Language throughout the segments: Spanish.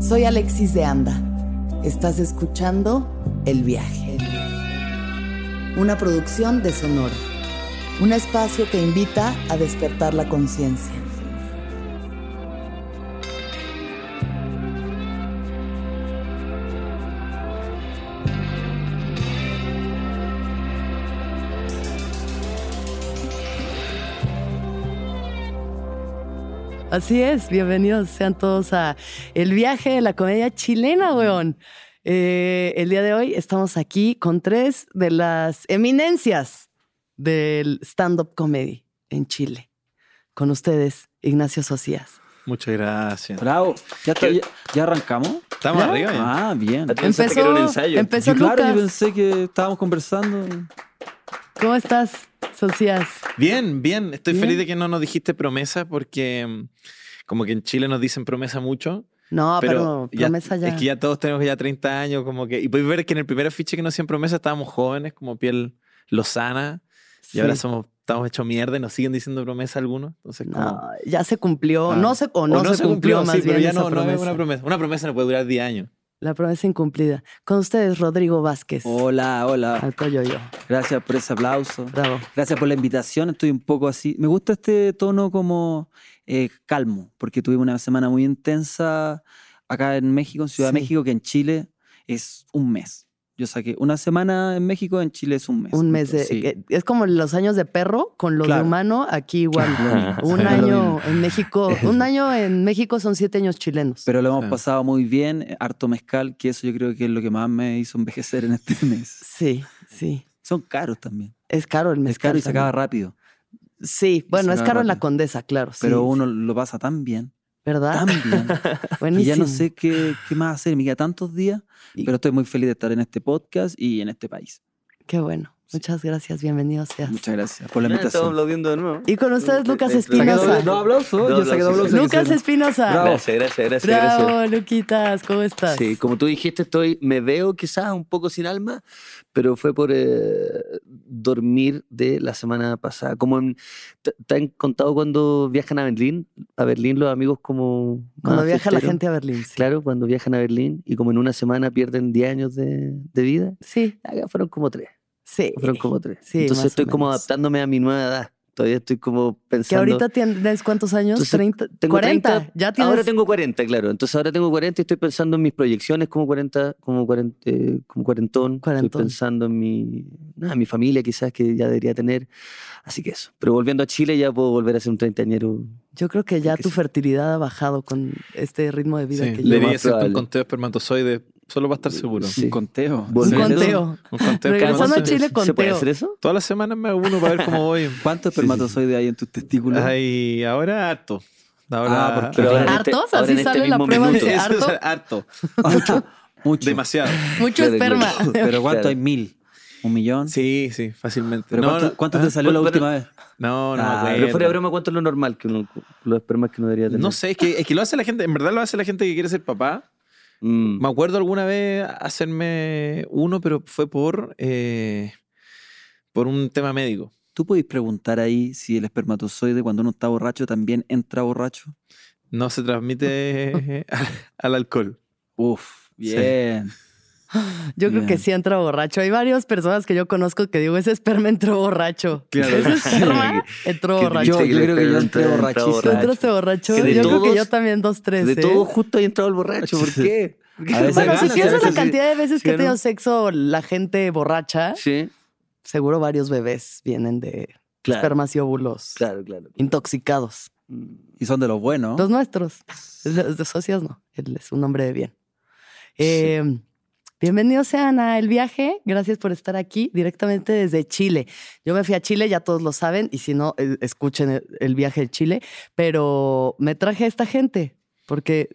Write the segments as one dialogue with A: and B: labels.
A: Soy Alexis de Anda. Estás escuchando El Viaje. Una producción de Sonora. Un espacio que invita a despertar la conciencia.
B: Así es, bienvenidos sean todos a El viaje de la comedia chilena, weón. Eh, el día de hoy estamos aquí con tres de las eminencias del stand-up comedy en Chile. Con ustedes, Ignacio Socias.
C: Muchas gracias.
D: Bravo. ¿Ya, está- ya, ya arrancamos?
C: Estamos arriba ¿eh? ya.
D: Ah, bien.
E: Ah, Pensaste que era un ensayo.
B: empezó
D: Yo, claro, yo
B: Lucas.
D: pensé que estábamos conversando.
B: ¿Cómo estás, Socias?
C: Bien, bien. Estoy
B: Bien.
C: feliz de que no nos dijiste promesa porque mm, como que en Chile nos dicen promesa mucho.
B: No,
C: pero
B: pero,
C: ya-
B: Ah, promesa ya.
C: Es que ya todos tenemos ya 30 años. como que Y podéis ver que en el primer afiche que nos hacían promesa estábamos jóvenes, como piel lozana. Y ahora
B: Sí.
C: somos, estamos hechos mierda y nos siguen diciendo promesa algunos. Entonces, como...
B: No, ya se cumplió,
C: Ah.
B: no se, o no, se, cumplió, más
C: sí,
B: bien
C: pero ya
B: esa
C: no, no es
B: promesa.
C: una promesa. Una promesa no puede durar 10 años.
B: La promesa incumplida. Con ustedes, Rodrigo Vázquez.
D: Hola, hola.
B: Al Coyoyo.
D: Gracias por ese aplauso.
B: Bravo.
D: Gracias por la invitación. Estoy un poco así. Me gusta este tono como eh, calmo, porque tuvimos una semana muy intensa acá en México, en Ciudad
B: Sí.
D: de México, que en Chile es un mes. Yo saqué una semana en México, en Chile es un mes.
B: Un mes de. eh,
D: Entonces, sí.
B: que- Es como los años de perro con lo
D: Claro.
B: de humano, aquí igual.
E: Ah,
B: Un
D: sí.
B: año en México, un año en México son siete años chilenos.
D: Pero lo hemos
C: Sí.
D: pasado muy bien, eh, harto mezcal, que eso yo creo que es lo que más me hizo envejecer en este mes.
B: Sí, sí.
D: Son caros también.
B: Es caro el mezcal.
D: Es caro y se
B: también.
D: acaba rápido.
B: Sí, bueno,
D: se
B: es
D: acaba
B: caro en la
D: rápido.
B: condesa, claro. sí,
D: Pero
B: sí. Ah,
D: uno lo pasa tan bien,
B: ¿Verdad?
D: tan bien. y
B: Buenísimo.
D: ya no sé qué, qué más hacer. Me queda tantos días,
B: Y-
D: pero estoy muy feliz de estar en este podcast y en este país.
B: Qué bueno.
D: Sí.
B: Muchas gracias, bienvenido seas.
D: Muchas gracias
C: Ah,
D: por la
E: Mira, Ah, Estamos
D: invitación.
E: aplaudiendo de nuevo.
B: Y con ustedes, Lucas
E: Le- le-
B: Espinosa.
E: le-
D: aplausos,
E: Dos aplausos, sí,
B: Lucas Espinosa.
D: Bravo.
E: Gracias, gracias, gracias. gracias.
B: Bravo, Luquitas, ¿cómo estás?
E: Sí, como tú dijiste, estoy, me veo quizás un poco sin alma, pero fue por eh, dormir de la semana pasada. Como en- te, te han contado cuando viajan a Berlín, a Berlín los amigos como...
B: Cuando
E: más
B: viaja la
E: fiesteros.
B: gente a Berlín. Sí.
E: Claro, cuando viajan a Berlín y como en una semana pierden 10 años de, de vida,
B: Sí,
E: acá fueron como tres.
B: sí.
E: Fueron como tres.
B: Sí, más
E: Entonces
B: o
E: estoy como
B: menos.
E: adaptándome a mi nueva edad. Todavía estoy como
B: Que
E: pensando...
B: ahorita tienes cuántos años?
E: Entonces,
B: 30,
E: tengo
B: 40.
E: 30,
B: ya tienes.
E: Ahora tengo 40, claro. Entonces ahora tengo 40 y estoy pensando en mis proyecciones como 40, como 40, eh, como cuarentón.
B: Cuarentón.
E: Estoy pensando en mi, nada, mi familia quizás que ya debería tener. Así que eso. Pero volviendo a Chile ya puedo volver a ser un treintañero.
B: Yo creo que ya
E: que
B: tu
E: sí.
B: fertilidad ha bajado con este ritmo de vida
C: Sí,
B: que
E: le-
B: llevas.
C: Debería
E: más
C: hacerte un
E: probable.
C: conteo de espermatozoides solo para estar seguro.
E: Sí.
D: Un conteo.
B: Un
E: Volviendo-
B: conteo.
C: Un conteo de
B: Regresando a
C: espermatozoides.
B: Chile,
E: ¿Se puede
B: conteo.
E: hacer eso?
C: Todas las semanas me hago uno para ver cómo voy.
D: ¿Cuántos
C: Sí, sí, sí.
D: espermatozoides hay en tus testículos?
C: Ay, ahora harto. Ahora
D: Ah, porque-
E: Pero ahora en este-
B: ¿Hartos?
E: ahora en
B: Así
E: este
B: sale la
E: mismo
B: prueba
E: minuto.
B: de
C: Eso es
B: harto.
C: harto.
D: Mucho, mucho.
C: Demasiado.
B: Mucho
E: Claro,
B: esperma.
E: claro.
D: Pero ¿cuánto
E: Claro.
D: hay? ¿Mil? ¿Un millón?
C: Sí, sí, fácilmente.
D: ¿Pero
C: no,
D: cuánto,
C: no,
D: cuánto
C: ¿Ah?
D: te salió la
E: Bueno, pero-
D: última vez?
C: No, no, me
D: Ah,
C: acuerdo.
E: Pero fuera de broma, ¿cuánto es lo normal que uno, los espermas que uno debería tener?
C: No sé, es que, es que lo hace la gente, en verdad lo hace la gente que quiere ser papá.
E: Mm.
C: Me acuerdo alguna vez hacerme uno, pero fue por, eh, por un tema médico.
D: ¿Tú podéis preguntar ahí si el espermatozoide cuando uno está borracho también entra borracho?
C: No se transmite eh, al, al alcohol.
D: Uf,
C: Sí.
D: bien.
B: Yo creo que
D: Bien.
B: sí entra borracho. Hay varias personas que yo conozco que digo, ese esperma entró borracho.
C: Claro.
B: Ese esperma entró
E: Qué
B: borracho.
E: triste
D: Yo- yo
E: le
D: creo que yo entré
E: pregunté,
D: borrachísimo.
B: Tú entraste borracho.
E: Que de
B: Yo creo que
E: todos-
B: yo también dos, tres.
E: De
B: ¿eh?
E: todo justo ahí entrado el borracho. ¿Por qué?
D: A
B: Bueno,
D: veces
B: si
D: ganas,
B: piensas
D: a
B: la
D: veces
B: cantidad de veces
E: sí,
B: que ha
E: ¿no?
B: tenido sexo la gente borracha,
E: Sí,
B: seguro varios bebés vienen de
E: claro.
B: espermas y óvulos
E: Claro, claro. Mm.
B: intoxicados.
D: Y son de los buenos.
B: Los nuestros. Los de socios no. Él es un hombre de bien.
D: Sí.
B: Eh, Bienvenidos sean a El Viaje. Gracias por estar aquí directamente desde Chile. Yo me fui a Chile, ya todos lo saben, y si no, eh, escuchen el, el viaje de Chile. Pero me traje a esta gente porque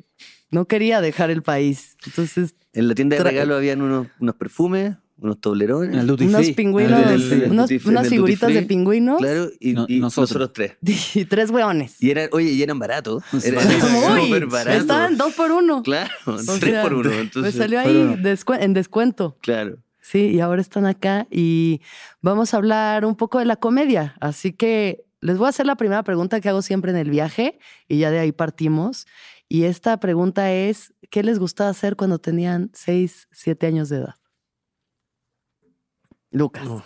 B: no quería dejar el país. Entonces,
E: En la tienda de
B: Tra-
E: regalo habían unos, unos perfumes, unos toblerones.
D: En el duty
B: unos
D: free.
B: pingüinos,
D: En el duty free.
E: del-
B: unos-
E: duty free,
B: unas
E: del duty
B: figuritas de
E: free.
B: pingüinos
E: Claro, y,
D: No-
E: y
D: nosotros.
E: nosotros. tres.
B: y tres hueones.
E: Y eran, oye, y eran baratos. Era,
D: Sí,
E: era
B: Muy,
E: súper barato.
B: Estaban dos por uno.
E: Claro, tres
B: sea,
E: por uno.
B: Me
E: Entonces,
B: salió ahí
E: fueron-
B: descu- en descuento.
E: Claro.
B: Sí, y ahora están acá y vamos a hablar un poco de la comedia. Así que les voy a hacer la primera pregunta que hago siempre en el viaje y ya de ahí partimos. Y esta pregunta es, ¿qué les gustaba hacer cuando tenían 6, 7 años de edad? Lucas.
C: Uf.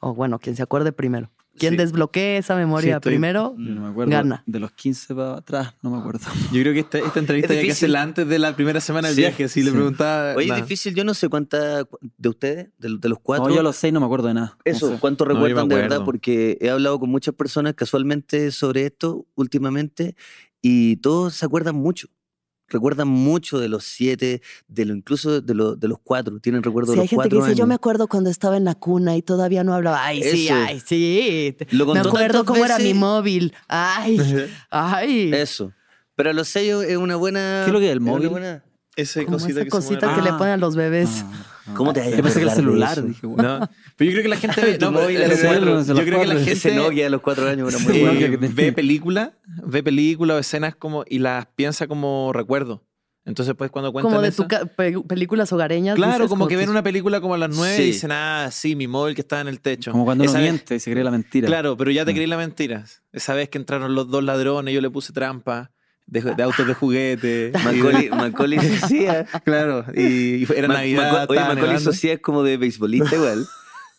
B: O bueno, quien se acuerde primero. Quien
C: Sí.
B: desbloquee esa memoria
C: Sí, estoy-
B: primero,
D: Yo no me acuerdo.
B: Gana.
D: De los 15 para atrás, no me acuerdo.
C: Yo creo que esta, esta entrevista hay
E: Es
C: que
E: difícil.
C: hacerla antes de la primera semana del
E: Sí,
C: viaje. Si le
D: sí.
C: preguntaba.
E: Oye,
C: nah.
E: es difícil, yo no sé cuánta cu- de ustedes, de, de los cuatro.
D: No, yo a los 6 no me acuerdo de nada.
E: Eso,
D: No sé.
E: cuánto
C: yo me
E: recuerdan de verdad,
C: acuerdo.
E: porque he hablado con muchas personas casualmente sobre esto últimamente y todos se acuerdan mucho. Recuerdan mucho de los siete, de lo incluso de, lo- de los cuatro. Tienen recuerdo
B: Si
E: de
B: hay
E: los
B: gente que
E: cuatro.
B: dice, yo me
E: años".
B: acuerdo cuando estaba en la cuna y todavía no hablaba. Ay, sí,
E: Eso.
B: ay, sí.
E: Lo
B: Me
E: contó
B: acuerdo
E: tantas
B: cómo era mi
E: veces,
B: móvil. Ay, ay.
E: Eso. Pero a los sellos es una buena.
D: ¿Qué es lo que es el
E: una
D: móvil?
E: buena-
C: Esa
B: Como
C: cosita
B: esa
C: que se
B: cosita que,
C: mueve.
D: mueve.
B: le
D: Ah.
B: ponen a los bebés.
D: Ah,
E: ¿Cómo te vas a
D: Yo pensé que era el
E: acordar de
D: celular.
E: eso?
D: Dije, bueno.
C: No. Pero yo creo que la gente ve.
E: Tu
C: No, pero-
E: móvil a los
C: ese-
D: cuatro, desde
C: yo
D: los
C: creo que la
D: cuatro.
C: gente.
E: Ese Nokia de los cuatro años era muy
C: eh,
E: bueno.
D: que tenía.
C: ve película, ve película o escenas como y las piensa como recuerdo. Entonces, pues cuando cuentan
B: Como de
C: esa-
B: tu ca- pe- películas hogareñas.
C: Claro,
B: dices,
C: como que ven
B: tus-
C: una película como a las nueve
E: Sí.
C: y dicen, ah, sí, mi móvil que estaba en el techo.
D: Como cuando uno
C: Esa vez-
D: miente y se cree la mentira.
C: Claro, pero ya te
D: Mm.
C: creí la mentira. Esa vez que entraron los dos ladrones, yo le puse trampa de, de autos de juguete. y de-
E: Macaulay, Macaulay Sociedad.
C: claro, y, y fue- era
E: Ma-
C: Navidad.
E: Maca- oye,
C: estaba
E: Macaulay
C: nevando.
E: Sociedad es como de beisbolista igual.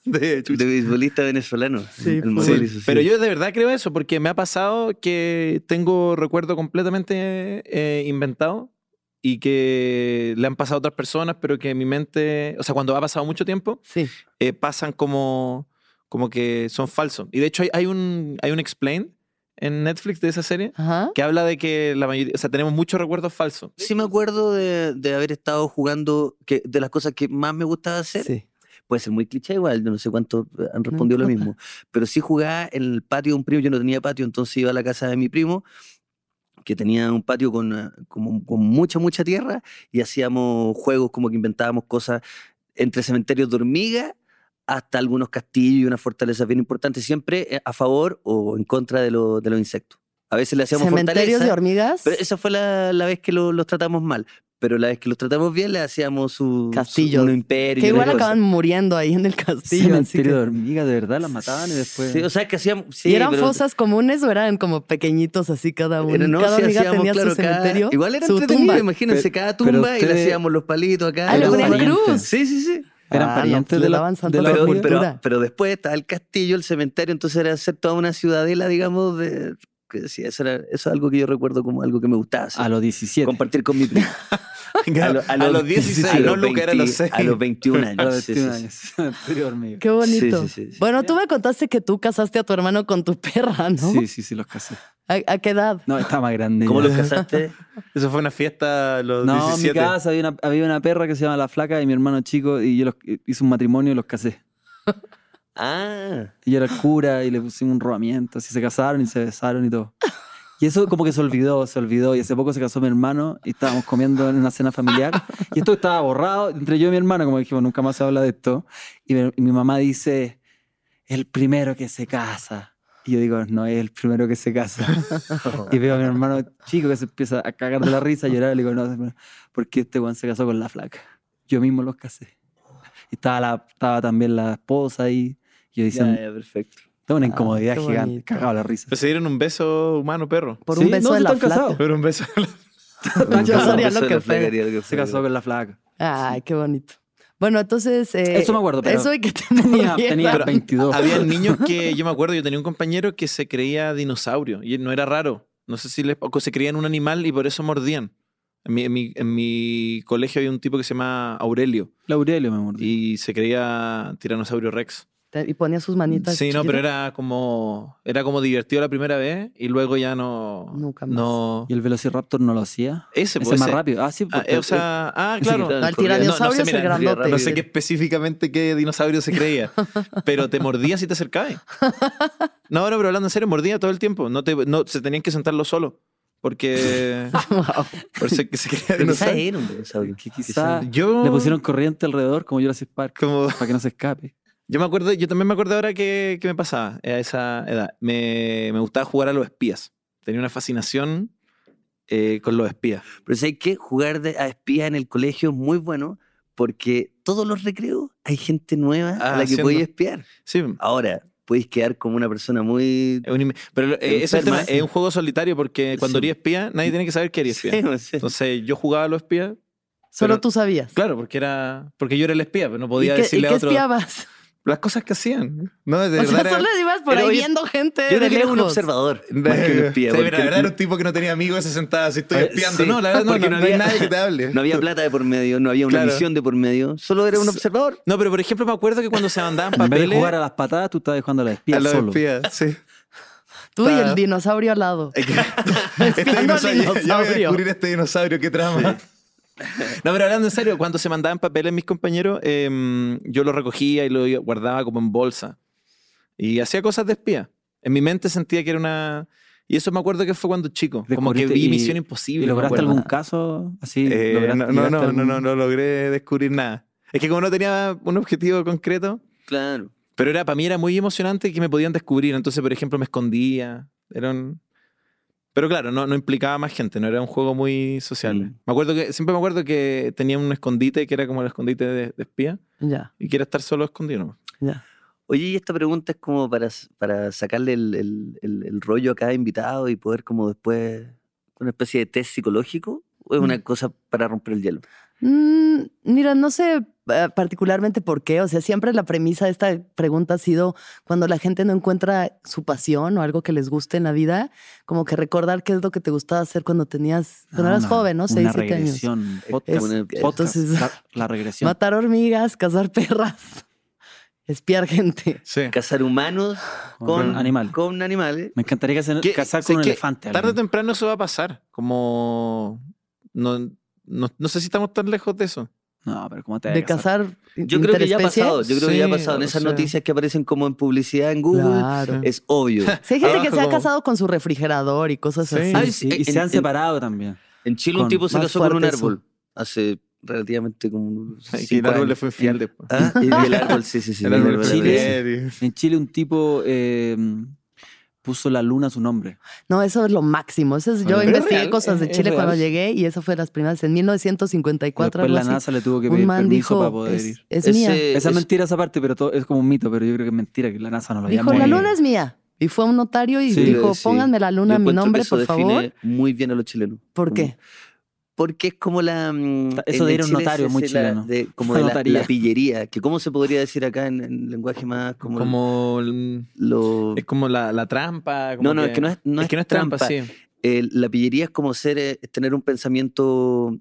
C: De-
E: de beisbolista venezolano.
B: Sí,
E: el
B: pues.
C: Sí,
E: Macaulay Sociedad.
C: pero yo de verdad creo eso, porque me ha pasado que tengo recuerdo completamente eh, inventado y que le han pasado a otras personas, pero que mi mente, o sea, cuando ha pasado mucho tiempo,
B: Sí.
C: eh, pasan como, como que son falsos. Y de hecho hay, hay un, hay un explain en Netflix de esa serie
B: Ajá.
C: que habla de que la mayoría, o sea, tenemos muchos recuerdos falsos.
E: Sí me acuerdo de, de haber estado jugando, que de las cosas que más me gustaba hacer,
B: Sí.
E: puede ser muy cliché igual, yo no sé cuántos han respondido lo
B: importa.
E: mismo, pero sí jugaba en el patio de un primo, yo no tenía patio, entonces iba a la casa de mi primo, que tenía un patio con, eh, como- con mucha, mucha tierra, y hacíamos juegos como que inventábamos cosas entre cementerios de hormigas hasta algunos castillos y unas fortalezas bien importantes, siempre eh, a favor o en contra de, lo- de los insectos. A veces le hacíamos
B: Cementerios
E: fortalezas.
B: de hormigas.
E: Pero esa fue la, la vez que lo- los tratamos mal. Pero la vez que los tratamos bien, le hacíamos su.
B: Castillos.
E: su- un imperio.
B: que
E: y una
B: igual
E: cosa.
B: acaban muriendo ahí en el castillo. así
D: Cementerio
B: que-
D: de hormigas, de verdad, las mataban y después.
E: Sí, o sea, que hacíamos. Sí,
B: ¿Y eran
E: pero-
B: fosas comunes o eran como pequeñitos así cada uno?
E: Era- no,
B: cada
E: sí,
B: hormiga
E: hacíamos,
B: tenía
E: claro,
B: su
E: cada-
B: cementerio.
E: igual era
B: su
E: entretenido,
B: tumba.
E: imagínense,
D: Pero-
E: cada
D: pero
E: tumba y le
D: ustedes-
E: hacíamos los palitos acá.
B: Ah, le
E: la
D: eran
B: ponían
E: montaña.
B: cruz.
E: Sí, sí, sí.
D: Eran
B: Ah, no,
D: parientes
B: le
D: de, la,
B: daban
D: de
B: santos
D: la
E: Pero,
B: Cultura.
E: pero, pero después estaba el castillo, el cementerio, entonces era hacer toda una ciudadela, digamos, de. que sí, eso, era- eso es algo que yo recuerdo como algo que me gustaba. hacer.
D: A los 17.
E: compartir con mi primo.
C: A, lo- a los 16,
E: a
C: no
E: los
C: Luca, era a los
E: 20,
C: 6.
E: A los 21 años.
D: A los
E: sí,
D: 21
E: sí, sí.
D: años. Cementerio de hormigas.
B: Qué bonito.
E: Sí, sí, sí, sí.
B: Bueno, tú me contaste que tú casaste a tu hermano con tu perra, ¿no?
D: Sí, sí, sí, los casé.
B: ¿A, a qué edad?
D: No, estaba más grande.
E: ¿Cómo
D: ya.
E: los casaste?
C: Eso fue una fiesta a los
D: No, en mi
C: 17.
D: casa había una, había una perra que se llama La Flaca y mi hermano chico y yo los, hice un matrimonio y los casé.
E: Ah,
D: Y era el cura y le pusimos un robamiento. Así se casaron y se besaron y todo. Y eso como que se olvidó, se olvidó. Y hace poco se casó mi hermano y estábamos comiendo en una cena familiar. Y esto estaba borrado entre yo y mi hermano, como dijimos, nunca más se habla de esto. Y mi, y mi mamá dice, el primero que se casa. Y yo digo, no es el primero que se casa. Y veo a mi hermano chico que se empieza a cagar de la risa, a llorar. Y le digo, no, porque este Juan se casó con la flaca. Yo mismo los casé. Y estaba, la, estaba también la esposa ahí. Y yo diciendo,
E: ya, ya, perfecto.
D: tengo una
B: Ah,
D: incomodidad
B: qué
D: gigante,
B: bonito.
D: cagado a la risa.
C: Pero se dieron un beso humano, perro.
B: Por
D: Sí,
B: un beso
D: no,
B: de
D: sí
B: la
D: están
B: flaca.
D: casados.
C: Pero un beso.
B: Yo sabía
E: Eso
B: lo
E: de
B: que fue.
E: la flaquería, lo que
D: Se
E: fue.
D: casó con la flaca.
B: Ay, qué bonito. Bueno, entonces. eh,
D: Eso me acuerdo, pero-
B: Eso y que te
D: Tenía,
B: murieras.
D: tenía
C: Pero-
D: 22.
C: Había niños que, yo me acuerdo, yo tenía un compañero que se creía dinosaurio y no era raro. No sé si les, o se creían un animal y por eso mordían. En mi, en mi- en mi colegio había un tipo que se llama Aurelio
D: Laurelio me mordió.
C: y se creía tiranosaurio rex.
B: Te- Y ponía sus manitas.
C: Sí, no, pero
B: chiquitas.
C: era como, era como divertido la primera vez y luego ya no.
B: Nunca más.
C: No.
D: ¿Y el Velociraptor no lo hacía?
C: Ese,
D: Ese
C: pues,
D: más
C: ese-
D: rápido. Ah, sí.
C: Ah,
D: porque-
C: eh, o sea, ah,
E: Ese que
C: claro.
E: estaba en
B: No, el
E: corrida.
B: tiranosaurio
C: No, no sé,
B: es
C: mira,
B: el
C: en realidad
B: grandote.
C: No sé qué específicamente qué dinosaurio se creía, pero te mordía si te acercabas. No, no, pero hablando en serio, mordía todo el tiempo. No te, no, se tenían que sentarlo solo. Porque.
B: Wow.
C: por eso que se creía
E: Pero quizá
C: dinosaurio.
E: era un dinosaurio.
D: que quizá
C: Yo.
D: le pusieron corriente alrededor como Jurassic Park
C: Como,
D: para que no se escape.
C: yo me acuerdo, yo también me acuerdo ahora que, que me pasaba eh, a esa edad. Me, me gustaba jugar a los espías. Tenía una fascinación eh, con los espías.
E: Pero ¿sabes qué? Jugar de, a espía en el colegio es muy bueno porque todos los recreos hay gente nueva
C: Ah,
E: a la que
C: haciendo-
E: podéis espiar.
C: Sí.
E: Ahora, podéis quedar como una persona muy...
C: Es un inme- Pero eh, ese es el tema,
E: Enferma.
C: es un juego solitario porque cuando
E: Sí.
C: eres espía, nadie tiene que saber que eres espía.
E: Sí, no sé.
C: Entonces yo jugaba a los espías,
B: Solo
C: Pero-
B: tú sabías.
C: claro, porque era porque yo era el espía, pero no
B: ¿Y
C: podía
B: qué, y
C: decirle
B: qué
C: a otro
B: espiabas?
C: las cosas que hacían. No, de
B: O
C: verdad.
B: sea,
C: era-
B: solo ibas por
C: Pero
B: ahí
C: oye,
B: viendo gente
E: Yo
B: de
E: creo que era un
B: lejos.
E: observador, más que un
C: Sí,
E: espía.
C: pero la
E: porque
C: verdad era un tipo que no tenía amigos, se sentaba así, estoy
E: Oye,
C: espiando.
E: sí.
C: No, la verdad no,
E: Porque
C: no,
E: no
C: no hay
E: había-
C: nadie que te hable.
E: No había plata de por medio, no había una
C: Claro.
E: misión de por medio, solo era un
C: S-
E: observador.
C: No, pero por ejemplo me acuerdo que cuando se mandaban
D: En vez de
C: papeles
D: jugar a las patadas, tú estabas jugando a las
C: a
D: espías
C: los
D: solo.
C: espías, sí.
B: Tú y el
C: Está-
B: dinosaurio al lado.
C: este
B: Espiando al
C: dinosaurio, ya voy a
B: dinosaurio.
C: descubrir este dinosaurio, qué trama. No, pero hablando en serio, cuando se mandaban papeles mis compañeros, em, yo los recogía y los iba- guardaba como en bolsa. Y hacía cosas de espía. En mi mente sentía que era una... Y eso me acuerdo que fue cuando chico. Como que
D: Descubriste
C: vi
D: y-
C: Misión
D: ¿Y
C: Imposible. me
D: lograste
C: acuerdo.
D: algún caso así?
C: Eh,
D: ¿Lograste-
C: no, no,
D: llegaste
C: no,
D: a
C: no,
D: algún-
C: no, no logré descubrir nada. Es que como no tenía un objetivo concreto,
E: Claro.
C: pero era para mí era muy emocionante que me podían descubrir. Entonces, por ejemplo, me escondía. Era un- Pero claro, no, no implicaba más gente, no era un juego muy social.
E: Mm.
C: Me acuerdo que, siempre me acuerdo que tenía un escondite que era como el escondite de, de espía
B: Ya,
C: y que era estar solo escondido. nomás.
B: ya.
E: Oye, y esta pregunta es como para, s- para sacarle el, el- el- el rollo a cada invitado y poder como después una especie de test psicológico o es
C: Mm.
E: una cosa para romper el hielo.
B: Mm, mira, no sé eh, particularmente por qué. O sea, siempre la premisa de esta pregunta ha sido cuando la gente no encuentra su pasión o algo que les guste en la vida, como que recordar qué es lo que te gustaba hacer cuando tenías, cuando
D: Ah,
B: eras
D: una-
B: joven, ¿no? Seis,
D: Una
B: siete años.
D: regresión.
E: Es-
D: Podcast.
E: una-
D: podcast,
B: entonces-
D: la, la regresión.
B: Matar hormigas, cazar perras, espiar gente.
C: Sí.
E: Cazar humanos
D: Con
E: con,
D: animales.
E: con animales.
D: Me encantaría cazar,
C: ¿Qué-
D: cazar
C: sé
D: con un
C: que
D: elefante.
C: Tarde o
D: alguien.
C: temprano eso va a pasar. Como... No, no, no sé si estamos tan lejos de eso.
D: No, pero ¿cómo te vas a
B: De cazar.
E: Yo creo que ya ha
B: interespecie.
E: pasado, yo creo que ya ha
C: Sí,
E: pasado. En
C: o
E: esas
C: sea-
E: noticias que aparecen como en publicidad en Google,
B: Claro.
E: es obvio.
B: Si hay gente que
C: Abajo
B: se ha
C: como-
B: casado con su refrigerador y cosas
C: Sí.
B: así.
E: Ah,
D: Sí, sí,
E: en-
D: y se han
E: en-
D: separado también.
E: En Chile un
D: Con-
E: tipo se
B: más
E: casó con un
B: fuerte eso.
E: árbol hace relativamente como unos
C: Y que el
E: cinco
C: árbol
E: años.
C: le fue infiel después.
E: Ah, y el árbol, sí, sí, sí.
C: El
E: el
C: árbol
E: árbol
C: fue
D: Chile.
E: aparece.
C: infiel y-
D: En Chile un tipo eh, puso la luna a su nombre.
B: No, eso es lo máximo. Eso es- yo
C: Pero es
B: investigué
D: real,
B: cosas de
D: es- es
B: Chile cuando
D: real.
B: llegué y eso fue las primeras. En 1954,
D: Después
B: algo
E: pues
D: la
B: así,
D: NASA le tuvo que
B: un
D: pedir
B: man
D: permiso
B: dijo,
D: para poder
B: es, eh,
D: ir.
B: es
E: Ese-
B: mía.
D: Esa es
E: es-
D: mentira esa parte, pero todo, es como un mito, pero yo creo que es mentira, que la NASA no lo había
B: Dijo, la
D: movido.
B: luna es mía. Y fue a un notario y
D: Sí,
B: dijo,
E: sí.
B: pónganme la
E: Yo
B: luna a mi
E: encuentro que
B: nombre,
E: eso
B: por favor.
E: define Muy bien a los chilenos.
B: ¿Por
E: Como-
B: qué?
E: Porque es como la. mm,
D: Ta- eso
E: en-
D: de
E: en
D: ir a un
E: Chile
D: notario
E: se
D: muy
E: hace la-
D: chileno.
E: de- como de la,
D: Notaría.
E: la pillería. Que ¿Cómo se podría decir acá en, en lenguaje más como.
C: Como... el-
E: lo,
C: Es como la, la trampa. como
E: no, no, es que no es, no
C: es que no es trampa, sí.
E: El- la pillería es como ser, eh, es tener un pensamiento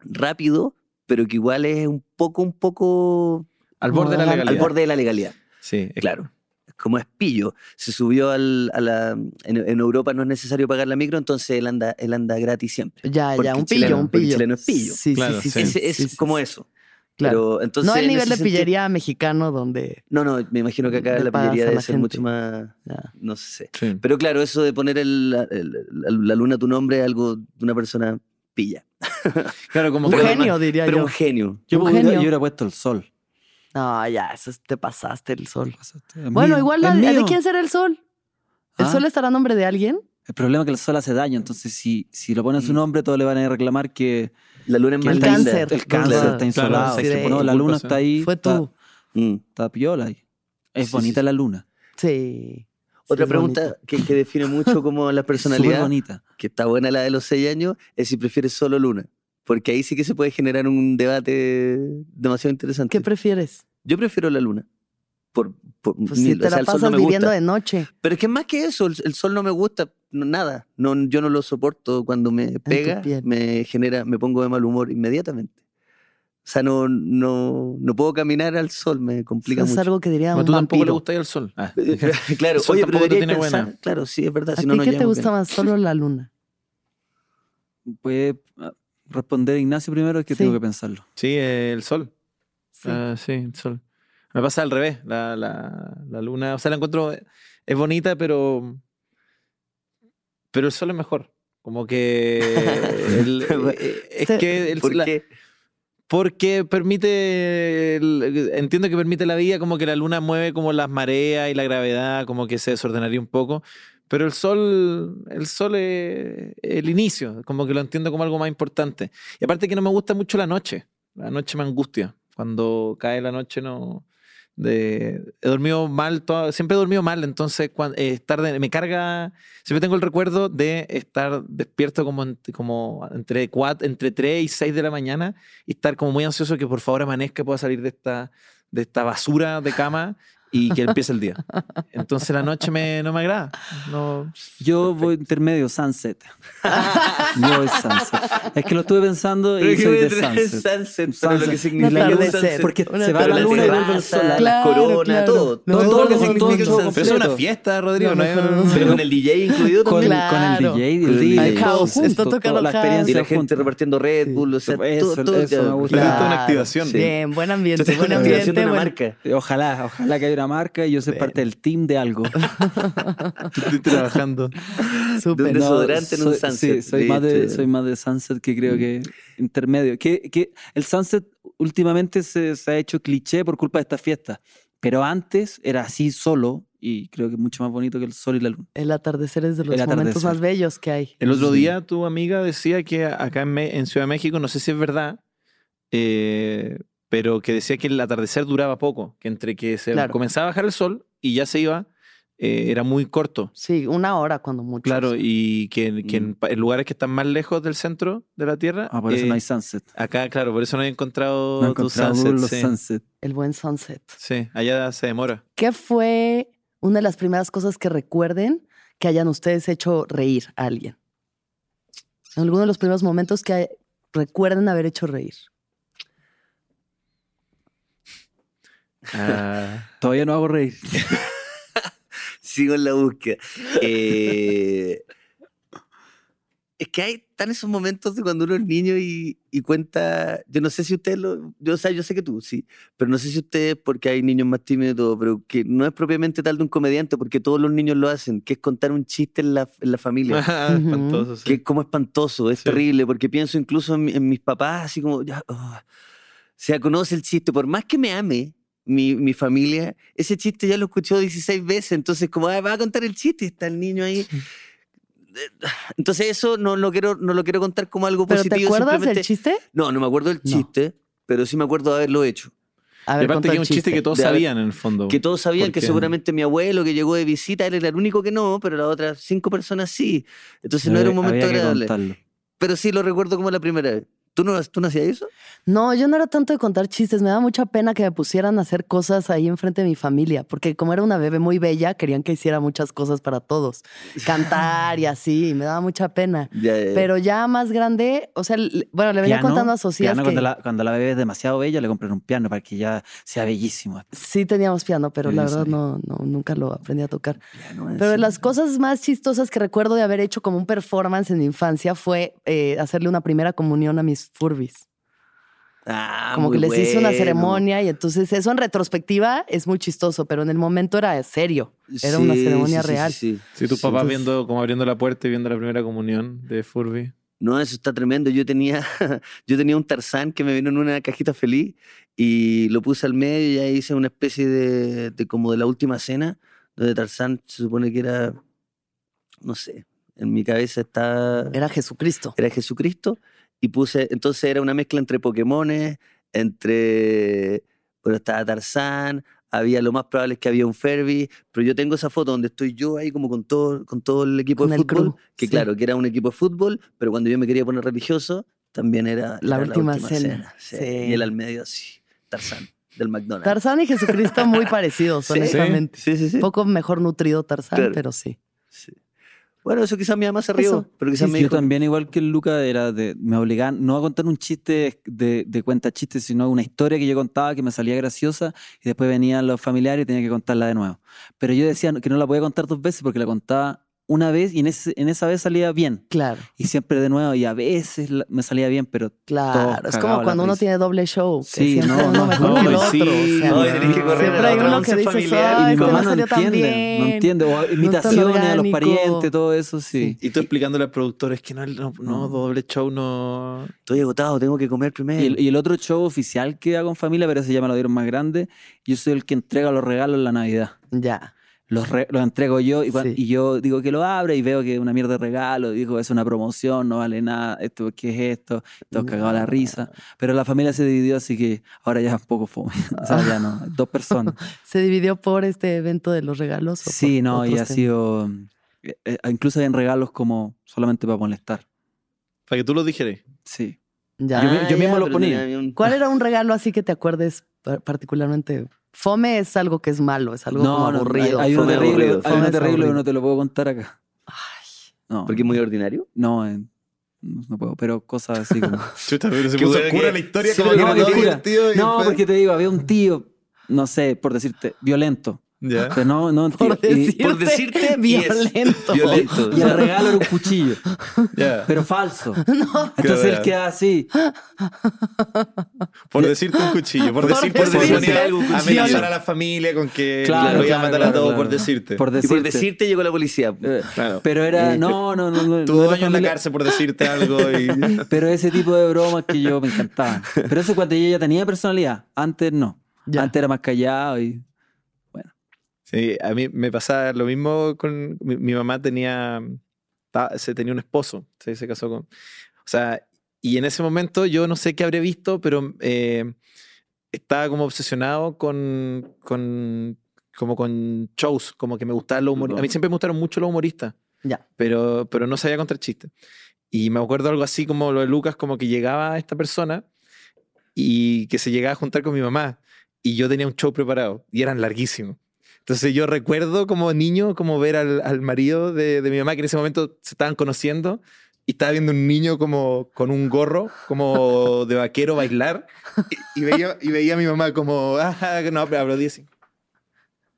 E: rápido, pero que igual es un poco, un poco
C: Al borde de la
B: Al
C: legalidad.
E: al borde de la legalidad.
C: Sí, es-
E: Claro. Como es pillo, se subió al, a la. En, en Europa no es necesario pagar la micro, entonces él anda, él anda gratis siempre.
B: Ya,
E: Porque
B: ya, un
E: el
B: pillo,
E: chileno-
B: un
E: porque el
B: pillo.
E: chileno es pillo.
B: Sí,
C: Claro,
B: sí, sí,
C: sí.
B: sí,
E: Ese- es
B: sí, sí,
E: como
B: sí.
E: eso.
B: Claro.
E: Pero entonces,
B: no el
E: en
B: nivel
E: ese
B: de
E: sentido-
B: pillería mexicano donde...
E: No, no, me imagino que acá
B: Le
E: la
B: pagas
E: pillería
B: a
E: debe
B: la
E: ser
B: gente.
E: mucho más.
B: ya.
E: No sé.
C: sí.
E: Pero claro, eso de poner el- la- el- la- la luna a tu nombre es algo de una persona pilla.
C: Claro, como
B: Un
C: que-
B: genio, diría
E: Pero
B: yo.
E: un genio.
D: Yo,
B: Un
D: hubiera-
B: genio.
D: yo hubiera puesto el sol.
B: No, ya, eso es- te pasaste el sol.
D: Es
B: Bueno,
D: mío,
B: igual,
D: es
B: la- ¿de
D: mío.
B: quién será el sol? ¿El
D: Ah.
B: sol estará a nombre de alguien?
D: El problema es que el sol hace daño, entonces si, si lo ponen a su
E: Mm.
D: nombre, todos le van a reclamar que
E: La luna es
B: Que
E: más
B: el
E: linda.
B: cáncer.
D: el cáncer
E: Claro,
D: está insolado.
B: sí, sí,
D: no,
C: por
D: la
C: tu
D: luna
C: culpa,
D: está
C: sí.
D: ahí,
B: Fue
D: está,
B: tú.
E: Mm.
D: está piola ahí. Es
E: Sí, sí,
D: bonita
E: sí.
D: la luna,
B: Sí. Sí,
E: Otra
B: es
E: pregunta
B: bonito.
E: que, que define mucho como
D: es
E: la
D: súper
E: personalidad,
D: bonita.
E: que está buena la de los seis años, es si prefieres solo luna. Porque ahí sí que se puede generar un debate demasiado interesante.
B: ¿Qué prefieres?
E: Yo prefiero la luna. Por, por-
B: Pues si
E: ni- o
B: te
E: sea,
B: la
E: el sol no
B: pasas
E: me
B: viviendo
E: gusta.
B: de noche.
E: Pero es que más que eso, el, el sol no me gusta no- nada. No, yo no lo soporto cuando me pega,
B: piel.
E: me genera, me pongo de mal humor inmediatamente. O sea, no, no, no puedo caminar al sol, me complica
B: es
E: mucho. Eh,
B: algo que diría
C: Como
B: un
C: tú tampoco le
B: vampiro.
C: gusta ir al sol. Ah.
E: claro,
C: El sol
E: oye,
C: tampoco
E: pero
C: te
E: deberías
C: tiene
E: pensar-
C: buena.
E: Claro, sí, es verdad.
B: ¿A
E: Si no,
B: ti
E: no
B: qué te
E: llevamos
B: gusta
E: bien.
B: más? Solo la luna.
D: Puede ah, responder Ignacio primero, es que
B: Sí.
D: tengo que pensarlo.
C: Sí, eh, el sol.
B: Sí.
C: Ah, sí, el sol. Me pasa al revés. La, la- la luna, o sea, la encuentro, es bonita, pero. Pero el sol es mejor. Como que. el- eh, es que. el-
E: ¿Por
C: la-
E: qué?
C: porque permite. el- entiendo que permite la vida, como que la luna mueve como las mareas y la gravedad, como que se desordenaría un poco. Pero el sol, el sol es el inicio, como que lo entiendo como algo más importante. Y aparte que no me gusta mucho la noche. La noche me angustia. Cuando cae la noche no, de- he dormido mal, toda- siempre he dormido mal, entonces cuan- eh, estar de- me carga, siempre tengo el recuerdo de estar despierto como, en- como entre, cuat- entre 3 y 6 de la mañana y estar como muy ansioso que por favor amanezca, pueda salir de esta, de esta basura de cama y que empiece el día. Entonces la noche me, no me agrada. No,
D: Yo voy intermedio, Sunset. Yo voy Sunset. Es que lo estuve pensando y soy de Sunset.
E: pero lo que
D: Sunset.
E: significa
B: Una
E: el
B: atardecer.
E: sunset.
D: Porque
B: Una
D: se va
E: Pero
D: la
E: la
D: luna y
E: terraza,
D: vuelve el sol.
E: la
B: Claro,
E: corona,
B: claro.
E: todo.
B: No,
E: todo
D: todo
E: lo que
D: el
E: significa el
D: conjunto.
C: pero es
E: sunset.
C: una fiesta, Rodrigo.
B: No,
C: No, es
B: mejor no.
C: un-
E: Pero con el DJ incluido
D: Con,
E: también.
D: el, con el
B: Claro.
D: DJ,
E: Con
D: el
E: el
D: DJ.
E: DJ. House,
D: junto,
B: está
D: toda
B: tocando
D: la
B: house.
D: experiencia
E: Y la gente
D: junta.
E: repartiendo Red Bull, o sea,
D: Eso,
E: todo, todo
D: eso
E: ya-
D: me gusta.
C: Claro.
D: Claro.
C: una activación.
B: Bien, buen ambiente,
E: Se hace
B: buen
E: una activación de
B: ambiente.
E: una
B: buen-
E: marca.
D: Ojalá, ojalá que haya una marca y yo soy parte del team de algo.
C: Estoy trabajando.
B: Súper.
E: De un desodorante en un
D: soy-
E: sunset, Mm.
D: Sí, soy,
E: de
D: más de,
E: hecho.
D: soy más de sunset que creo que intermedio. Que, que el sunset últimamente se, se ha hecho cliché por culpa de esta fiesta, pero antes era así solo y creo que es mucho más bonito que el sol y la luna.
B: El atardecer es de los
D: El
B: momentos
D: atardecer.
B: más bellos que hay.
C: El otro
D: Sí.
C: día tu amiga decía que acá en, Me- en Ciudad de México, no sé si es verdad, eh, pero que decía que el atardecer duraba poco, que entre que se
B: Claro.
C: comenzaba a bajar el sol y ya se iba, eh, era muy corto.
B: Sí, una hora cuando mucho.
C: Claro,
B: sí.
C: y que, en- que en,
D: Mm.
C: pa- en lugares que están más lejos del centro de la Tierra,
D: Ah, por eso
C: eh,
D: no hay sunset.
C: acá, claro, por eso no he encontrado,
D: No he
C: tu
D: encontrado
C: sunset,
D: los
C: sí.
D: sunset.
B: El buen sunset.
C: Sí, allá se demora.
B: ¿Qué fue una de las primeras cosas que recuerden que hayan ustedes hecho reír a alguien? Alguno de los primeros momentos que hay- recuerden haber hecho reír.
C: Ah,
D: Todavía no hago reír.
E: Sigo en la búsqueda. Eh, es que hay tan esos momentos de cuando uno es niño y, y cuenta. Yo no sé si ustedes lo. Yo, o sea, yo sé que tú sí, pero no sé si ustedes, porque hay niños más tímidos, pero que no es propiamente tal de un comediante, porque todos los niños lo hacen, que es contar un chiste en la, en la familia.
C: espantoso, sí.
E: que es como espantoso, es
C: Sí.
E: terrible, porque pienso incluso en, mi- en mis papás, así como, ya, oh, o sea, conoce el chiste, por más que me ame mi, mi familia, ese chiste ya lo escuchó 16 veces, entonces como, "Ah, va a contar el chiste, y está el niño ahí. Eh, Entonces eso no lo quiero, no lo quiero contar como algo
B: ¿Pero te
E: positivo.
B: acuerdas del
E: simplemente-
B: chiste?
E: No, no me acuerdo del
B: No.
E: chiste, pero sí me acuerdo de haberlo hecho.
B: A
C: Y
B: ver,
C: aparte
B: contó
C: que es
B: el
C: un chiste que todos
E: de haber-
C: sabían en el fondo.
E: Que todos sabían que
C: Porque-
E: seguramente mi abuelo que llegó de visita, él era el único que no, pero las otras cinco personas sí. Entonces no era un
D: Había-
E: momento
D: había que
E: agradable.
D: contarlo.
E: pero sí lo recuerdo como la primera vez. ¿Tú no, tú no hacías eso?
B: No, yo no era tanto de contar chistes. Me daba mucha pena que me pusieran a hacer cosas ahí enfrente de mi familia, porque como era una bebé muy bella, querían que hiciera muchas cosas para todos. Cantar y así, y me daba mucha pena.
E: Ya, ya, ya.
B: Pero ya más grande, o sea, le- bueno, le venía
D: Piano,
B: contando a Socias
D: piano,
B: que
D: cuando, la, cuando la bebé es demasiado bella, le compran un piano para que ya sea bellísimo.
B: sí teníamos piano, pero
D: Yo
B: la
D: no
B: verdad
D: sabía. Ah,
B: no, no, nunca lo aprendí a tocar.
E: Ya, no,
B: Pero de
E: sí.
B: las cosas más chistosas que recuerdo de haber hecho como un performance en mi infancia fue eh, hacerle una primera comunión a mis Furbis.
E: Ah,
B: como
E: muy
B: que les hice una
E: bueno.
B: ceremonia y entonces eso en retrospectiva es muy chistoso, pero en el momento era serio. Era una
E: Sí,
B: ceremonia
E: sí, sí,
B: real.
E: sí, sí.
C: Si tus papás
E: Entonces-
C: viendo, como abriendo la puerta y viendo la primera comunión de Furby.
E: No, eso está tremendo. Yo tenía, yo tenía un Tarzán que me vino en una cajita feliz y lo puse al medio y ahí hice una especie de, de como de la última cena, donde Tarzán se supone que era, no sé, en mi cabeza está...
B: Era Jesucristo.
E: era Jesucristo y puse, entonces era una mezcla entre Pokémones, entre, bueno, estaba Tarzán, había lo más probable es que había un Ferby, pero yo tengo esa foto donde estoy yo ahí como con todo, con todo el equipo
B: Con
E: de
B: el crew,
E: fútbol, que
B: sí.
E: claro, que era un equipo de fútbol, pero cuando yo me quería poner religioso, también era
B: La
E: era
B: última cena,
E: sí,
B: sí.
E: Y él al medio así, Tarzán, del McDonald's.
B: Tarzán y Jesucristo muy parecidos,
E: Sí.
B: honestamente.
E: Sí, sí, sí.
B: Un poco mejor nutrido Tarzán,
E: Claro.
B: pero sí.
E: Sí. Bueno, eso quizás mi mamá se rió,
B: Eso.
E: pero quizás
D: Sí,
E: me
D: yo
E: dijo,
D: también, igual que el Luca, era de, me obligaban no a contar un chiste de, de cuenta chiste, sino una historia que yo contaba que me salía graciosa y después venían los familiares y tenía que contarla de nuevo. Pero yo decía que no la podía contar dos veces porque la contaba una vez y en, ese- en esa vez salía bien.
B: Claro,
D: Y siempre de nuevo, y a veces la- me salía bien, pero
B: claro. es
D: cagados
B: como
D: la
B: cuando uno
D: risa.
B: tiene doble show. Que
D: Sí,
B: siempre
D: no,
B: uno
D: no,
B: mejor
D: no,
B: que el otro.
C: sí.
B: o sea,
C: No,
E: "Ay, tenés que correr a
B: siempre
E: la
B: hay
E: otra
B: uno
E: once
B: que dice,
E: familiar".
D: Y
B: "Ay,
D: mi
B: este no
D: mamá no
B: salió tan
D: entiende, no
B: bien".
D: entiende. O imitaciones a los
B: orgánico.
D: parientes, todo eso, sí.
C: Y tú explicándole al productor, es que no, no, no, doble show no...
E: estoy agotado, tengo que comer primero.
D: Y el, y el otro show oficial que hago en familia, pero ese ya me lo dieron más grande, yo soy el que entrega los regalos en la Navidad.
B: Ya.
D: los, re- los entrego yo y, cua-
B: Sí.
D: y yo digo que lo abre y veo que es una mierda de regalo, digo es una promoción, no vale nada, esto, ¿qué es esto? Todos cagados a la risa. Pero la familia se dividió, así que ahora ya es un poco fome. O sea, ya no, dos personas.
B: ¿Se dividió por este evento de los regalos? o por
D: Sí, no, y
B: otros
D: ha
B: temas?
D: sido... eh, eh, incluso habían regalos como solamente para molestar.
C: Para que tú lo dijeras.
D: Sí.
B: Ya.
D: Yo mi- yo mismo lo
E: pero
D: ponía.
E: tenía un-
B: ¿Cuál era un regalo así que te acuerdes par- particularmente? Fome es algo que es malo, es algo como
D: hay-
B: aburrido.
D: Hay, uno
E: fome
D: terrible,
E: aburrido,
D: hay uno
B: fome es
D: terrible que
B: aburrido.
D: no te lo puedo contar acá.
B: Ay,
D: No,
E: Porque es muy ordinario.
D: no, eh, no no puedo, pero cosas así como...
C: Chuta, pero se
E: Qué
C: puso
E: bueno
C: oscura
E: que-
C: la historia.
E: sí,
C: como que
D: no,
C: era todo
D: mentira.
C: divertido y
D: No,
C: fue-
D: porque te digo, había un tío, no sé, por decirte, violento.
C: Ya.
D: Pero no, no, tío,
B: por,
D: y-
B: decirte,
E: por decirte,
B: violento.
E: Violento.
D: y el regalo era un cuchillo,
C: ya.
D: pero falso. Entonces
C: Qué
D: él queda así.
C: Por decirte un cuchillo. Por,
B: Por
C: decir, por
B: decirte
C: decirte
E: algo, un cuchillo.
C: Amenazar a la familia con que
D: Claro,
C: lo iba a
D: claro,
C: matar a
D: claro,
C: todos
D: claro.
C: por decirte.
D: Por
E: Y
D: decirte.
E: por decirte llegó la policía.
D: Eh,
C: Claro.
D: Pero era, no, no, no. no,
C: Tuvo
D: no era
C: años en la
D: familia-
C: cárcel por decirte algo y.
D: Pero ese tipo de bromas que yo me encantaban. Pero eso cuando yo ya tenía personalidad. Antes no.
B: Ya.
D: Antes era más callado y.
C: Sí, a mí me pasaba lo mismo con mi, mi mamá tenía ta- se tenía un esposo, se, se casó con. O sea, y en ese momento yo no sé qué habré visto, pero eh, estaba como obsesionado con, con como con shows, como que me gustaban los humoristas. A mí siempre me gustaron mucho los humoristas
B: Ya.
C: pero, pero no sabía contar chistes. Y me acuerdo algo así como lo de Lucas, como que llegaba esta persona y que se llegaba a juntar con mi mamá. Y yo tenía un show preparado y eran larguísimos. Entonces yo recuerdo como niño, como ver al, al marido de, de mi mamá, que en ese momento se estaban conociendo, y estaba viendo un niño como con un gorro, como de vaquero bailar, y, y veía, y veía a mi mamá como, ah, no, pero aplaudí así.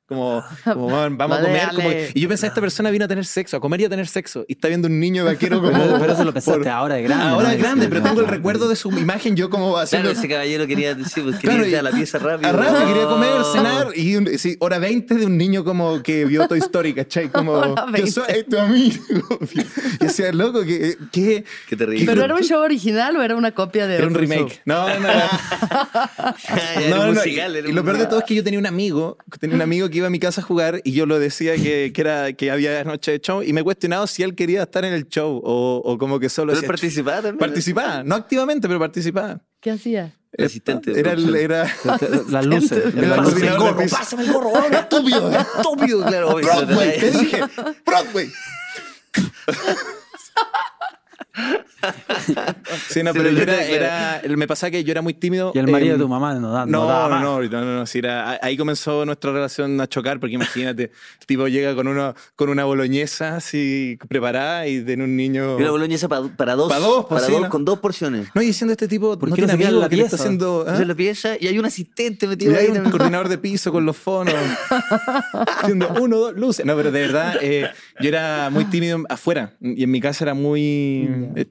C: Como, como, "Vamos- vamos
B: Vale,
C: a comer. como-
B: dale.
C: y yo pensaba, esta persona vino a tener sexo, a comer y a tener sexo, y está viendo un niño vaquero como...
D: Pero, pero eso lo pensaste
C: por-
D: ahora de grande.
C: Ahora
D: ¿no?
C: es grande, pero tengo el
D: Claro.
C: recuerdo de su imagen, yo como
E: Claro,
C: haciendo...
E: ese caballero quería, sí, pues,
C: Claro,
E: quería ir
C: y-
E: a la pieza rápido.
C: A rato
E: No. Ah,
C: quería comer, cenar y un- sí, hora 20 de un niño como que vio Toy Story, ¿cachai? Como,
B: Hora
C: yo soy tu amigo. Y decía, loco, que, que
E: Qué terrible. Ah,
B: ¿Pero era un show original o era una copia de
C: era un
B: otro show?
C: remake. No, no, no.
E: Ay,
C: No,
E: era
C: no, no.
E: musical.
C: Y,
E: era
C: y lo peor de
E: musical.
C: todo es que yo tenía un amigo, tenía un amigo que iba a mi casa a jugar y yo lo decía que, que era, que había noche de show y me cuestionaba si él quería estar en el show o, o como que solo
E: Pero él
C: decía,
E: participaba también.
C: participaba, no activamente, pero participaba.
B: ¿Qué hacía?
E: Asistente de
C: Era, el-
E: producción.
C: era,
D: Las luces.
C: era el
E: Pásame el
C: coordinador
E: gorro,
C: del piso.
E: pásame el gorro, weón, estúpido, estúpido, claro. obvio, se lo
C: Broadway,
E: trae.
C: te dije, Broadway. sí, no,
E: Se
C: pero
E: lo
C: yo
E: tenía
C: era, era- Ah, me pasaba que yo era muy tímido.
D: Y el marido
C: eh,
D: de tu mamá no da. No,
C: No,
D: daba
C: no,
D: más.
C: no, no, no, no, sí era- ahí comenzó nuestra relación a chocar, porque imagínate, el tipo llega con una, con una boloñesa así preparada y tiene un niño...
E: Y una boloñesa pa- para dos.
C: Pa' dos, pues,
E: para
C: sí,
E: dos
C: ¿no?
E: con dos porciones.
C: No, y diciendo este tipo,
D: ¿Por
C: no
D: qué no
C: tiene
D: se queda en
C: amigos
D: la
C: que le está
D: pieza?
C: haciendo... ¿ah?
E: Entonces la pieza y hay un asistente metido
C: Y hay
E: ahí.
C: un
E: también.
C: coordinador de piso con los fonos. Haciendo uno, dos, luces. No, pero de verdad, eh, yo era muy tímido afuera. Y en mi casa era muy. eh,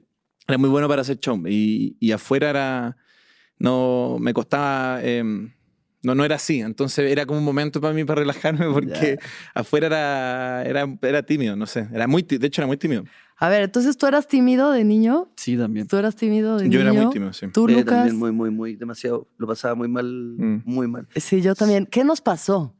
C: Era muy bueno para hacer show. Y, y afuera era. No, me costaba. eh, no, no era así. Entonces era como un momento para mí para relajarme porque afuera era, era, era tímido, no sé. Era muy, tí- de hecho, era muy tímido.
B: A ver, entonces tú eras tímido de niño.
D: Sí, también.
B: Tú eras tímido de
C: Yo
B: niño.
C: era muy tímido, sí.
B: Tú,
E: Eh,
B: Lucas.
E: también muy, muy, muy demasiado. Lo pasaba muy mal,
C: Mm.
E: muy mal.
B: Sí, yo también. ¿Qué nos pasó?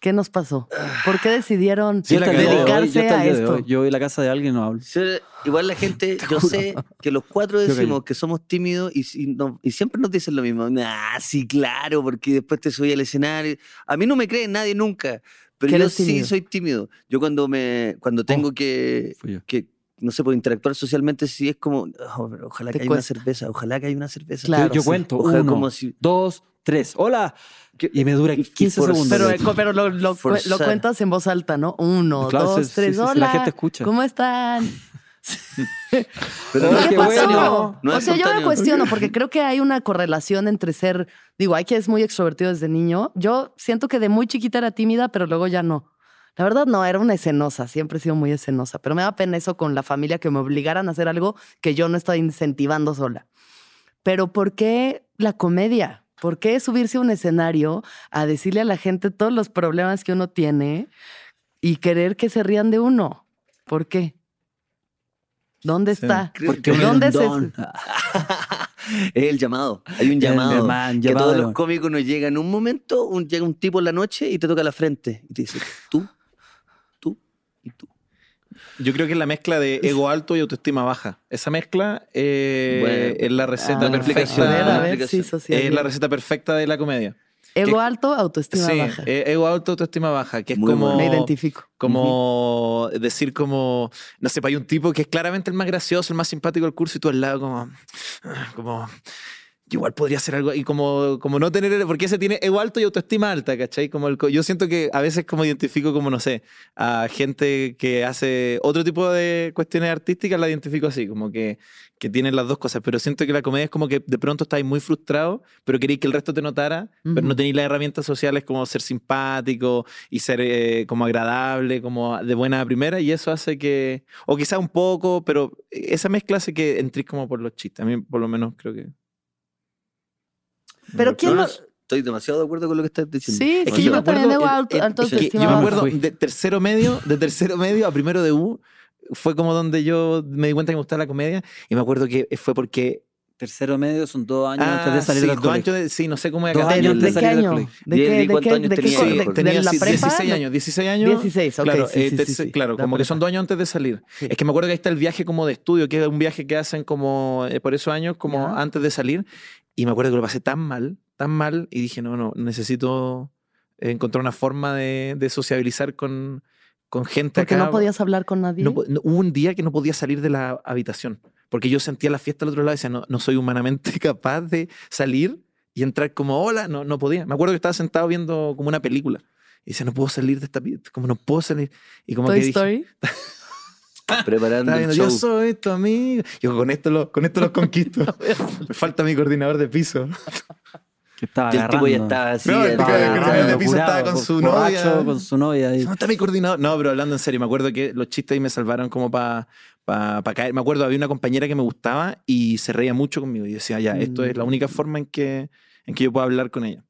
B: ¿Qué nos pasó? ¿Por qué decidieron
C: Sí, la
D: hasta el día de hoy- yo
B: dedicarse
D: hasta el
B: a
D: día de
B: esto?
D: hoy, Yo voy a la casa de alguien y no hablo.
E: Sí, Igual la gente, yo sé que los cuatro
D: Yo
E: decimos que somos tímidos y, si no- y siempre nos dicen lo mismo. Ah, sí, claro, porque después te subí al escenario. A mí no me cree nadie nunca, pero
B: Que
E: yo
B: eres
E: sí
B: tímido. Oh.
E: soy tímido. Yo cuando me cuando tengo que,
D: Fui yo.
E: que, no sé, por interactuar socialmente, sí es como, "Oh, pero ojalá
B: Te
E: que haya una
B: cuesta.
E: cerveza, ojalá que haya una cerveza.
B: Claro,
D: yo yo
B: sí.
D: cuento.
E: Ojalá
D: uno,
E: como si-
D: dos, tres. ¡Hola! Y me dura
E: y
D: 15
E: forzar.
D: segundos.
B: Pero,
D: de
B: eh,
D: hecho.
B: co- pero lo, lo cu- lo
E: Forzar.
B: cuentas en voz alta, ¿no? Uno,
D: Claro, sí,
B: dos,
D: sí,
B: tres,
D: sí, sí, la
B: hola.
D: gente escucha.
B: ¿Cómo están?
D: Oye,
E: Pero no
D: qué
E: es
B: Oh, ¿Qué
D: bueno.
E: espontáneo,
B: pasó?
E: no es
B: o sea, yo me
E: espontáneo.
B: cuestiono porque creo que hay una correlación entre ser, digo, hay que es muy extrovertido desde niño. Yo siento que de muy chiquita era tímida, pero luego ya no. La verdad no, era una escenosa, siempre he sido muy escenosa, pero me da pena eso con la familia que me obligaran a hacer algo que yo no estaba incentivando sola. Pero ¿por qué la comedia? ¿Por qué subirse a un escenario a decirle a la gente todos los problemas que uno tiene y querer que se rían de uno? ¿Por qué? ¿Dónde
C: Sí.
B: está?
D: Porque uno
B: ¿Dónde
D: es
B: se-
D: un don. Ah,
E: Es el llamado. Hay un
D: El
E: llamado.
D: man,
E: que
D: llamado
E: todos
D: del
E: los
D: man.
E: cómicos nos llegan. En un momento un- llega un tipo en la noche y te toca la frente. Y te dice, tú, tú y tú.
C: Yo creo que es la mezcla de ego alto y autoestima baja. Esa mezcla eh,
E: Bueno.
C: es la receta
E: Ah,
B: A
C: perfecta.
E: perfeccionada.
B: ver, sí,
C: Es Eh, la
B: social.
C: receta perfecta de la comedia.
B: Ego
C: que-
B: alto, autoestima
C: sí,
B: baja.
C: eh, ego alto, autoestima baja, que es
E: Muy
C: como
B: Me identifico.
C: como decir como, no sé, pues hay un tipo que es claramente el más gracioso, el más simpático del curso y tú al lado como, ah, como yo igual podría hacer algo y como, como no tener, porque ese tiene ego alto y autoestima alta, ¿cachai? Como el, co- yo siento que a veces como identifico como, no sé, a gente que hace otro tipo de cuestiones artísticas, la identifico así, como que, que tienen las dos cosas, pero siento que la comedia es como que de pronto estáis muy frustrado, pero queréis que el resto te notara, pero
B: Ujú.
C: no tenéis las herramientas sociales como ser simpático, y ser eh, como agradable, como de buena a primera, y eso hace que, o quizá un poco, pero esa mezcla hace que entres como por los chistes. A mí por lo menos creo que...
B: Pero ¿quién
E: No, no,
B: lo-
E: estoy demasiado de acuerdo con lo que estás diciendo.
B: Sí, es que yo creo
E: me acuerdo-
B: también ego
C: eh,
B: alto,
C: eh,
B: alto
E: es que yo me
C: Yo
B: autoestima
C: me
B: baja.
C: acuerdo de tercero medio, de tercero medio a primero de U, fue como donde yo me di cuenta que me gustaba la comedia, y me acuerdo que fue porque...
D: Tercero medio son dos años antes
C: Ah,
D: de salir
C: sí,
D: del
C: dos
D: colegio.
C: años de- sí, no sé cómo era
D: Dos
C: acá.
D: años
B: ¿De
D: antes de
B: qué
D: salir del
B: año?
D: colegio.
B: ¿De
E: Diez,
B: qué,
E: diez,
B: de
E: ¿cuántos
B: qué-
E: años
B: de qué
E: tenía?
B: co-
E: Sí,
B: de- de
C: Tenía
B: la
C: si-
B: prepa?
C: 16 años, 16 años.
B: 16, ok.
C: Claro,
B: sí,
C: eh,
B: sí,
C: te-
B: sí, sí.
C: claro
B: La
C: como que son
B: prepa.
C: dos años antes de salir. Es que me acuerdo que ahí está el viaje como de estudio, que es un viaje que hacen como eh, por esos años, como
B: Ya.
C: antes de salir. Y me acuerdo que lo pasé tan mal, tan mal, y dije, no, no, necesito encontrar una forma de, de sociabilizar con, con gente
B: Porque
C: acá.
B: no podías hablar con nadie.
C: No po- no, hubo un día que no podía salir de la habitación, porque yo sentía la fiesta al otro lado y decía, no, no soy humanamente capaz de salir y entrar como, hola, no, no podía. Me acuerdo que estaba sentado viendo como una película. Y decía, no puedo salir de esta pi- como no puedo salir. Y como
B: Toy
C: que dije,
B: Story.
E: Preparando
C: estaba
E: el
C: viendo, yo
E: show.
C: soy tu amigo. Yo con esto, lo, con esto los conquisto. Me falta mi coordinador de piso.
D: Que estaba
E: Y el tipo ya
D: agarrando.
E: estaba así.
C: No, el
E: estaba
D: Estaba
C: tipo de- de-
E: agarrando.
C: de-
D: agarrando,
C: piso estaba
D: curado,
C: con su
D: borracho,
C: novia.
D: Con su novia ahí.
C: No está mi coordinador. No, pero hablando en serio, me acuerdo que los chistes ahí me salvaron como para pa, pa caer. Me acuerdo, había una compañera que me gustaba y se reía mucho conmigo. Y decía, ya, esto es la
B: Mm.
C: única forma en que, en que yo puedo hablar con ella.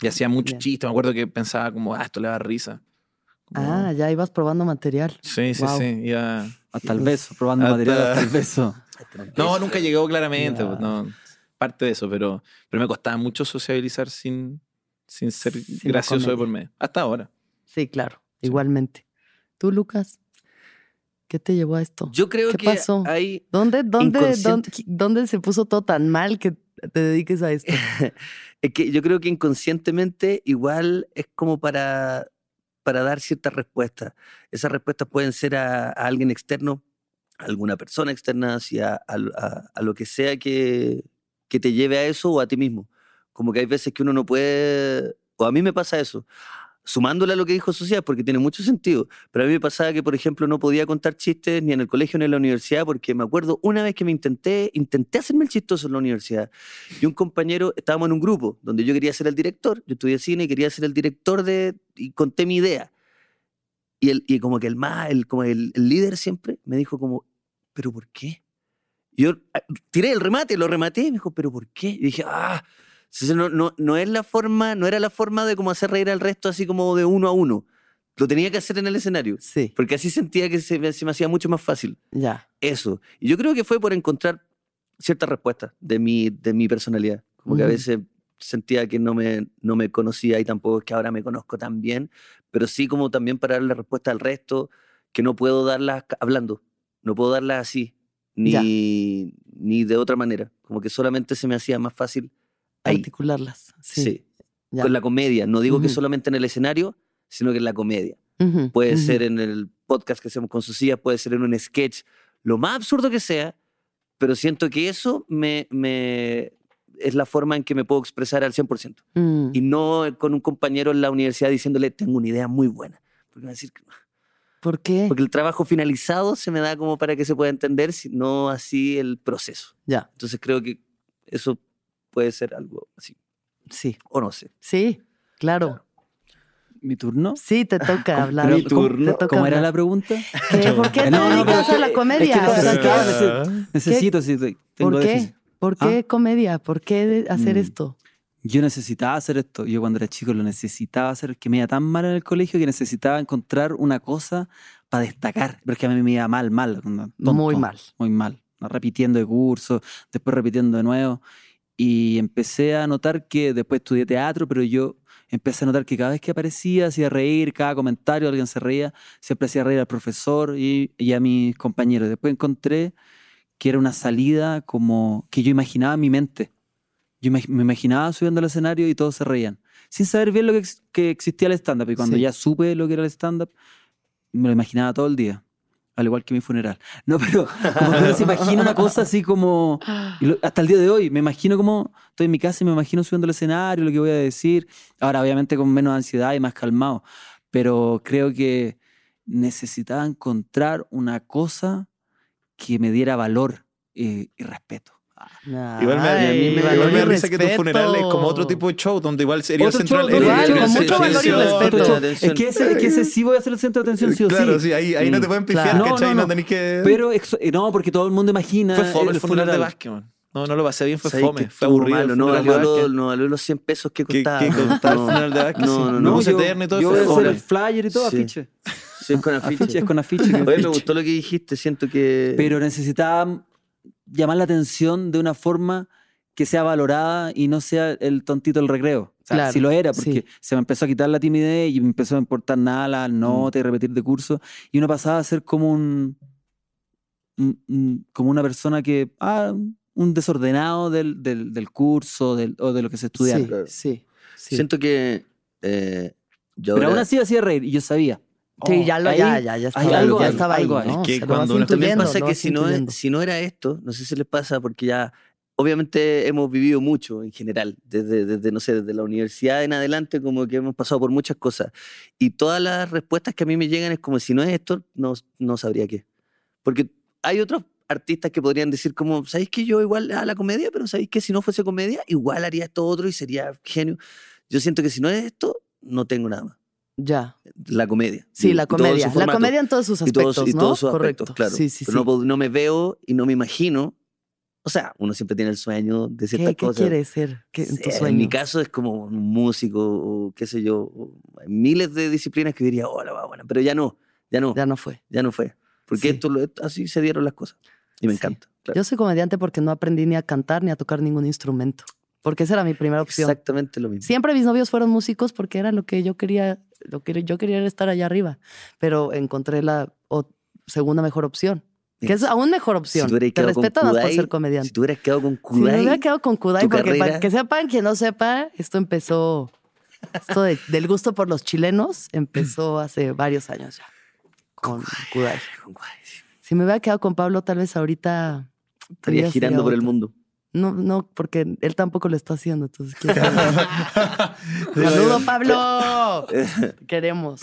C: Y hacía muchos
B: Ya.
C: chistes. Me acuerdo que pensaba como, ah, esto le da risa. Como-
B: Ah, ya ibas probando material.
C: Sí, sí,
B: Wow.
C: sí. iba-
D: Hasta el beso, probando material
C: Hasta-
D: hasta el beso.
C: No, nunca llegó claramente.
D: Ya.
C: pues, no, parte de eso, pero, pero me costaba mucho sociabilizar sin, sin ser
B: Sin la
C: gracioso de por
B: comedia.
C: medio. Hasta ahora.
B: Sí, claro, igualmente. Tú, Lucas, ¿qué te llevó a esto?
E: Yo creo
B: ¿Qué
E: que
B: pasó?
E: hay
B: ¿Dónde, dónde, dónde,
E: Inconsciente.
B: dónde se puso todo tan mal que te dediques a esto?
E: Es que yo creo que inconscientemente igual es como para, para dar ciertas respuestas. Esas respuestas pueden ser a, a alguien externo, a alguna persona externa, hacia, a, a- a lo que sea que, que te lleve a eso o a ti mismo. Como que hay veces que uno no puede, o a mí me pasa eso, sumándole a lo que dijo Sociedad, porque tiene mucho sentido, pero a mí me pasaba que, por ejemplo, no podía contar chistes ni en el colegio ni en la universidad, porque me acuerdo una vez que me intenté, intenté hacerme el chistoso en la universidad, y un compañero, estábamos en un grupo donde yo quería ser el director, yo estudié cine y quería ser el director de, y conté mi idea. Y, el, y como que el más, el, como el, el líder siempre me dijo como, ¿pero por qué? Y yo ah, tiré el remate, lo rematé y me dijo, ¿pero por qué? Y dije, ah, si eso no, no, no es la forma, no era la forma de como hacer reír al resto así como de uno a uno. Lo tenía que hacer en el escenario,
B: Sí,
E: porque así sentía que se me- se me hacía mucho más fácil
B: ya.
E: eso. Y yo creo que fue por encontrar ciertas respuestas de mi, de mi personalidad. Como que a
B: Ujú.
E: veces sentía que no me, no me conocía y tampoco es que ahora me conozco tan bien, pero sí como también para darle respuesta al resto, que no puedo darlas ca- hablando, no puedo darlas así,
B: Ya.
E: ni, ni de otra manera. Como que solamente se me hacía más fácil ahí.
B: Articularlas. Sí.
E: Sí.
B: ya.
E: Con la comedia. No digo que
B: Ujú.
E: solamente en el escenario, sino que en la comedia.
B: Ujú,
E: Puede
B: ujú.
E: ser en el podcast que hacemos con Susía, puede ser en un sketch, lo más absurdo que sea, pero siento que eso me, me- es la forma en que me puedo expresar al 100%.
B: Mm.
E: Y no con un compañero en la universidad diciéndole, tengo una idea muy buena. Porque, me va a decir que-
B: ¿Por qué?
E: porque el trabajo finalizado se me da como para que se pueda entender, si no así el proceso.
B: Ya,
E: Entonces creo que eso puede ser algo así,
B: sí.
E: o no sé.
B: Sí, claro.
D: ¿Mi turno?
B: Sí, te toca hablar.
D: Pero,
B: te
D: ¿cómo-
B: toca
D: ¿Cómo era la
B: hablar.
D: pregunta?
B: ¿Qué? ¿Por qué te
D: No, no, pero
B: dedicas
D: es que-
B: a la
D: es que
B: comedia?
D: no
B: O sea,
D: sé
B: ¿qué-
D: qué- Necesito, sí, te- tengo
B: ¿Por
D: déficit.
B: qué? ¿Por
D: Ah.
B: qué comedia? ¿Por qué de- hacer
D: Mm.
B: esto?
D: Yo necesitaba hacer esto. Yo cuando era chico lo necesitaba hacer. Que me iba tan mal en el colegio que necesitaba encontrar una cosa para destacar. Porque a mí me iba mal, mal. como tonto,
B: Muy mal.
D: Muy mal. repitiendo de curso, después repitiendo de nuevo. Y empecé a notar que después estudié teatro, pero yo empecé a notar que cada vez que aparecía hacía reír, cada comentario alguien se reía, siempre hacía reír al profesor y, y a mis compañeros. Después encontré que era una salida como que yo imaginaba en mi mente. Yo imag- me imaginaba subiendo al escenario y todos se reían, sin saber bien lo que, ex- que existía el stand-up. Y cuando
C: Sí.
D: ya supe lo que era el stand-up, me lo imaginaba todo el día, al igual que mi funeral. No, pero como que uno se imagina una cosa así como... Y lo- hasta el día de hoy, me imagino como estoy en mi casa y me imagino subiendo al escenario, lo que voy a decir. Ahora, obviamente, con menos ansiedad y más calmado. Pero creo que necesitaba encontrar una cosa que me diera valor eh, y respeto.
C: Igual me, a mí
B: Ay,
C: me- igual me da
B: valor y
C: risa que tu funeral es como otro
B: respeto.
C: tipo de show donde igual sería el
D: Otro
C: central.
D: show,
C: el-
B: igual,
C: el-
B: con
C: el-
B: mucho
C: el-
B: valor y
C: el-
B: respeto.
C: el-
D: Otro show. Es
E: atención.
D: que ese, es que ese sí voy a ser el centro de atención, sí o
C: Eh, Claro,
D: sí.
C: sí, ahí, ahí no te pueden pifiar,
B: Claro.
C: ¿cachai?
D: No,
C: No,
D: no, no.
C: tenés que.
D: Pero ex- eh, no, porque todo el mundo imagina.
C: fue fome el, funeral, de
D: Vázquez.
C: Vázquez, man. No, no lo pasé bien, fue
E: ¿Sabes
C: fome.
E: que
C: Fue
E: estuvo
C: aburrido.
E: malo?
C: el
E: no,
C: funeral de
E: valió,
C: Vázquez.
E: no valió los 100 pesos que
C: Que,
E: costaba.
C: que
E: no,
C: costaba el
E: no.
C: funeral de Vázquez.
E: No,
C: sí.
E: no, no.
C: Me puse
D: yo,
C: eterno y todo.
D: yo
C: fue
D: voy a hacer
C: fome.
D: el flyer y todo,
E: Sí.
D: afiche.
E: Sí, con afiche.
D: Afiche, es con afiche.
E: Oye, me
D: afiche.
E: gustó lo que dijiste, siento que...
D: pero necesitaba llamar la atención de una forma que sea valorada y no sea el tontito del recreo. O sea,
B: Claro,
D: sí lo era, porque
B: sí.
D: se me empezó a quitar la timidez y me empezó a importar nada la nota y repetir de curso. Y uno pasaba a ser como un, un- un- como una persona que, ah, un desordenado del, del, del curso del- o de lo que se estudiaba.
B: Sí,
E: Claro.
B: sí, sí.
E: Siento que... eh, yo
D: Pero aún
E: ahora-
D: así hacía reír y yo sabía.
B: Sí,
D: Oh,
B: ya, lo,
D: ahí-
B: ya, ya, ya estaba,
D: hay algo
B: ya
D: ahí,
B: estaba ahí,
D: algo ahí.
B: ¿no?
C: Es que
B: O sea, lo
C: cuando
B: vas
C: uno-
E: También
B: intuyendo,
E: pasa
B: lo
E: que
B: vas
E: si no, es-
B: intuyendo.
E: si no era esto, no sé si les pasa, porque ya obviamente hemos vivido mucho en general, desde, desde, no sé, desde la universidad en adelante, como que hemos pasado por muchas cosas. Y todas las respuestas que a mí me llegan es como, si no es esto, no, no sabría qué. Porque hay otros artistas que podrían decir como, ¿sabéis que yo igual a la comedia, pero sabéis que si no fuese comedia, igual haría esto otro y sería genio? Yo siento que si no es esto, no tengo nada más.
B: Ya.
E: La comedia.
B: Sí,
E: digo,
B: la
E: y todo en su
B: comedia. La
E: formato
B: comedia en todos sus aspectos,
E: y todos, y
B: ¿no?
E: todos sus
B: Correcto.
E: aspectos, claro.
B: Sí, sí,
E: Pero no
B: sí.
E: pod- No, me veo y no me imagino. O sea, uno siempre tiene el sueño de
B: ¿Qué,
E: ciertas
B: qué
E: cosas.
B: quieres ser ¿Qué- en tu
E: Ser,
B: sueño?
E: mi caso es como un músico o qué sé yo, o miles de disciplinas que diría, oh, la va buena, pero ya no, ya no, ya,
B: Ya no fue.
E: no fue. Porque
B: Sí.
E: esto, lo- esto- así se dieron las cosas. Y me
B: Sí.
E: encanta. claro.
B: Yo soy comediante porque no aprendí ni a cantar ni a tocar ningún instrumento, porque esa era mi primera opción.
E: Exactamente lo mismo.
B: Siempre mis novios fueron músicos porque era lo que yo quería, lo que yo quería era estar allá arriba, pero encontré la o- segunda mejor opción, que es aún mejor opción.
E: hubieras
B: Te
E: quedado con
B: respetan más por
E: Kudai,
B: ser
E: Si
B: comediante.
E: tú hubieras quedado con
B: Si me
E: Kudai,
B: hubiera quedado con Kudai,
E: tu
B: porque para
E: carrera-
B: que sepan, quien no sepa, esto empezó, esto de- del gusto por los chilenos empezó hace varios años ya, con Kudai.
E: con Kudai, sí.
B: Si me hubiera quedado con Pablo, tal vez ahorita... tu vida
E: estarías
B: sería
E: girando por el
B: otra.
E: mundo.
B: No, no, porque él tampoco lo está haciendo, entonces quién sabe.
C: Sí,
B: ¡Saludo, Pablo! Queremos.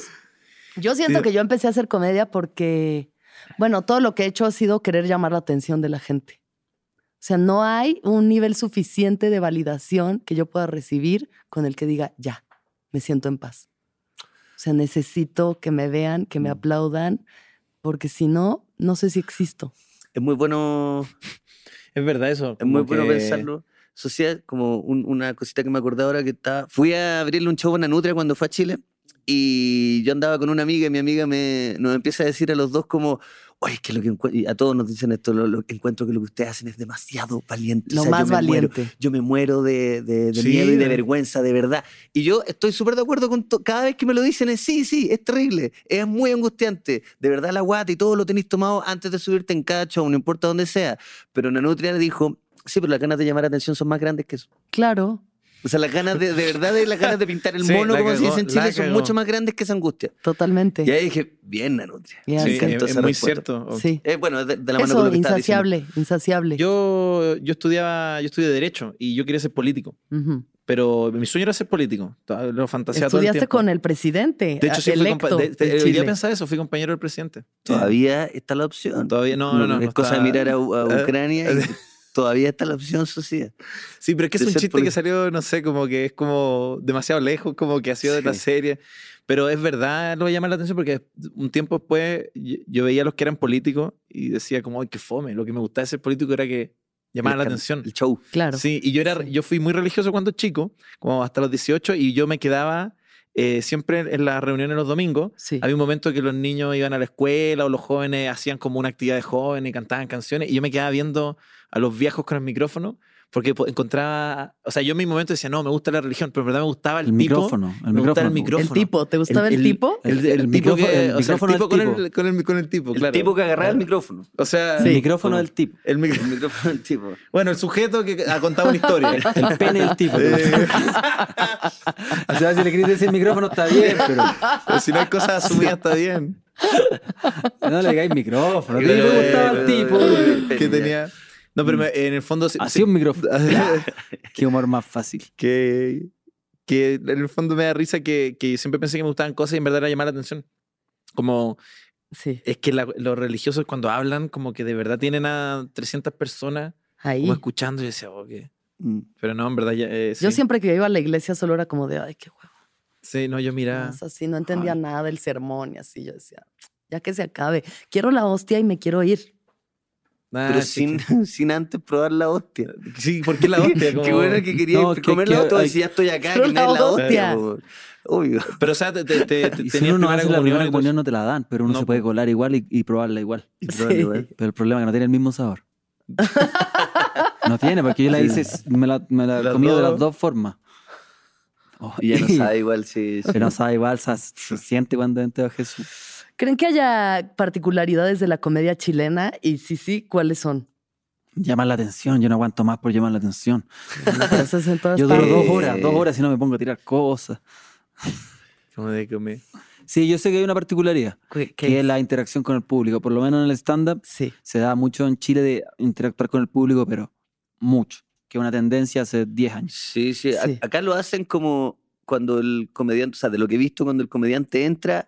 B: Yo siento
C: Sí.
B: que yo empecé a hacer comedia porque, bueno, todo lo que he hecho ha sido querer llamar la atención de la gente. O sea, no hay un nivel suficiente de validación que yo pueda recibir con el que diga, ya, me siento en paz. O sea, necesito que me vean, que
E: Mm.
B: me aplaudan, porque si no, no sé si existo.
E: Es muy bueno
C: Es verdad eso.
E: Es muy
C: como
E: bueno
C: que-
E: pensarlo. Sociedad, como un- una cosita que me acordé ahora que está. Fui a abrirle un show a Nanutria cuando fue a Chile y yo andaba con una amiga y mi amiga me, nos empieza a decir a los dos como. Oye, es que lo que encue-" y a todos nos dicen esto, lo, lo que encuentro que lo que ustedes hacen es demasiado valiente.
B: Lo
E: O sea, yo
B: más
E: me muero-
B: valiente.
E: yo me muero de, de- de
C: Sí,
E: miedo y de
C: de-
E: vergüenza, de verdad. Y yo estoy súper de acuerdo con todo. Cada vez que me lo dicen es sí, sí, es terrible, es muy angustiante. De verdad la guata y todo lo tenéis tomado antes de subirte en cada show, no importa dónde sea. Pero Nanutria dijo, sí, pero las ganas de llamar la atención son más grandes que eso.
B: Claro,
E: O sea, las ganas de, de verdad, de, las ganas de pintar el
C: Sí,
E: mono,
C: la
E: como se
C: cagó,
E: dice en Chile,
C: la
E: son
C: cagó.
E: mucho más grandes que esa angustia.
B: totalmente.
E: Y ahí dije, bien, Nanutria.
B: Bien,
C: Sí,
B: Me
C: es,
B: encantó
C: es
E: esa
C: muy
E: respuesta.
C: cierto. Ok.
B: Sí.
E: Eh, bueno, de, de la mano con
B: Eso,
E: lo que estabas diciendo.
B: insaciable, insaciable.
C: Yo, yo estudiaba, yo estudié Derecho y yo quería ser político.
B: Ujú.
C: Pero mi sueño era ser político. Lo fantaseaba todo el
B: Estudiaste
C: tiempo.
B: con el presidente. ah,
C: De hecho, sí, fui
B: electo
C: compa- de- de-
B: de
C: hoy día
B: Chile.
C: pensaba eso, fui compañero del presidente.
E: Todavía está la opción.
C: Todavía, no, no, no.
E: es
C: no
E: cosa de
C: está-
E: mirar a, U- a
C: eh,
E: Ucrania y todavía está la opción social.
C: Sí, pero es que es
E: de
C: un
E: ser
C: chiste que
E: político.
C: salió, no sé, como que es como demasiado lejos, como que ha sido de la
E: Sí.
C: serie. Pero es verdad, lo voy a llamar la atención porque un tiempo después yo, yo veía a los que eran políticos y decía como, ay, qué fome. Lo que me gustaba de ser político era que llamaba la
E: El can-
C: atención. Pues
E: El show.
B: Claro.
C: Sí, y yo, era,
B: Sí.
C: yo fui muy religioso cuando chico, como hasta los 18, y yo me quedaba eh, siempre en las reuniones los domingos
B: Sí.
C: había un momento que los niños iban a la escuela o los jóvenes hacían como una actividad de jóvenes y cantaban canciones y yo me quedaba viendo a los viejos con el micrófono porque po- encontraba, o sea, yo en mi momento decía, no, me gusta la religión, pero en verdad me gustaba el,
D: El
C: tipo, me
D: micrófono. El
C: gusta
D: micrófono.
C: el micrófono.
B: El tipo, ¿te gustaba el,
C: el-
B: tipo?
C: El, el
D: El
C: tipo
D: micrófono-
C: que-
D: el
C: o sea, el
D: micrófono
C: tipo
D: del
C: con el,
D: tipo.
C: con el- con el tipo,
E: El
C: claro.
E: tipo que agarraba el micrófono.
C: O sea,
D: El
B: Sí.
D: micrófono del tipo.
C: el micro-
E: El micrófono del tipo.
C: bueno, el sujeto que ha contado una historia. Eh,
D: El pene del tipo. O sea, si le querés decir el micrófono está bien,
C: Pero
D: pero
C: pues si no hay cosas asumidas, está bien.
D: no le digáis micrófono.
E: Pero,
D: Dile, me gustaba el
E: pero,
D: tipo.
E: pero,
C: Que tenía. No, pero me- en el fondo. se-
D: Así Mm. un micrófono. Qué humor más fácil.
C: que, que en el fondo me da risa que, que siempre pensé que me gustaban cosas y en verdad era llamar la atención. Como
B: Sí.
C: es que la- los religiosos cuando hablan, como que de verdad tienen a 300 personas
B: Ahí.
C: como escuchando y yo decía, oh, qué.
E: Mm.
C: Pero no, en verdad ya. eh,
B: Yo
C: sí.
B: siempre que iba a la iglesia solo era como de, ay, qué huevo.
C: Sí, no, yo mira.
B: más, Así no entendía nada del sermón y así. Yo decía, ya que se acabe, quiero la hostia y me quiero ir.
C: ah,
E: Pero
C: sí,
E: sin, sin antes probar la hostia.
C: que- Sí, ¿por qué la hostia?
E: Qué
C: Como-
E: bueno que quería
D: No,
E: ir-
D: que-
E: comer la
D: que-
E: hostia.
D: ay,
E: Si ya estoy acá,
B: Pero
E: que me
B: la
E: den la hostia.
B: hostia.
E: po. Obvio.
C: Pero o sea, te, te, te, te
D: Y si
C: tenías
D: uno no
C: primera
D: hace la
C: comunión
D: primera
C: y todo
D: comunión no te la dan, pero uno
C: No,
D: se puede
C: po.
D: colar igual y, y probarla igual.
B: Sí.
D: Pero el problema es que no tiene el mismo sabor. No tiene, porque yo la hice, me la, me la
C: Las
D: comí de
C: dos.
D: las dos formas. Oh,
E: Y ya no sabe igual si. si-
D: Pero no sabe igual, sa- se siente cuando entró Jesús.
B: ¿Creen que haya particularidades de la comedia chilena? Y si sí, ¿cuáles son?
D: Llamar la atención, yo no aguanto más por llamar la atención.
B: Entonces, en todas
D: Yo duro
B: partes.
D: dos horas, dos horas si no me pongo a tirar cosas.
C: Como de comer.
D: Sí, yo sé que hay una particularidad,
B: ¿Qué- qué
D: que
B: es?
D: es la interacción con el público. Por lo menos en el stand-up
B: Sí,
D: se da mucho en Chile de interactuar con el público, pero mucho. Que es una tendencia hace 10 años.
E: Sí, sí. A-
B: Sí.
E: acá lo hacen como cuando el comediante, o sea, de lo que he visto, cuando el comediante entra,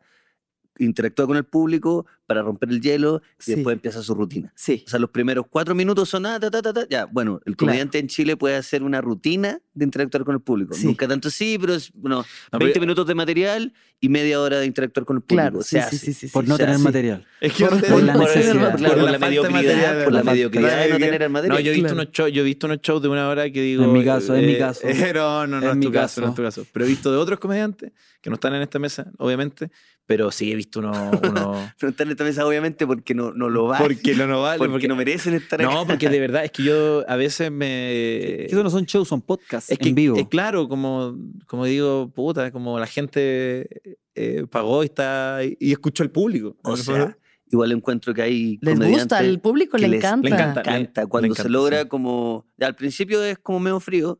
E: interactúa con el público para romper el hielo y
B: Sí.
E: después empieza su rutina.
B: sí.
E: O sea, los primeros cuatro minutos son nada, ta, ta, ta, ta, ya. Bueno,
B: Claro.
E: el comediante en Chile puede hacer una rutina de interactuar con el público.
B: Sí.
E: Nunca tanto sí, pero es, bueno,
C: No,
E: 20
C: pero-
E: minutos de material y media hora de interactuar con el público.
B: Claro,
E: se
B: sí,
E: hace.
B: sí, sí, sí,
D: Por
B: sí.
D: no
E: o sea,
D: tener
E: sí.
D: material.
C: Es que
B: Por-
C: no te-
D: por la
E: Por, el-
D: necesidad.
E: claro, por
C: por
E: la,
C: falta de
E: mediocridad,
C: material,
E: por la
D: la falta de
E: mediocridad de no
C: material.
E: tener el
C: No,
E: material.
C: yo he visto
B: Claro.
C: unos shows, yo he visto unos shows de una hora que digo.
D: En mi caso, en mi
C: eh,
D: caso.
C: eh, no, no, no
D: En
C: es
D: mi
C: tu caso, no es tu
D: caso.
C: caso. Pero he visto de otros comediantes que no están en esta mesa, obviamente, pero sí he visto unos. unos-
E: No están en esta mesa, obviamente, porque no, no lo va. Porque,
C: porque no, no vale. Porque
E: no merecen estar acá.
C: no, porque de verdad es que yo a veces me.
D: Eso no son shows, son podcasts
C: Eh, Es que,
D: en vivo.
C: eh, claro, como, como digo, puta, como la gente eh, pagó y está y escuchó al público.
E: O sea, igual encuentro que hay
B: Les gusta,
E: comediantes
B: al público
E: que
B: le,
E: les- le
B: encanta.
C: encanta.
E: que encanta
C: Le-
E: cuando
C: le
E: se
C: encanta,
E: logra
C: sí.
E: como al principio es como medio frío,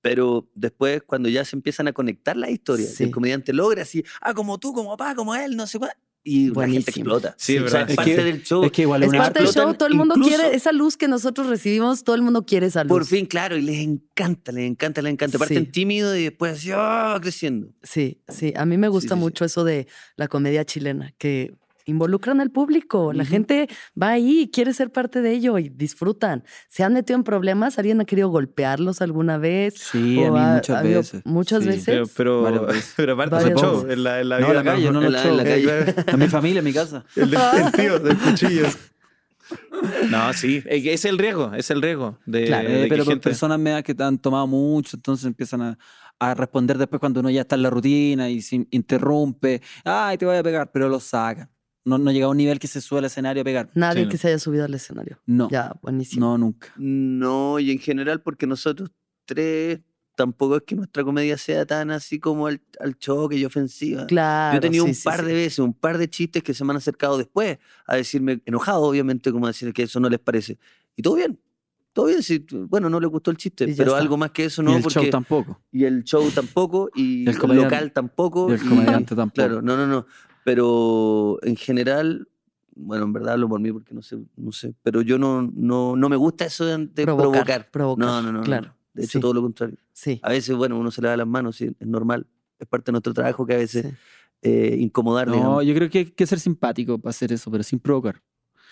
E: pero después cuando ya se empiezan a conectar las historias, y
B: Sí.
E: el comediante logra así, ah como tú, como papá, como él, no sé cuál y la gente
B: Buenísimo.
E: explota.
C: Sí, es
E: o sea,
C: verdad.
E: es
C: Es
E: parte
D: que-
E: del show.
D: es que igual
B: Es
D: una
B: parte del show, todo el mundo
E: Incluso-
B: quiere esa luz que nosotros recibimos, todo el mundo quiere esa luz.
E: por fin, claro, y les encanta, les encanta, les encanta. Parten
B: Sí.
E: tímidos y después así, ah, creciendo.
B: Sí, sí, a mí me gusta
E: sí, sí.
B: mucho eso de la comedia chilena, que involucran al público, la
E: Ujú.
B: gente va ahí, y quiere ser parte de ello y disfrutan. Se han metido en problemas, alguien ha querido golpearlos alguna vez.
D: Sí, a
B: O
D: mí
B: ha- ha
D: muchas
B: habido
D: veces.
B: muchas
D: sí.
B: veces.
C: Pero, pero,
D: Varias veces.
C: pero aparte es el
B: Varias
C: show,
B: veces.
C: en la, en la
D: No,
C: vida
D: en la calle,
C: normal.
D: no en
E: en
D: los
E: la- en la
D: shows.
E: calle.
D: A mi familia, a mi casa.
C: El, el tío del cuchillo. No, sí, es que es el riesgo, es el riesgo de,
B: Claro,
C: de
D: Eh,
C: que
D: pero por
C: gente-
D: personas medias que han tomado mucho, entonces empiezan a, a responder después cuando uno ya está en la rutina y se interrumpe. Ay, te voy a pegar, pero lo sacan. No, no llega a un nivel que se sube al escenario a pegar.
B: Nadie
C: Sí, no.
B: que se haya subido al escenario.
D: No,
B: Ya, buenísimo.
D: no nunca.
E: No, y en general porque nosotros tres tampoco es que nuestra comedia sea tan así como al, al choque y ofensiva.
B: Claro.
E: Yo he tenido
B: sí,
E: un
B: sí,
E: par
B: sí.
E: de veces, un par de chistes que se me han acercado después a decirme, enojado obviamente, como a decir que eso no les parece. Y todo bien, todo bien, si, bueno, no les gustó el chiste,
B: Y ya
E: pero
B: está.
E: algo más que eso
D: y
E: no,
D: el show
E: porque...
D: tampoco.
E: y el show tampoco, y
D: El
E: el
D: comediante-
E: local tampoco.
D: Y el comediante tampoco.
E: Claro, no, no, no. Pero en general, bueno, en verdad hablo por mí porque no sé, no sé, pero yo no, no, no me gusta eso de, de provocar.
B: Provocar, provocar,
E: No, no, no, no.
B: claro,
E: De hecho,
B: sí.
E: todo lo contrario.
B: Sí.
E: A veces, bueno, uno se le da las manos, sí, es normal. Es parte de nuestro trabajo que a veces
B: sí.
E: eh, incomodar,
D: No,
E: digamos.
D: yo creo que hay que ser simpático para hacer eso, pero sin provocar.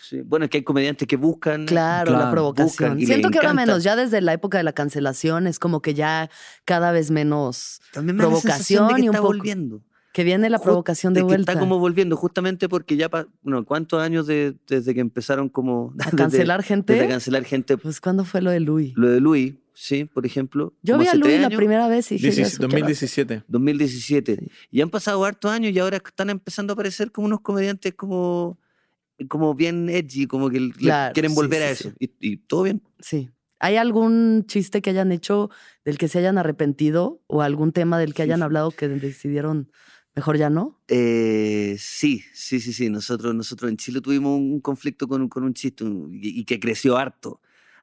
E: Sí. Bueno, es que hay comediantes que buscan.
B: Claro,
D: Claro,
B: la provocación.
E: buscan y les
B: Siento que ahora
E: encanta.
B: menos, ya desde la época de la cancelación, es como que ya cada vez menos
E: También me da la sensación de
B: provocación
E: que
B: y un
E: está
B: poco-
E: volviendo.
B: que viene la
E: Ju-
B: provocación de
E: es que
B: vuelta.
E: Está como volviendo, justamente porque ya, pa- bueno, ¿cuántos años de- desde que empezaron como.
B: a
E: desde-
B: cancelar gente.
E: Desde, cancelar gente.
B: Pues, ¿cuándo fue lo de Luis?
E: Lo de Luis, sí, por ejemplo.
B: Yo
E: como
B: vi a
E: hace
B: Luis
E: tres
B: la
E: años,
B: primera vez y dije,
C: Diecis-
B: "Jesús, qué
C: 2017.
E: 2017. Y han pasado hartos años y ahora están empezando a aparecer como unos comediantes como, como bien edgy, como que le-
B: Claro,
E: quieren
B: sí,
E: volver
B: sí,
E: a
B: sí.
E: eso. Y, y todo bien.
B: Sí. ¿Hay algún chiste que hayan hecho del que se hayan arrepentido o algún tema del que hayan hablado que decidieron mejor ya no?
E: Eh, sí, sí, sí, sí. Nosotros, nosotros en Chile tuvimos un conflicto con, un- con un chiste un- y, y que creció harto.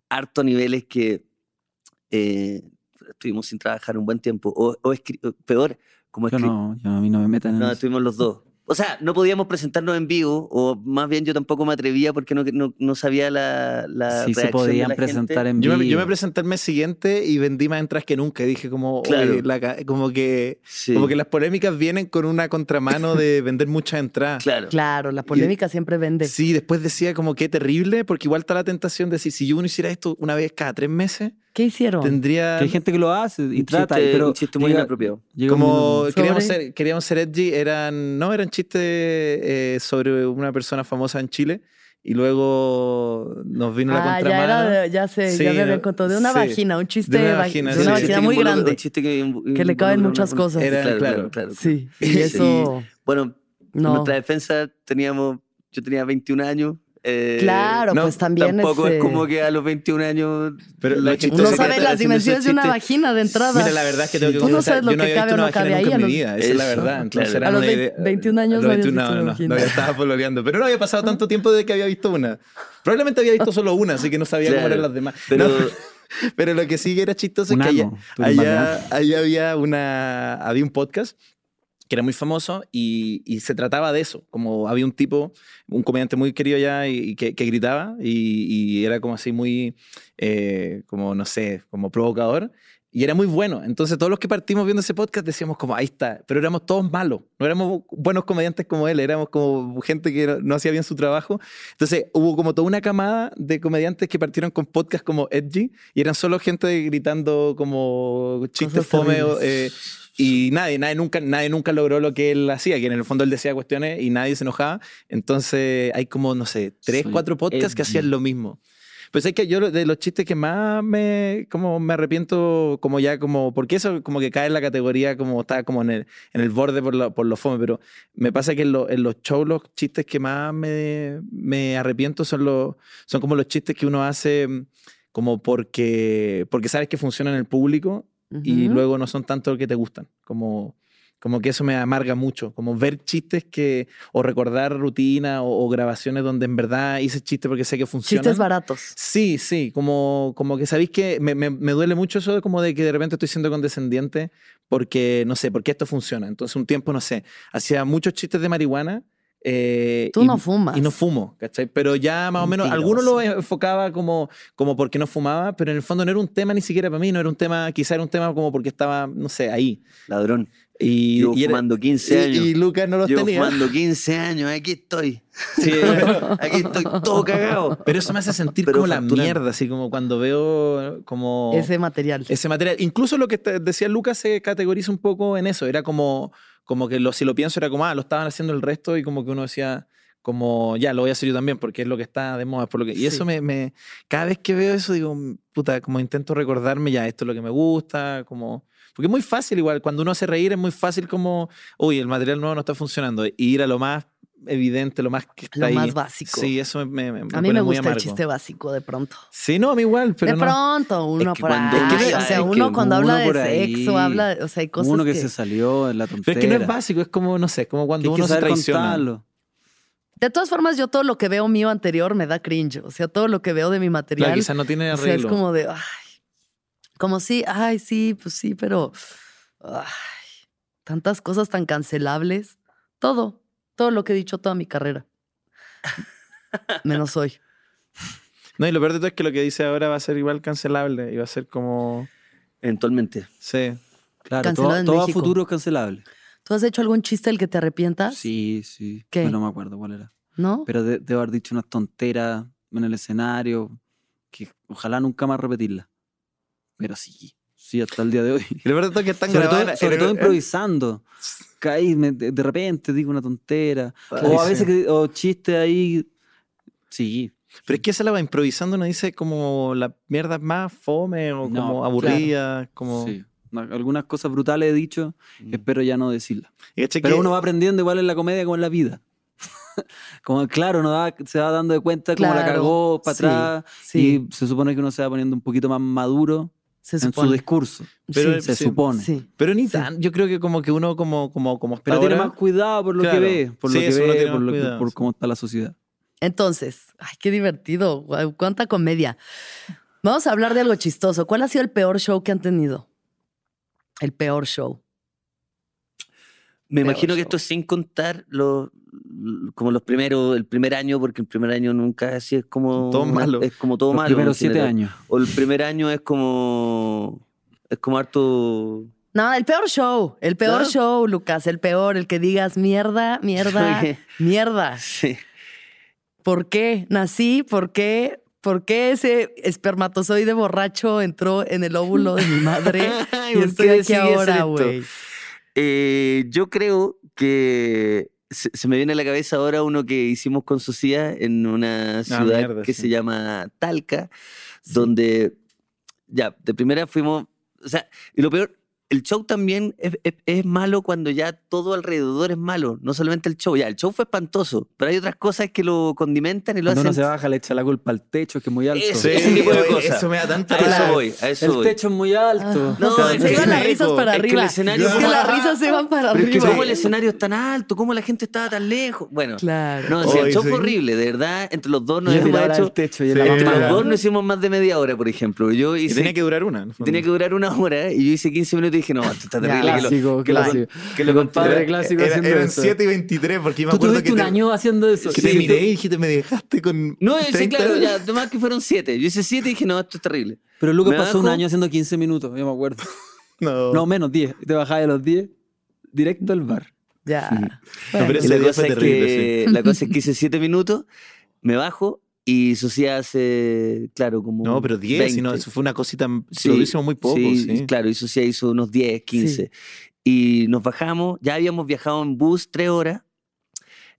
E: Harto a niveles que eh, estuvimos sin trabajar un buen tiempo. O, o escri- o peor, como
D: Yo
E: escri-
D: no, yo a mí no me metan en
E: No,
D: eso.
E: estuvimos los dos. O sea, no podíamos presentarnos en vivo, o más bien yo tampoco me atrevía porque no, no, no sabía la, la
D: Sí se
E: reacción de
D: podían
E: la
D: presentar
E: gente.
D: en
C: Yo
D: vivo.
C: me, yo me presenté el mes siguiente y vendí más entradas que nunca. Y dije como, "Oye,
E: Claro.
C: la ca- como que
E: Sí,
C: como que las polémicas vienen con una contramano de vender muchas entradas.
E: claro.
B: Claro, la polémica siempre vende.
C: Sí, después decía como qué terrible, porque igual está la tentación de decir, si yo uno hiciera esto una vez cada tres meses,
B: ¿Qué hicieron?
C: tendría...
D: Que hay gente que lo hace y
E: Un
D: trata,
E: chiste-
D: pero
E: un chiste muy
D: llega-
E: inapropiado.
D: llega un
C: Como
D: minuto-
C: queríamos
B: Sobre-
C: ser, queríamos ser edgy, eran, no, eran chistes eh, sobre una persona famosa en Chile y luego nos vino la
B: ah, ya,
C: contramano.
B: era de- ya sé,
C: Sí,
B: ya me habían
C: no,
B: contado de una
C: sí.
B: vagina, un chiste de va- de una vagina,
C: sí, sí.
E: Un chiste
B: muy
E: que involucra-
B: grande.
E: un chiste que, inv-
B: Que le caben
E: involucra
B: muchas
E: una-
B: cosas.
C: Era-
E: claro,
C: claro.
E: claro, claro.
B: Sí, y
E: Sí.
B: eso
E: Bueno, en
B: no.
E: nuestra defensa teníamos, yo tenía 21 años. eh,
B: Claro,
C: no,
B: pues también
E: Tampoco es
B: ese-
E: como que a los 21 años.
C: Pero lo
E: gente
C: chistoso
B: uno
C: Entonces,
B: sabe
C: está
B: las
C: haciendo ese
B: dimensiones de una
C: chiste.
B: vagina de entrada.
C: Mira, la verdad es que tengo que
B: Tú no
C: confesar,
B: sabes lo
C: yo
B: que
C: no había
B: cabe o
C: visto una
B: no
C: vagina
B: cabe ahí, a
C: nunca en mi
B: los-
C: vida. Esa es la
E: Eso,
C: verdad. Entonces
E: claro.
C: era
B: A los
C: una
B: vein-
C: idea-
B: 21 años
C: a
B: no
C: los
B: habías
C: 21
B: visto
C: no,
B: una
C: no,
B: vagina.
C: no, yo estaba pololeando. Pero no había pasado tanto tiempo desde que había visto una. Probablemente había visto solo una, así que no sabía cómo
E: Claro,
C: eran las demás.
E: Pero
C: No, pero lo que sí era chistoso
D: Un
C: es que allá,
D: ano, pero en
C: allá,
D: bacán.
C: allá había, una, había un podcast que era muy famoso y, y se trataba de eso. Como había un tipo, un comediante muy querido allá y, y que, que gritaba y, y era como así muy, eh, como no sé, como provocador. Y era muy bueno. Entonces todos los que partimos viendo ese podcast decíamos como, ahí está. Pero éramos todos malos. No éramos buenos comediantes como él. Éramos como gente que no, no hacía bien su trabajo. Entonces hubo como toda una camada de comediantes que partieron con podcasts como Edgy. Y eran solo gente gritando como chistes
B: Cosas
C: fome.
B: terribles.
C: o, eh, y nadie, nadie nunca, nadie nunca logró lo que él hacía. Que en el fondo él decía cuestiones y nadie se enojaba. Entonces hay como, no sé, tres,
D: Soy
C: cuatro podcasts que
D: edgy.
C: hacían lo mismo. Pues es que yo lo- de los chistes que más me, como me arrepiento, como ya, como, porque eso como que cae en la categoría, como está como en el, en el borde por, la- por los fome, pero me pasa que en, lo- en los shows los chistes que más me, me arrepiento son, los, son como los chistes que uno hace mm, como porque, porque sabes que funcionan en el público y
B: Ujú.
C: luego no son tanto los que te gustan, como... Como que eso me amarga mucho, como ver chistes que, o recordar rutinas o, o grabaciones donde en verdad hice chistes porque sé que funcionan.
B: Chistes baratos.
C: Sí, sí, como, como que sabéis que me, me- me duele mucho eso de como de que de repente estoy siendo condescendiente porque, no sé, porque esto funciona. Entonces un tiempo, no sé, hacía muchos chistes de marihuana. eh,
B: Tú
C: y-
B: no fumas.
C: Y no fumo, ¿cachai? Pero ya más o menos, algunos lo enfocaba como, como porque no fumaba, pero en el fondo no era un tema ni siquiera para mí, no era un tema, quizá era un tema como porque estaba, no sé, ahí.
E: ladrón.
C: Y,
E: Llevo
C: y era-
E: fumando 15
C: y-
E: años.
C: y Lucas no los
E: Llevo
C: tenía.
E: fumando 15 años, aquí estoy.
C: Sí, pero-
E: Aquí estoy todo cagado.
C: Pero eso me hace sentir
E: Pero
C: como la
E: facturan.
C: mierda, así como cuando veo como
B: Ese material.
C: ese material. Incluso lo que te- decía Lucas se categoriza un poco en eso. Era como, como que lo, si lo pienso era como, ah, lo estaban haciendo el resto y como que uno decía, como, ya, lo voy a hacer yo también porque es lo que está de moda. Por lo que, y eso
B: Sí.
C: me, me- cada vez que veo eso digo, "Mm, puta, como intento recordarme ya, esto es lo que me gusta, como... Porque es muy fácil igual, cuando uno hace reír es muy fácil como, uy, el material nuevo no está funcionando, y ir a lo más evidente, lo más que está
B: Lo
C: ahí.
B: más básico.
C: Sí, eso me, me- me
B: a mí
C: pone
B: me
C: muy
B: gusta el
C: amargo.
B: chiste básico de pronto.
C: Sí, no, a mí igual, pero
B: de
C: no.
B: pronto, uno
E: que
B: por
E: cuando-
B: ahí,
E: Es que no-
B: o sea,
E: es que
B: uno cuando habla
D: uno
B: de
D: por ahí,
B: sexo, habla, de- o sea, hay cosas
D: uno que,
B: que...
D: se salió en la tontera.
C: Pero es que no es básico, es como, no sé, es como
D: Que
C: cuando
D: hay que
C: uno se
D: saber
C: traiciona.
D: contarlo.
B: De todas formas, yo todo lo que veo mío anterior me da cringe. O sea, todo lo que veo de mi material...
C: Claro, quizás no tiene
B: o sea, es
C: arreglo.
B: como de... Ay, como sí, ay, sí, pues sí, pero... ay, tantas cosas tan cancelables. Todo, todo lo que he dicho toda mi carrera. Menos hoy.
C: No, y lo peor de todo es que lo que dice ahora va a ser igual cancelable y va a ser como.
E: Eventualmente.
C: Sí.
D: Claro,
B: Cancelado
D: todo,
B: en
D: todo a
B: México.
D: futuro es cancelable.
B: ¿Tú has hecho algún chiste del que te arrepientas?
D: Sí, sí.
B: ¿Qué?
D: No me acuerdo cuál era.
B: ¿No?
D: Pero de- debo haber dicho unas tonteras en el escenario que ojalá nunca más repetirlas. Pero sí, sí, hasta el día de hoy.
C: Y lo peor de todo es que están
D: Sobre todo,
C: grabadas.
D: sobre
B: eh,
C: en-
D: todo
C: en-
D: improvisando. Caí, me- de, de
B: Ah,
D: repente digo una tontera.
C: Ay,
D: o a
C: sí.
D: veces, que- o chistes ahí. Sí,
C: Pero es que esa la va improvisando, uno dice como la mierda más fome o
D: No,
C: como aburrida. Como...
D: Sí. No, Algunas cosas brutales he dicho,
E: Mm.
D: espero ya no decirlas.
C: Y caché
D: Pero
C: que-
D: uno va aprendiendo igual en la comedia como en la vida. como claro, uno va- se va dando de cuenta cómo la
B: Claro,
D: cagó para
B: sí,
D: atrás
B: sí.
D: y se supone que uno se va poniendo un poquito más maduro
B: Se
D: en su
B: supone.
D: discurso.
C: Pero-
D: se
C: sí,
D: supone.
B: Sí.
C: Pero ni
B: Sí.
C: tan, yo creo que como que uno como, como, como hasta
D: Pero tiene
C: ahora-
D: más cuidado por lo
C: Claro.
D: que ve, por
C: Sí,
D: lo que
C: eso uno
D: ve,
C: tiene
D: por,
C: más
D: lo que-
C: cuidado,
D: por
C: sí.
D: cómo está la sociedad.
B: Entonces, ay, qué divertido. Guau, Cuánta comedia. Vamos a hablar de algo chistoso. ¿Cuál ha sido el peor show que han tenido? El peor show.
E: Me
B: Peor
E: imagino que
B: show.
E: esto es sin contar los como los primeros, el primer año, porque el primer año nunca así es como
C: Todo
E: una-
C: malo.
E: Es como todo
D: Los
E: malo.
D: primeros
E: en
D: siete
E: general.
D: años.
E: O el primer año es como es como harto
B: No, el peor show. El peor
E: ¿Ah?
B: show, Lucas. El peor. El que digas mierda, mierda, mierda.
E: Sí.
B: ¿Por qué nací? ¿Por qué? ¿Por qué ese espermatozoide borracho entró en el óvulo de mi madre?
E: Ay,
B: y
E: ¿por
B: estoy
E: qué
B: aquí
E: decidí hacer
B: ahora,
E: esto?
B: güey.
E: Eh, yo creo que se, se me viene a la cabeza ahora uno que hicimos con Sucia en una ciudad
C: mierda,
E: que
C: sí.
E: se llama Talca, donde ya, de primera fuimos, o sea, y lo peor, el show también es, es- es malo cuando ya todo alrededor es malo, no solamente el show, ya, el show fue espantoso, pero hay otras cosas que lo condimentan y lo
D: Cuando uno se
E: hacen...
D: baja, le echa la culpa al techo, que es muy alto.
E: Eso,
C: Sí,
E: ese tipo de
C: oye,
E: cosas.
C: Eso me da tanta
E: A eso
C: risa.
E: voy, a eso
D: El
E: voy.
D: techo es muy alto.
E: No,
D: Claro,
E: es
B: Se
E: que-
B: iban las risas
C: rico.
B: para
E: Es que el
B: arriba.
E: escenario
B: es que
E: como-
B: las risas se van para
E: Pero es que
B: arriba.
E: como el escenario es tan alto, cómo la gente estaba tan lejos. Bueno,
B: Claro.
E: No, sí, el
C: Hoy
E: show
C: sí.
E: fue horrible, de verdad. Entre los dos nos
D: Y él
E: hemos
D: miraba
E: hecho.
D: al techo y él
C: Sí.
D: la
E: Entre
D: mamá.
E: los dos no hicimos más de media hora, por ejemplo. Yo
C: Y
E: hice.
C: tenía que durar una. en el
E: y
C: fondo.
E: tenía que durar una hora y yo hice 15 minutos y dije, no, esto está terrible. que lo-
D: Clásico,
E: que lo-
D: clásico.
E: que
D: Padre
E: lo compadre.
D: clásico
C: Era-
D: haciendo
C: eran
D: eso.
C: 7 y 23, porque yo me
D: Tú
C: acuerdo
D: tuviste
C: que
D: un
C: te,
D: año haciendo eso.
C: que te
D: Sí,
C: miré y dijiste, me dejaste con.
E: No, yo hice,
C: 30".
E: claro, ya, además que fueron 7. Yo hice 7 y dije, no, esto es terrible.
D: Pero Lucas
E: Me
D: pasó un
E: bajo.
D: año haciendo 15 minutos, yo me acuerdo.
C: No,
D: No, menos 10. Y Te bajabas de los 10 directo al bar.
B: Ya.
C: pero
B: Bueno.
E: Y
C: Ese
E: la
C: día
E: cosa
C: fue
E: es
C: terrible,
E: que, la cosa es que hice 7 minutos, me bajo y Socia hace, claro, como.
C: no, pero 10, sino
E: 20.
C: eso fue una cosita.
E: Sí,
C: lo hicimos muy poco.
E: sí,
C: sí.
E: claro, hizo, sí, hizo unos 10, 15. Y nos bajamos, ya habíamos viajado en bus tres horas.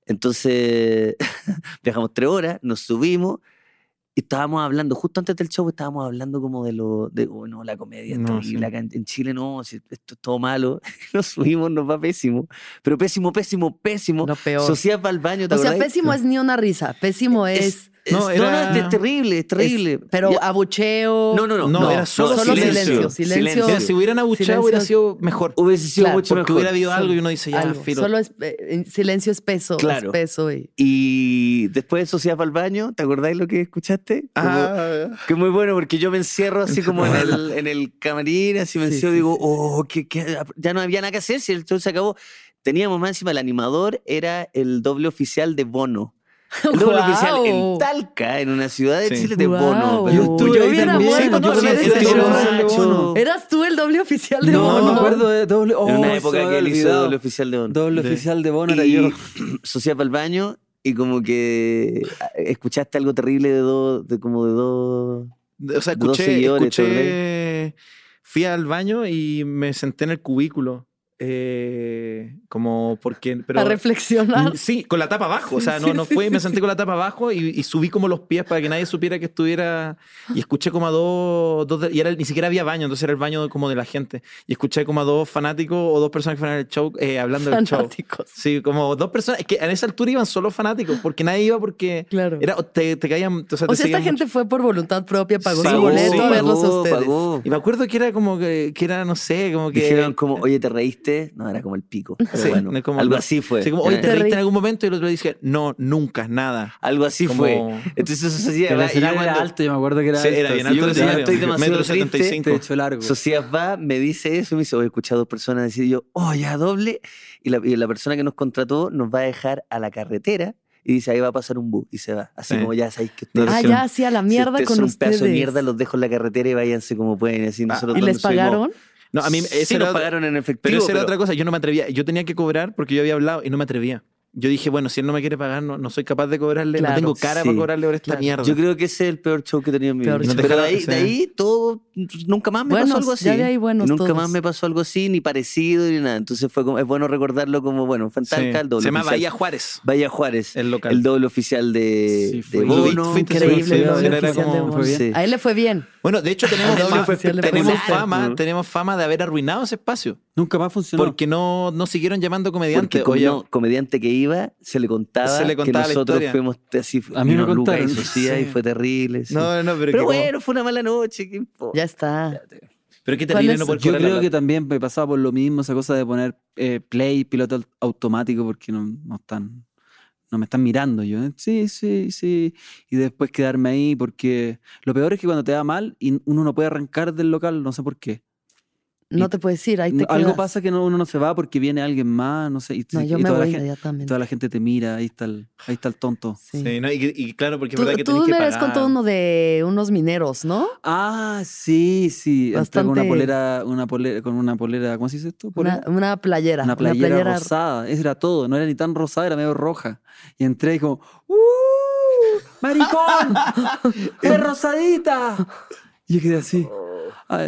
E: Entonces, viajamos tres horas, nos subimos y estábamos hablando, justo antes del show, estábamos hablando como de lo, de, oh, no, la comedia, es
C: No,
E: terrible
C: sí.
E: acá en, en Chile no, si esto es todo malo. Nos subimos, nos va pésimo, pero pésimo, pésimo, pésimo.
B: Lo peor.
E: Sociedad para el baño, ¿te
B: O sea,
E: acordás?
B: pésimo es ni una risa. Pésimo es.
E: Es-
C: No,
E: no, no,
C: era-
E: es terrible, es terrible.
B: es- pero
E: Ya-
B: abucheo.
E: no, no, no,
C: No, era solo
B: silencio,
C: silencio.
B: silencio.
C: Mira, si hubieran abuchado,
B: Silencio.
C: hubiera sido mejor.
E: Hubiese sido
B: Claro,
E: mucho
C: Porque
E: mejor.
C: hubiera habido algo y uno dice, ya,
B: algo.
C: filo.
B: Solo es, eh, en silencio espeso.
E: Claro.
B: Espeso y.
E: Y después de Sociedad para el Baño, ¿te acordáis lo que escuchaste? Como-
C: Ah,
E: Que muy bueno, porque yo me encierro así como en el, en el camarín, así me
B: Sí,
E: encierro
B: sí,
E: y digo,
B: sí, sí.
E: oh, que, que- ya no había nada que hacer, si el show se acabó. Teníamos más encima el animador, era el doble oficial de Bono. El doble
B: Guau.
E: oficial en Talca, en una ciudad de
C: Sí.
E: Chile de Bono.
B: Guau.
E: pero-
D: Yo estuve
B: Yo
D: ahí
B: hubiera
D: también,
B: muerto
D: yo
B: con
D: conocí
B: ese
D: a
B: show.
D: Bono.
E: Bono.
B: ¿Eras tú el doble oficial de
D: No,
B: Bono?
D: me acuerdo de doble. Oh,
E: en una
D: se
E: época
D: me
E: que él
D: había
E: hizo
D: olvidado.
E: doble oficial de Bono.
D: Doble
C: Sí.
D: oficial de Bono era
E: y
D: yo.
E: Sociedad para el Baño y como que ah, escuchaste algo terrible de dos, de como de dos...
C: O sea,
E: Dos
C: escuché,
E: seguidores, todo el
C: escuché- fui al baño y me senté en el cubículo. eh, como porque. Pero,
B: A reflexionar.
C: Mm, Sí, con la tapa abajo. O
B: Sí,
C: sea,
B: sí,
C: no, no
B: sí,
C: fue,
B: sí,
C: me senté con la tapa abajo y, y subí como los pies para que nadie supiera que estuviera. Y escuché como a dos. dos de- y era, ni siquiera había baño, entonces era el baño como de la gente. Y escuché como a dos fanáticos o dos personas que fueron al show eh, hablando del show.
B: Fanáticos.
C: Sí, como dos personas. Es que en esa altura iban solo fanáticos, porque nadie iba porque.
B: Claro.
C: Era, te, te caían. O sea,
B: o
C: te
B: sea, esta
C: seguían mucho.
B: gente fue por voluntad propia, pagó
C: Sí,
B: su
C: pagó,
B: boleto
C: sí,
B: a verlos a
E: pagó,
B: ustedes.
E: pagó.
C: Y me acuerdo que era como que, que era, no sé, como que.
E: Dijeron como, oye, ¿te reíste? No, era como el pico. pero
C: Sí,
E: bueno,
C: no es como-
E: algo
C: no.
E: así fue.
C: Sí, como, oye,
E: Era-
C: te reíste
B: reíste.
C: en algún momento y el otro dije, no, nunca, nada.
E: Algo así
C: como-
E: fue. Entonces eso se hacía.
D: El
E: ¿verdad? Y yo
D: escenario era
E: cuando-
D: alto, yo me acuerdo que era
C: Sí, era bien
D: alto. Sí, yo
C: alto el
E: cuando ya
D: decía,
C: escenario.
E: estoy demasiado
C: Metro
E: triste,
C: 75.
D: Techo largo.
E: Socias va, me dice eso, me dice, oye, escuché a dos personas decir yo, oye, ya doble. Y la, y la persona que nos contrató nos va a dejar a la carretera y dice, ahí va a pasar un bus. Y se va. Así
C: Sí.
E: como ya sabéis que
C: Ah,
E: ustedes
B: Ah,
E: son-
B: ya hacía la
E: si
B: mierda
E: ustedes
B: con
E: son un
B: ustedes.
E: pedazo de mierda, los dejo en la carretera y váyanse como pueden. Así nosotros
B: ¿Y
E: cuando
B: les
E: subimos-
B: pagaron?
C: Ah, No, a mí
E: sí
C: ese
E: nos
C: era-
E: pagaron en efectivo.
C: Pero esa era
E: pero-
C: otra cosa, yo no me atrevía, yo tenía que cobrar porque yo había hablado y no me atrevía. yo dije, bueno, si él no me quiere pagar, no, no soy capaz de cobrarle,
B: Claro.
C: no tengo cara para
E: Sí.
C: cobrarle por esta
B: Claro.
C: mierda.
E: Yo creo que ese es el peor show que he tenido en mi
B: Peor
E: vida.
C: show.
E: Pero de ahí,
C: Sí.
E: de ahí todo, nunca más me
B: Buenos,
E: pasó algo así.
B: ya de ahí buenos
E: nunca
B: todos.
E: más me pasó algo así, ni parecido, ni nada. Entonces fue como, es bueno recordarlo como, bueno,
C: Sí.
E: Fantasca, el doble
C: Se llama
E: oficial.
C: Bahía Juárez,
E: Bahía Juárez,
C: el local.
E: el doble oficial de,
D: Sí,
E: de
D: fue-
C: Lo vi-
E: Bono.
C: fuiste,
B: increíble,
C: sí,
B: el doble
C: sí, era
B: oficial
C: como-
B: de Bono.
E: Sí.
B: A él le fue bien.
C: Bueno, de hecho tenemos,
B: Doble
C: fama,
B: oficial de
C: tenemos
B: Fuente.
C: fama,
D: Ujú.
C: tenemos fama de haber arruinado ese espacio.
D: Nunca más funcionó.
C: Porque no, no siguieron llamando
E: Porque
C: comediantes.
E: como
C: Oye,
E: no, comediante que iba, se le contaba,
C: Se le contaba la
E: que nosotros
C: historia.
E: fuimos así.
D: A mí me
E: vino Lucas
D: contaron.
E: Y, Socia, y
C: Sí.
E: fue terrible. sí.
C: no, no, pero,
E: Pero
C: que como-
E: bueno, fue una mala noche. ¿qué importa?
B: Ya está.
C: pero qué
B: ¿cuál
C: terrible
B: es?
C: no poder
D: Yo
C: cobrar la
D: creo que
C: plata.
D: también me pasaba por lo mismo esa cosa de poner eh, play, piloto au- automático, porque no, no están. No me están mirando yo. ¿eh? Sí, sí, sí. Y después quedarme ahí, porque lo peor es que cuando te da mal y uno no puede arrancar del local, no sé por qué.
B: No
D: Y-
B: te puedes ir, ahí te
D: No, Algo
B: quedas.
D: pasa que no, uno no se va porque viene alguien más, no sé. Y,
B: No,
D: y
B: yo me
D: toda,
B: voy
D: la gente,
B: inmediatamente.
D: toda la gente te mira, ahí está el, ahí está el tonto.
B: Sí.
C: Sí, no, y, y claro, porque es
B: Tú,
C: verdad que
B: tú
C: tenés que
B: una
C: pagar.
B: vez contó uno de unos mineros, ¿no?
D: Ah, sí, sí. entré con una
B: Bastante-
D: polera, una polera, con una polera, ¿cómo se dice esto?
B: Una,
D: Polera.
B: una playera.
D: Una playera, rosada, eso era todo, no era ni tan rosada, era medio roja. Y entré y como, ¡Uh! ¡Maricón! ¡Es rosadita! Y yo quedé así. Ah,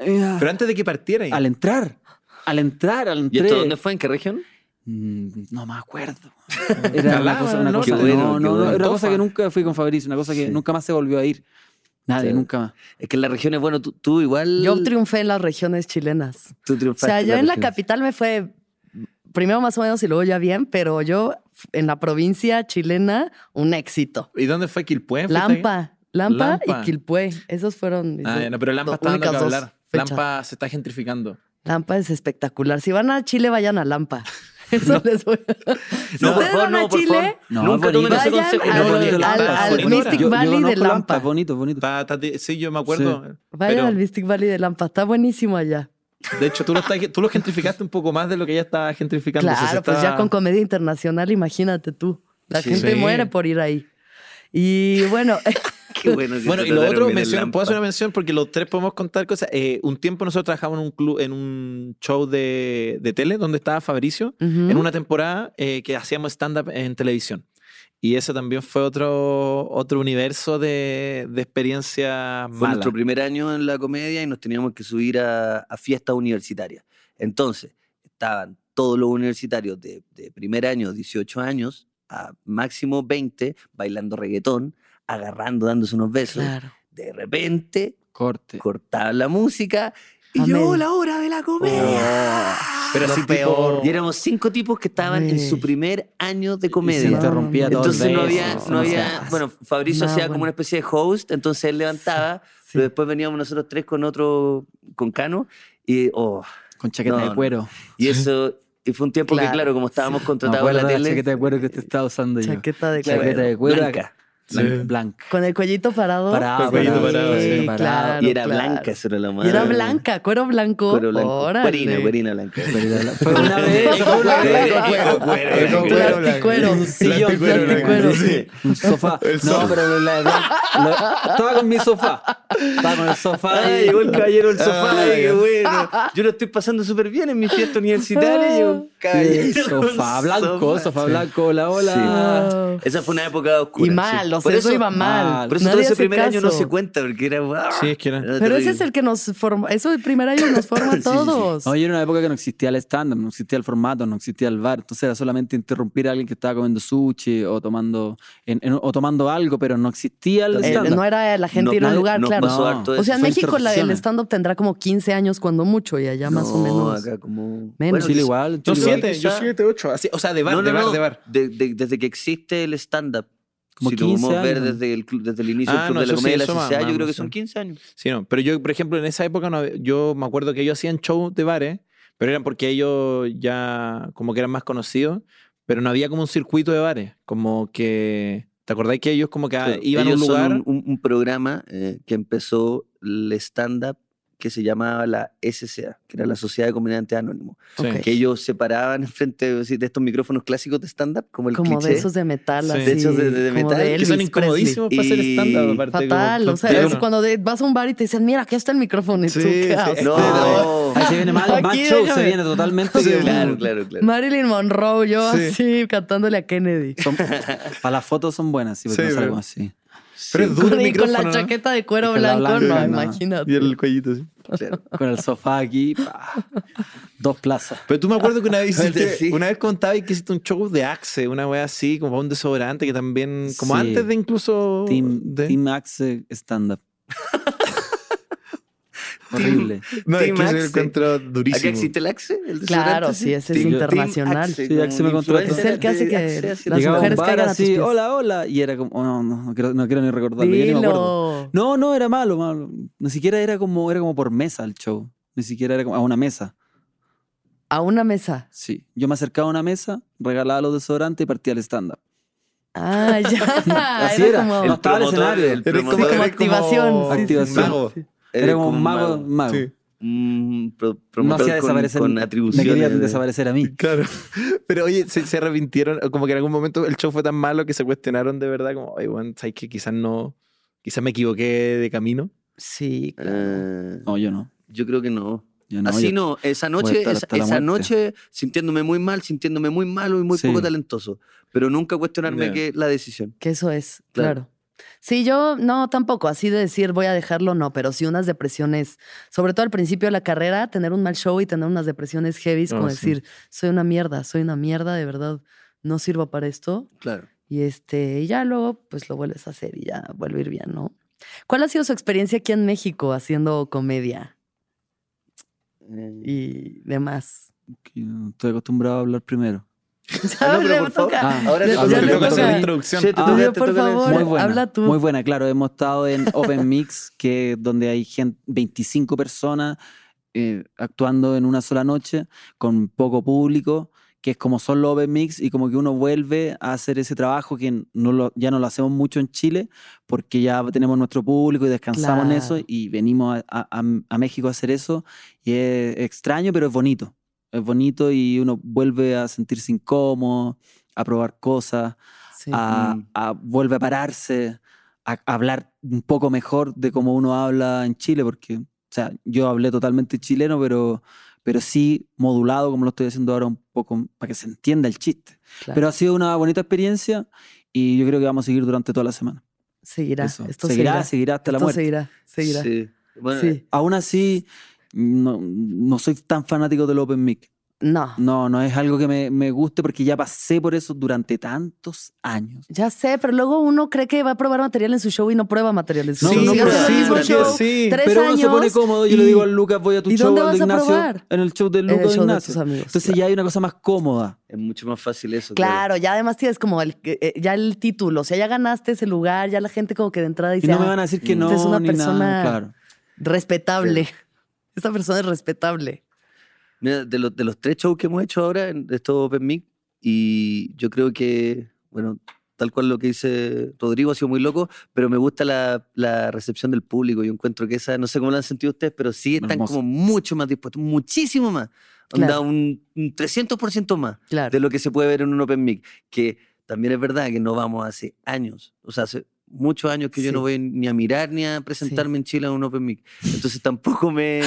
D: eh, ah.
C: Pero antes de que partiera.
D: al entrar, al entrar, al
E: ¿Y
D: entrar.
E: esto dónde fue? ¿En qué región?
D: Mm, No me acuerdo. Era una
C: Calama,
D: cosa, una
C: ¿no?
D: cosa,
E: Qué
D: no,
E: bueno, qué
D: no, no,
E: bueno.
D: era una cosa
C: Tofa.
D: que nunca fui con Fabricio, una cosa que
E: Sí.
D: nunca más se volvió a ir. Nadie,
E: Sí.
D: nunca más.
E: Es que en la región es bueno, tú, tú igual.
B: Yo triunfé en las regiones chilenas.
E: tú
B: O sea,
E: triunfaste
B: yo en la
E: región.
B: capital me fue primero más o menos y luego ya bien, pero yo en la provincia chilena, un éxito.
C: ¿Y dónde fue Quilpué? ¿Fuiste ahí?
B: Lampa, Lampa,
C: Lampa.
B: y Quilpué. Esos fueron mis
C: Ah,
B: dos-
C: no, pero Lampa
B: dos-
C: está dando que
B: únicas dos
C: hablar.
B: fechas.
C: Lampa se está gentrificando.
B: Lampa es espectacular. Si van a Chile, vayan a Lampa. Eso les voy a... Si
E: No, por
B: ustedes
E: favor,
B: van a
E: no, por
B: Chile,
E: favor.
D: No,
E: Nunca
D: es
E: tomen
D: bonito.
E: ese Ah,
B: Vayan
E: consejo.
B: al-
E: Es bonito,
B: al-
E: Lampa,
B: al
E: es bonito.
B: Mystic
D: Yo- yo
B: Valley de
D: conozco
B: Lampa.
D: Es bonito, es bonito.
C: Está- está- sí, yo me acuerdo.
B: vayan
C: pero,
B: al Mystic Valley de Lampa. Está buenísimo allá.
C: de hecho, tú lo, estás- tú lo gentrificaste un poco más de lo que ya está gentrificando.
B: Claro, pues ya con comedia internacional, imagínate tú. La
E: Sí.
B: gente
C: Sí.
B: muere por ir ahí. Y bueno,
E: Qué bueno, que
C: Bueno, y lo
E: trataron
C: otro,
E: bien el
C: menciono- puedo hacer una
E: Lampa.
C: mención porque los tres podemos contar cosas. Eh, un tiempo nosotros trabajamos en un club, en un show de, de tele donde estaba Fabricio,
B: ujú.
C: en una temporada eh, que hacíamos stand-up en televisión. Y ese también fue otro, otro universo de, de experiencia
E: Fue
C: mala.
E: nuestro primer año en la comedia y nos teníamos que subir a, a fiestas universitarias. Entonces, estaban todos los universitarios de, de primer año, 18 años, a máximo 20, bailando reggaetón, agarrando, dándose unos besos.
B: Claro.
E: De repente,
D: Corte.
E: cortaba la música y
B: A
E: llegó
B: medio.
E: la hora de la comedia.
C: Pero
E: Los
C: así
E: tipos-
C: peor.
E: Y éramos cinco tipos que estaban en
B: Ay.
E: su primer año
D: Oh.
E: de
D: Y se
E: comedia.
D: interrumpía todo el
E: Entonces no había,
D: beso,
E: no
D: sé.
E: había, bueno, Fabricio
B: Ah, No,
E: hacía
B: bueno.
E: como una especie de host, entonces él levantaba,
B: Sí.
E: pero después veníamos nosotros tres con otro, con Cano, y, oh,
D: Con chaqueta
E: No,
D: de
E: no.
D: cuero.
E: y eso, y fue un tiempo
B: Claro,
E: que claro, como estábamos
D: Me
E: contratados en
D: acuerdo
E: la
D: de la
E: tele,
D: chaqueta de cuero que usted estaba usando yo.
B: Chaqueta de
E: Claro.
B: cuero.
D: Chaqueta de cuero
E: Blanca.
D: Blanca.
C: Sí.
D: blanca.
B: Con el cuellito parado.
D: Parado,
C: Con el cuellito parado, sí.
B: claro,
D: Parado.
E: y era
B: claro.
E: blanca, eso era la
B: Y
E: madre.
B: era blanca, cuero blanco.
E: Cuero blanco.
B: Órale.
E: Cuerina, cuerina blanca.
D: Fue una vez, fue una vez.
B: Plasticuero.
D: Un sillón,
B: Plasticuero.
D: plasticuero.
B: Sí.
D: Un sofá. No, pero la de blanca- lo- estaba con mi sofá. Estaba con el sofá.
E: Ay,
D: y-
E: llegó el caballero del sofá,
C: Ay,
E: ay, qué bueno. Yo lo estoy pasando súper bien en mi fiesta universitaria. y un caballero
D: y el
E: del
D: sofá blanco, sofá blanco, hola, hola.
B: Ah.
E: Esa fue una época oscura.
B: Y
E: sí.
B: mal, o sea,
E: Por
B: eso,
E: eso-
B: iba mal.
D: mal.
E: Por eso todo
B: Nadie
E: ese
B: hace
E: primer año no
B: caso.
E: se cuenta, porque era.
C: Sí, es que era-
B: Pero ese es el que nos forma, eso el primer año nos forma a
E: Sí, sí, sí.
B: todos.
D: No, yo era una época que no existía el stand-up, no existía el formato, no existía el bar. Entonces era solamente interrumpir a alguien que estaba comiendo sushi o tomando, en- en- o tomando algo, pero no existía el
B: El-
D: stand-up.
B: Eh, no era la gente ir a un lugar, claro.
D: pasó harto
B: o sea, en
D: fue
B: México la- el
D: interrupciones.
B: stand-up tendrá como 15 años cuando mucho y allá más o menos.
E: Acá como...
B: Menos.
D: En Chile igual. en
C: Yo
D: Chile igual.
C: siete, yo
E: quizá-
C: siete, ocho. así, o sea, de bar,
E: no, no,
C: de bar,
E: no.
C: de bar.
E: de- de- desde que existe el stand-up.
D: Como
E: si lo podemos
D: 15
E: ver
D: años.
E: desde el, club- desde el inicio
C: Ah,
E: del Club
C: no,
E: de la
C: eso sí,
E: Comedia de
C: eso
E: la
C: más,
E: Sociedad,
C: más,
E: yo creo que
C: sí.
E: son 15 años.
C: Sí, no. Pero yo, por ejemplo, en esa época no había- yo me acuerdo que ellos hacían shows de bares, pero eran porque ellos ya como que eran más conocidos, pero no había como un circuito de bares. Como que. ¿Te acordáis que ellos como que ah,
E: Claro,
C: iban a un
E: ellos son
C: lugar?
E: un, un programa eh, que empezó el stand-up que se llamaba la SCA, que era la Sociedad de Comediantes Anónimos,
C: Sí.
B: Ok.
E: que ellos se paraban enfrente así, de estos micrófonos clásicos de stand-up, como el
B: como
E: cliché.
B: de esos de metal,
C: Sí.
B: así.
E: De esos de- de- de
B: como
E: metal, que
C: que
B: Elvis
C: son
B: Presley.
C: incomodísimos para hacer
E: Y-
C: stand-up. aparte, como-
B: Fatal, o sea,
C: Pero-
B: es cuando de- vas a un bar y te dicen, mira, aquí está el micrófono y tú,
C: Sí,
B: ¿qué
C: sí.
B: haces?
E: No,
D: No. Ahí se viene más, más
B: Aquí
D: show, se
B: déjame.
D: viene totalmente.
C: Sí,
D: que-
E: Claro, claro, claro.
B: Marilyn Monroe, yo
C: Sí.
B: así cantándole a Kennedy.
D: Son- para las fotos son buenas, sí, porque
C: Sí,
D: no sale
C: pero-
D: como así.
C: Pero es duro
B: Con,
C: el
B: y con
C: micrófono.
B: la
C: ¿no?
B: chaqueta de cuero
D: Y con la
B: blanco,
D: blanca,
B: no,
D: no.
B: imagínate.
C: Y el cuellito así.
E: claro.
D: Con el sofá aquí, pa, dos plazas.
C: Pero tú me acuerdo que una vez, hiciste-
E: Sí.
C: una vez contabas que hiciste un show de Axe, una wea así, como para un desodorante que también, como
D: Sí.
C: antes de incluso.
D: Team,
C: Oh, de-
D: Team Axe stand-up. Horrible.
C: No,
E: Team
C: es que se
E: Axe.
C: encuentro durísimo.
E: ¿Acá existe el Axe? ¿El
B: Claro,
E: desodorante,
B: sí, ese es
D: Team-
B: internacional.
E: Axe,
D: Sí,
E: como
D: Axe me
E: un
D: contrató.
E: influencer
B: Es el que hace
E: de
B: que
E: Axe, así,
B: las
E: así.
D: Llegaba a un
B: mujeres
D: bar
B: caigan a tus
D: así,
B: pies.
D: hola, hola. Y era como, oh, no, no, no quiero, no quiero ni recordarlo. ya ni me acuerdo.
B: Dilo.
D: No, no, era malo, malo. Ni siquiera era como, era como por mesa el show. Ni siquiera era como a una mesa.
B: A una mesa.
D: Sí. Yo me acercaba a una mesa, regalaba los desodorantes y partía al stand-up.
B: Ah, ya.
D: Así era.
B: como-
D: No estaba el
E: promotor,
D: escenario.
E: el
C: Eres
E: promotor.
B: como
C: eres
B: activación, sí,
D: Activación.
C: mago.
D: Era como un mago. mago.
C: Sí,
E: un Mm, pro-
D: No
E: promotor
D: hacía
E: con,
D: desaparecer.
E: con
D: me
E: atribuciones.
D: quería
E: de-
D: desaparecer a mí.
C: claro. Pero oye, se, se arrepintieron, como que en algún momento el show fue tan malo que se cuestionaron de verdad, como, oye, bueno, sabes que quizás no, quizás me equivoqué de camino.
B: Sí.
E: Eh,
D: No, yo no.
E: yo creo que no.
D: Yo no,
E: Así
D: yo-
E: no, esa
D: voy a
E: noche,
D: estar
E: esa,
D: hasta la
E: esa
D: muerte.
E: noche sintiéndome muy mal, sintiéndome muy malo y muy
D: Sí.
E: poco talentoso, pero nunca cuestionarme
C: Ya.
E: que la decisión.
B: Que eso es, claro.
E: Claro.
B: Sí, yo no, tampoco, así de decir voy a dejarlo, no, pero sí unas depresiones, sobre todo al principio de la carrera, tener un mal show y tener unas depresiones heavy, es
C: Ah,
D: Oh,
B: como
C: sí.
B: decir, soy una mierda, soy una mierda, de verdad, no sirvo para esto.
E: Claro.
B: Y este, y ya luego, pues lo vuelves a hacer y ya vuelve a ir bien, ¿no? ¿Cuál ha sido su experiencia aquí en México haciendo comedia
E: Eh,
B: y demás?
D: que no Estoy acostumbrado a hablar primero.
E: Ah, no, pero
B: Le
E: por favor.
B: toca.
D: Ah,
E: Ahora
B: Ya
E: te
B: le
E: toca
B: toca
E: hacer
B: la
E: la
C: introducción.
E: Sí, te
D: Ah,
E: toca-
B: Julio,
E: te
B: por
E: toca la-
B: favor.
D: Muy buena,
B: habla tú.
D: Muy buena, claro. Hemos estado en Open Mix, que donde hay gente, 25 personas eh, actuando en una sola noche, con poco público, que es como son los Open Mix y como que uno vuelve a hacer ese trabajo que no lo, ya no lo hacemos mucho en Chile, porque ya tenemos nuestro público y descansamos en eso
B: Claro.
D: y venimos a, a- a- a México a hacer eso y es extraño, pero es bonito. Es bonito y uno vuelve a sentirse incómodo, a probar cosas
B: Sí.
D: a,
E: Mm.
D: a- vuelve a pararse, a, a hablar un poco mejor de cómo uno habla en Chile, porque, o sea, yo hablé totalmente chileno, pero, pero sí modulado, como lo estoy haciendo ahora, un poco para que se entienda el chiste.
B: Claro.
D: Pero ha sido una bonita experiencia y yo creo que vamos a seguir durante toda la semana.
B: seguirá,
D: Eso.
B: esto
D: seguirá,
B: seguirá.
D: seguirá hasta la
B: Esto
D: muerte.
B: seguirá, seguirá.
E: Sí. Bueno,
B: Sí.
D: Aún así, no, no soy tan fanático del Open Mic.
B: No.
D: No, no es algo que me, me guste porque ya pasé por eso durante tantos años.
B: Ya sé, pero luego uno cree que va a probar material en su show y no prueba material en su
D: No,
B: show.
D: no
B: Sigue
D: prueba.
B: haciendo el
D: Sí,
B: mismo
D: porque
B: show,
C: sí.
B: tres
D: Pero uno
B: años.
D: se pone cómodo. Yo le
B: y-
D: digo al Lucas, voy a tu
B: ¿y
D: show
B: dónde
D: al de
B: vas a
D: Ignacio.
B: probar?
D: En el show de
B: en el
D: Lucas
B: show de tus
D: Ignacio.
B: amigos.
D: Entonces ya hay una cosa más cómoda.
E: es mucho más fácil eso.
B: Claro, ya además tienes como el, que- eh, ya el título, o sea, ya ganaste ese lugar, ya la gente como que de entrada
D: Y
B: dice,
D: no me
B: "Ah,
D: van a decir que
E: mm.
D: no,
B: Esta es una
D: ni
B: persona-
D: nada. Claro.
B: respetable. Esta persona es respetable.
E: Mira, de, los, de los tres shows que hemos hecho ahora, en- de estos Open Mic, y yo creo que, bueno, tal cual lo que dice Rodrigo ha sido muy loco, pero me gusta la, la recepción del público. Yo encuentro que esa, no sé cómo la han sentido ustedes, pero sí están
D: Hermoso.
E: como mucho más dispuestos, muchísimo más. Onda,
B: Claro.
E: un, un 300% más
B: Claro.
E: de lo que se puede ver en un Open Mic, que también es verdad que no vamos hace años, o sea, hace muchos años que yo no
B: Sí.
E: voy ni a mirar ni a presentarme en Chile en un Open Mic. Entonces tampoco me...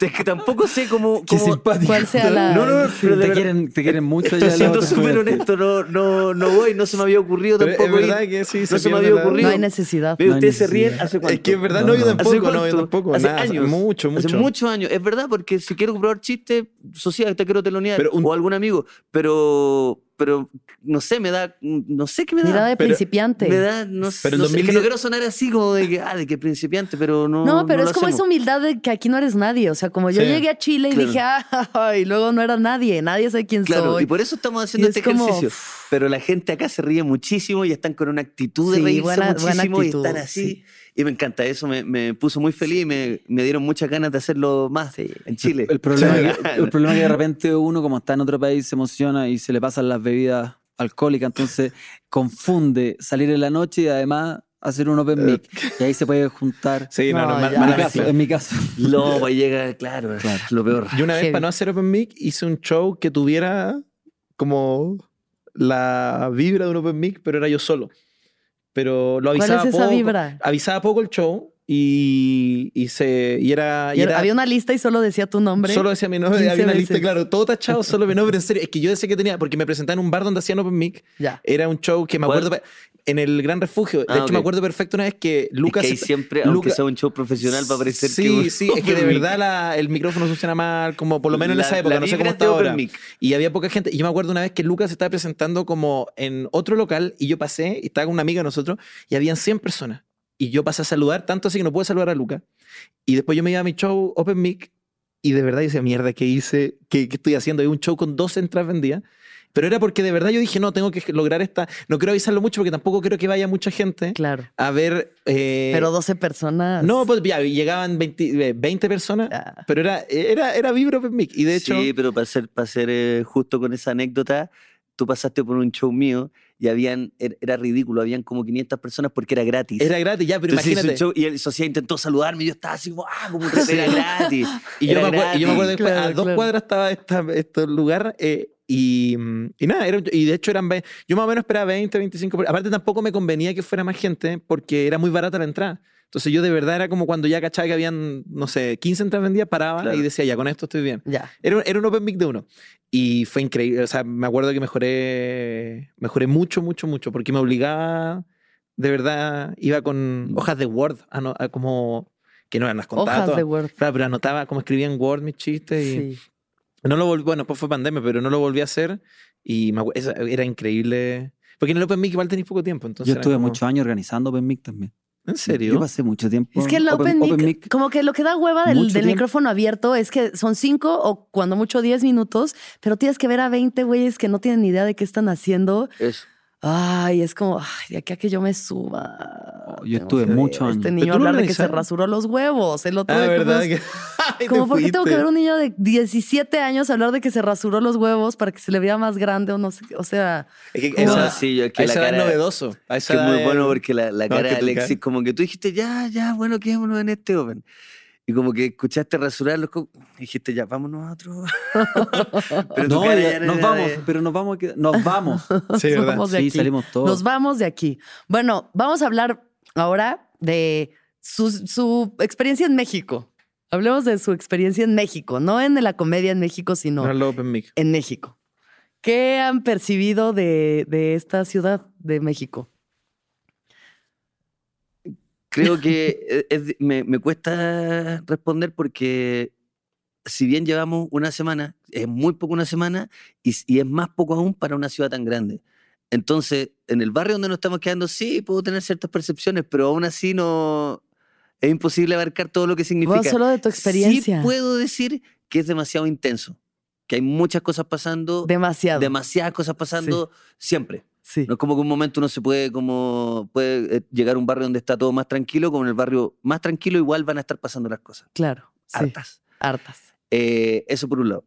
E: es que tampoco sé cómo...
D: Qué
E: cómo-
D: simpático.
B: ¿Cuál sea la-
E: No, no, no, pero de
D: te,
E: verdad-
D: quieren, te quieren mucho.
E: Estoy
D: ya la
E: siendo
D: otra.
E: súper honesto, no, no, no voy, no se me había ocurrido
C: Pero es
E: tampoco ir.
C: verdad que sí, se
E: se me
C: pierde
E: había
C: la-
E: ocurrido.
B: no hay necesidad.
E: Ve,
D: No hay
E: ustedes se
D: necesidad.
E: ríen hace cuánto.
C: Es que en verdad no,
D: No,
C: yo
D: no.
E: ¿Hace
C: tampoco, no, yo
E: cuánto?
C: tampoco.
E: Hace
C: nada,
E: años.
C: Mucho, mucho.
E: Hace muchos años, es verdad, porque si quiero probar chistes, social, te quiero telonear
C: Pero un-
E: o algún amigo, pero, pero no sé, me da, no sé qué me da.
B: Mirada de
C: Pero-
B: principiante.
E: Me da, no, sé,
C: Pero el
E: no sé, es que
C: 2010
E: no quiero sonar así como de que, ah, de que principiante, pero no.
B: No, pero
E: lo
B: es como esa
E: hacemos.
B: humildad de que aquí no eres nadie. O sea, como yo
C: Sí,
B: llegué a Chile y
E: claro.
B: dije, ah, y luego no era nadie, nadie sabe quién
E: Claro,
B: soy.
E: y por eso estamos haciendo
B: es
E: este
B: como,
E: ejercicio. Pero la gente acá se ríe muchísimo y están con una actitud de
B: Sí,
E: reírse
B: buena- buena
E: muchísimo
B: actitud,
E: y están así.
B: sí.
E: Y me encanta eso, me, me puso muy feliz y me, me dieron muchas ganas de hacerlo más en Chile.
D: El problema,
E: Sí.
D: es que, el problema es que de repente uno, como está en otro país, se emociona y se le pasan las bebidas alcohólicas. Entonces confunde salir en la noche y además hacer un open mic. Y ahí se puede juntar.
C: Sí, no,
B: No,
C: no, mal-
B: ya.
D: En
C: mala
D: mi caso,
C: mezcla.
D: en mi caso.
E: Luego pues llega, claro,
D: Claro.
E: lo peor.
C: Yo una vez,
B: Heavy.
C: para no hacer Open Mic, hice un show que tuviera como la vibra de un Open Mic, pero era yo solo. Pero lo
B: ¿Cuál
C: avisaba
B: es esa
C: poco.
B: vibra?
C: Avisaba poco el show y, y se, y era... y
B: Y
C: era-
B: había una lista y solo decía tu nombre.
C: Solo decía mi nombre,
B: 15
C: había una lista,
B: veces.
C: claro, todo tachado, solo mi nombre, en serio. Es que yo decía que tenía, porque me presentaba en un bar donde hacían Open Mic,
B: Ya.
C: era un show que me
E: ¿Cuál?
C: acuerdo, pe- en el Gran Refugio, de
E: Ah,
C: hecho me
E: ok.
C: acuerdo perfecto una vez que Lucas...
E: es que ahí siempre, aunque
C: Lucas-
E: sea un show profesional, va a parecer
C: sí,
E: que... un
C: Sí, es que de
E: open mic.
C: verdad la- el micrófono funciona mal, como por lo menos
E: La-
C: en esa época,
E: la
C: no sé cómo
E: vibra es de
C: está ahora.
E: open mic.
C: Y había poca gente. Y yo me acuerdo una vez que Lucas estaba presentando como en otro local y yo pasé, y estaba con una amiga de nosotros, y habían 100 personas. Y yo pasé a saludar, tanto así que no pude saludar a Lucas. Y después yo me iba a mi show Open Mic y de verdad yo decía, mierda, ¿qué hice? ¿Qué, qué estoy haciendo? Hay un show con dos entradas vendidas. Pero era porque de verdad yo dije, no, tengo que lograr esta... No quiero avisarlo mucho porque tampoco creo que vaya mucha gente
B: Claro.
C: a ver... eh,
B: Pero 12 personas.
C: no, pues ya llegaban 20, eh, 20 personas,
B: Ah.
C: pero era, era, era vibra open mic. Y de hecho,
E: Sí, pero para ser, para ser eh, justo con esa anécdota, tú pasaste por un show mío y habían, er- era ridículo, habían como 500 personas porque era gratis.
C: era gratis ya, pero
E: Entonces hizo un
C: imagínate.
E: show y el socia intentó saludarme y yo estaba así, como, ah, como que era gratis.
C: Y yo,
E: era
C: me acuerdo, y yo me acuerdo después,
B: Claro,
C: a dos
B: claro.
C: cuadras estaba esta, este lugar eh, y, mm, y nada, era un- y de hecho eran, ve- yo más o menos esperaba 20, 25, por- aparte tampoco me convenía que fuera más gente porque era muy barata la entrada. Entonces yo de verdad era como cuando ya cachaba que habían, no sé, 15 entradas vendidas, paraba
E: Claro.
C: y decía, ya con esto estoy bien.
B: Ya.
C: Era, un- era un open mic de uno. Y fue increíble. O sea, me acuerdo que mejoré, mejoré mucho, mucho, mucho, porque me obligaba, de verdad, iba
E: Mm.
C: con hojas de Word, a no- a como que no eran las contadas.
B: Hojas
C: todas.
B: de Word.
C: Claro, pero anotaba como escribía en Word mis chistes. Y
B: Sí.
C: No lo volví, bueno, después fue pandemia, pero no lo volví a hacer. Y me acu- esa- era increíble. Porque en el Open Mic igual tenéis poco tiempo. Entonces
D: Yo
C: era
D: estuve
C: como-
D: muchos años organizando Open Mic también.
C: ¿En
D: Yo
C: serio?
D: pasé mucho tiempo.
B: Es que el
D: en
B: open, mic, como que lo que da hueva del,
D: Mucho
B: del
D: tiempo.
B: micrófono abierto es que son cinco o cuando mucho 10 minutos, pero tienes que ver a 20 güeyes que no tienen ni idea de qué están haciendo.
E: Eso.
B: Ay, es como, ay, de aquí a que yo me suba.
D: Oh, yo
B: tengo
D: estuve
B: que ver
D: mucho
B: a
D: año.
B: Este
C: ¿Pero
B: niño
C: tú lo
B: hablar de que se
C: organizaron?
B: rasuró los huevos. El otro
C: Ah,
B: de que
C: verdad.
B: fuimos-
C: que- Ay, te
B: Como, ¿por qué tengo que
C: fuiste.
B: ver a un niño de 17 años hablar de que se rasuró los huevos para que se le vea más grande o no sé? qué? O sea,
C: Es que
E: O
C: esa-
E: sea, sí, yo- es
C: a
E: que la
C: esa edad es
E: cara...
C: novedoso. A esa
E: Que es
C: edad
E: muy
C: es-
E: bueno porque la, la
C: No,
E: cara
C: que
E: de
C: tú
E: Alexis,
C: caes.
E: como que tú dijiste, ya, ya, bueno, quedémonos en este Open. Y como que escuchaste rasurar los cocos, dijiste, ya, vámonos a otro. Pero tu
D: No,
E: cara
D: ya-
E: ya no
D: nos
E: era
D: vamos,
E: de-
D: pero nos vamos. a quedar- Nos vamos.
B: nos
C: Sí, verdad.
B: vamos de
D: sí,
B: aquí.
D: salimos todos.
B: Nos vamos de aquí. Bueno, vamos a hablar ahora de su, su experiencia en México. Hablemos de su experiencia en México, no en la comedia en México, sino
C: No, el Open Mic.
B: en México. ¿Qué han percibido de, de esta ciudad de México?
E: Creo que eh, es di- me, me cuesta responder porque si bien llevamos una semana, es muy poco una semana y, s- y es más poco aún para una ciudad tan grande. Entonces, en el barrio donde nos estamos quedando, sí, puedo tener ciertas percepciones, pero aún así no... Es imposible abarcar todo lo que significa.
B: Bueno, solo de tu experiencia.
E: Sí puedo decir que es demasiado intenso, que hay muchas cosas pasando,
B: Demasiado.
E: demasiadas cosas pasando siempre.
B: sí.
E: No es como que un momento uno se puede como puede eh, llegar a un barrio donde está todo más tranquilo, como en el barrio más tranquilo igual van a estar pasando las cosas,
B: Claro. Sí.
E: hartas.
B: Hartas.
E: Eh, eso por un lado.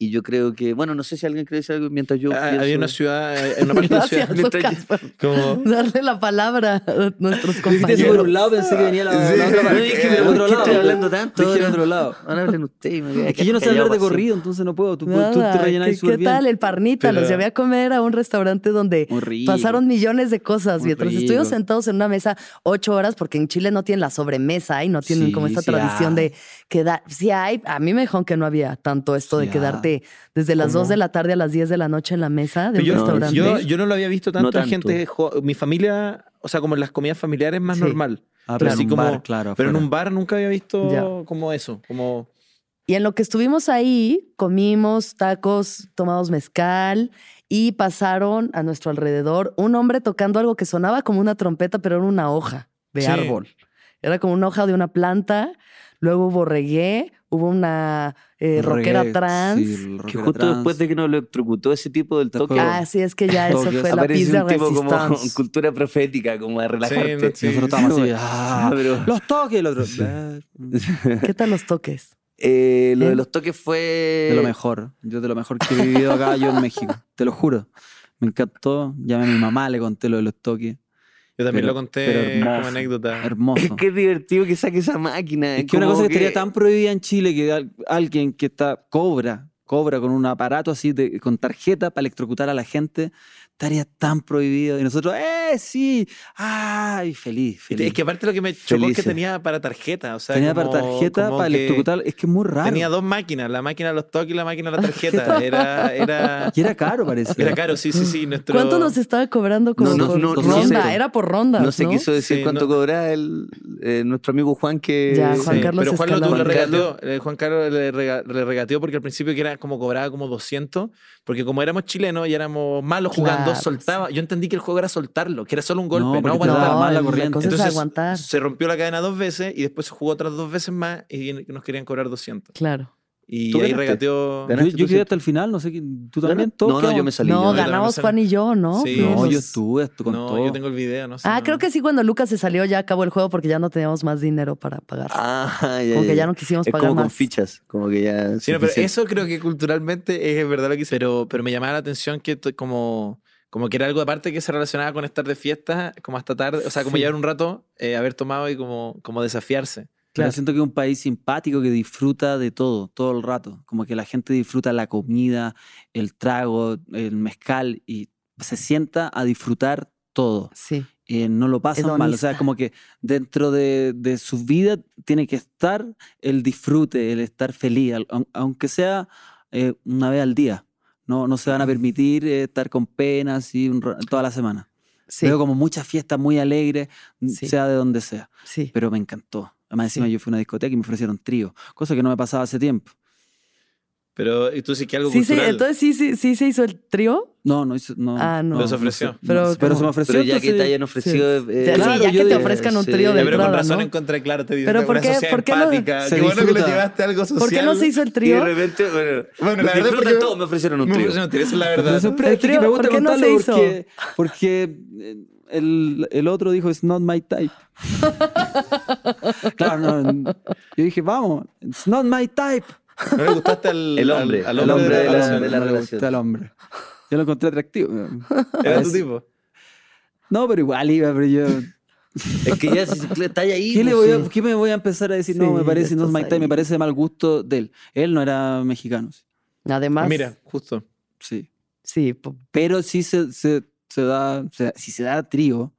E: Y yo creo que, bueno, no sé si alguien quiere decir algo mientras yo
C: Ah, Había
E: pienso-
C: una ciudad, eh, en una parte de la
B: Gracias,
C: ciudad.
B: Lucas, por
C: Como,
B: darle la palabra a nuestros
D: Dijiste eso por
B: compañeros.
D: un lado, pensé que venía la,
C: Sí,
D: la otra parte.
E: Yo dije, pero
D: Del
E: ¿por
D: otro
E: qué estoy
D: lado.
E: hablando tanto?
D: Dije del
E: ahora?
D: otro lado.
E: Ahora hablen ustedes. me voy a
D: Es que yo no sé
E: quedar
D: hablar de
E: callado, así.
D: corrido, entonces no puedo. Tú, tú
B: Nada,
D: te rellenas
B: ¿Qué,
D: súper
B: qué
D: bien.
B: tal? El parnita los
C: Pero-
B: llevé a comer a un restaurante donde
D: Muy rico.
B: pasaron millones de cosas.
D: Muy
B: Mientras estuvimos
D: rico.
B: sentados en una mesa ocho horas, porque en Chile no tienen la sobremesa y no tienen
D: Sí,
B: como esta
D: sí
B: tradición
D: hay.
B: de
C: ah.
B: quedar. Sí hay, a mí me dijeron que no había tanto esto de
D: Sí
B: quedarte desde las
C: ah. ¿Cómo?
B: dos de la tarde a las 10 de la noche en la mesa de un
C: yo,
B: restaurante.
C: yo, yo no lo había visto tanto,
E: No
C: en gente, jo- mi familia, o sea, como en las comidas familiares más
B: Sí.
C: normal. Pero
D: Ah, pero
C: así
D: en un
C: como-
D: bar, claro.
C: Pero en
D: afuera.
C: un bar nunca había visto
B: Ya.
C: como eso, como
B: Y en lo que estuvimos ahí, comimos tacos, tomamos mezcal y pasaron a nuestro alrededor un hombre tocando algo que sonaba como una trompeta, pero era una hoja de
C: Sí.
B: árbol. Era como una hoja de una planta. Luego hubo reggae, hubo una eh, rockera
D: Reggae,
B: trans.
D: sí, el
E: Que
D: rockera
E: justo
D: trans.
E: después de que nos lo electrocutó ese tipo del
D: Después-
E: toque,
B: Ah, sí, es que ya eso
D: Toque,
B: fue la
E: aparece
B: pizza
E: un tipo como con
B: resistance.
E: cultura profética, como a relajarte.
C: no, sí.
D: Nosotros estábamos así. ah,
E: Ah, pero-
D: Los toques, el otro.
E: Sí.
B: ¿Qué tal los toques?
E: Eh, lo
B: ¿Eh?
E: de los toques fue.
C: Eh,
D: De lo mejor. Yo de lo mejor que he vivido acá, yo en México. Te lo juro. Me encantó. Llamé a mi mamá, le conté lo de los toques.
C: Yo también
D: Pero-
C: lo conté
D: pero
C: como
D: hermoso.
C: anécdota.
D: Hermoso.
E: Es que es divertido que saque esa máquina.
D: Es que
C: eh,
D: una
E: como
D: cosa que estaría tan prohibida en Chile que al- alguien que está cobra, cobra con un aparato así, de- con tarjeta para electrocutar a la gente, estaría tan prohibido. Y nosotros, ¡eh, sí! ¡Ay,
C: Y
D: feliz,
C: te-
D: feliz!
C: Es que aparte lo que me chocó es
E: Felices.
C: que tenía para tarjeta. O sea,
D: tenía
C: como-
D: para tarjeta
C: como
D: para
C: que
D: electrocutar. Es que es muy raro.
C: Tenía dos máquinas, la máquina de los toques y la máquina de la tarjeta. Era, era,
D: Y era caro, parece.
C: era caro, sí, sí, sí. Nuestro...
B: ¿Cuánto nos estaba cobrando como
E: No, no,
B: por
E: no,
D: no
B: ronda?
E: sé.
B: Era por ronda.
E: No se quiso decir
C: Sí,
E: cuánto
C: no-
E: cobraba el, eh, nuestro amigo Juan que...
B: Ya,
C: Sí,
B: Juan Carlos
C: pero Juan, lo tuvo,
B: Escalante.
C: le
E: Juan
C: regateó, eh, Juan Carlos le, rega- le regateó porque al principio que era como cobraba como 200, porque como éramos chilenos y éramos malos jugando,
B: Claro,
C: soltaba. Yo entendí que el juego era soltarlo, que era solo un
D: No,
C: golpe, no,
D: porque te
C: aguantaba.
D: daba mala
B: la
D: corriente.
B: cosa es
C: Entonces,
B: aguantar.
C: se rompió la cadena dos veces y después se jugó otras dos veces más y nos querían cobrar 200.
B: Claro.
C: Y
E: Tú
C: ahí
E: ganaste.
C: regateó.
D: Yo,
E: Ganaste
D: yo
E: tú
D: quedé
E: sí.
D: hasta el final, no sé, quién- ¿tú también? ¿Todos
E: No, no, yo
D: quedamos?
E: me salí.
B: No,
E: yo.
C: gana-
B: ganamos
C: también
B: Juan y yo, ¿no?
C: Sí.
B: Fuimos
D: No, yo
B: los-
D: estuve esto con
C: No,
D: todo.
C: yo tengo el video, no sé.
B: Ah,
C: no.
B: creo que sí, cuando Lucas se salió ya acabó el juego porque ya no teníamos más dinero para pagar.
E: Ah, ya,
B: como que
E: ya.
B: ya no quisimos
E: Es
B: pagar
E: como con
B: más.
E: fichas, como que ya...
C: Sí, no, pero
E: suficiente.
C: eso creo que culturalmente es verdad lo que hice. Pero, pero me llamaba la atención que to- como, como que era algo aparte que se relacionaba con estar de fiesta, como hasta tarde, o sea, como
D: Sí.
C: llevar un rato, eh, haber tomado y como, como desafiarse.
D: Pero
B: Claro.
D: siento que es un país simpático que disfruta de todo, todo el rato. Como que la gente disfruta la comida, el trago, el mezcal y se sienta a disfrutar todo.
B: Sí.
D: Eh, no lo pasan mal. O sea,
B: Hedonista.
D: como que dentro de, de su vida tiene que estar el disfrute, el estar feliz, al- aun- aunque sea eh, una vez al día. No, no se van a permitir eh, estar con penas y toda la semana.
B: Sí,
D: Veo como muchas fiestas muy alegres, n-
B: Sí.
D: sea de donde sea
B: sí.
D: pero me encantó. Además, encima
B: Sí.
D: yo fui a una discoteca y me ofrecieron trío, cosa que no me pasaba hace tiempo.
C: Pero y tú sí que algo
B: Sí, sí,
C: cultural.
B: entonces sí, sí, sí se hizo el trío.
D: No, no hizo. No,
B: Ah, no.
C: Los ofreció.
D: sé,
B: Pero
D: no sé, pero
B: como-
D: se me ofreció.
E: Pero ya que te
D: entonces-
E: hayan ofrecido... eh,
B: Ya-
D: sí, ya
B: que te ofrezcan un trío
C: Ya,
B: de
C: pero con
B: entrada,
C: razón
B: ¿no?
C: encontré, claro, te
B: Pero
C: digo,
B: ¿por
C: una
B: qué-
C: sociedad
B: por qué no-
C: empática.
D: se
C: Qué bueno que lo
D: disfruta?
C: llevaste a algo social.
B: ¿Por qué no se hizo el
E: Y de
B: trío?
E: repente, bueno,
C: Bueno, la
E: me
C: verdad
E: disfrutan
C: porque-
E: todo, me ofrecieron un
C: Me
E: trío.
C: ofrecieron un trío, esa es la
D: Me
C: verdad.
D: sorprende,
B: El
D: es que
B: trío,
D: me gusta
B: ¿por qué no se
D: contarlo
B: hizo?
D: porque, porque eh, el, el otro dijo, it's not my type. claro, no, yo dije, vamos, it's not my type.
C: No le gustaste al,
E: El
C: al-
E: hombre,
C: al,
E: el hombre
C: de la,
E: de
C: relación.
E: la
D: no le
E: relación.
D: gusta el hombre. Yo lo encontré atractivo.
C: Era tu tipo.
D: No, pero igual iba, pero yo
E: Es que ya si se- está ahí.
D: ¿Qué, le
E: pues,
D: voy a-
E: sí.
D: qué me voy a empezar a decir? no,
B: Sí,
D: me
B: ya
D: parece, no es
B: estás
D: Mike Tyson, me
B: ahí.
D: parece de mal gusto de él. Él no era mexicano, sí,
B: Además,
C: Mira, justo.
D: sí.
B: sí, po-
D: Pero sí se, se, se da, se- si se da trío,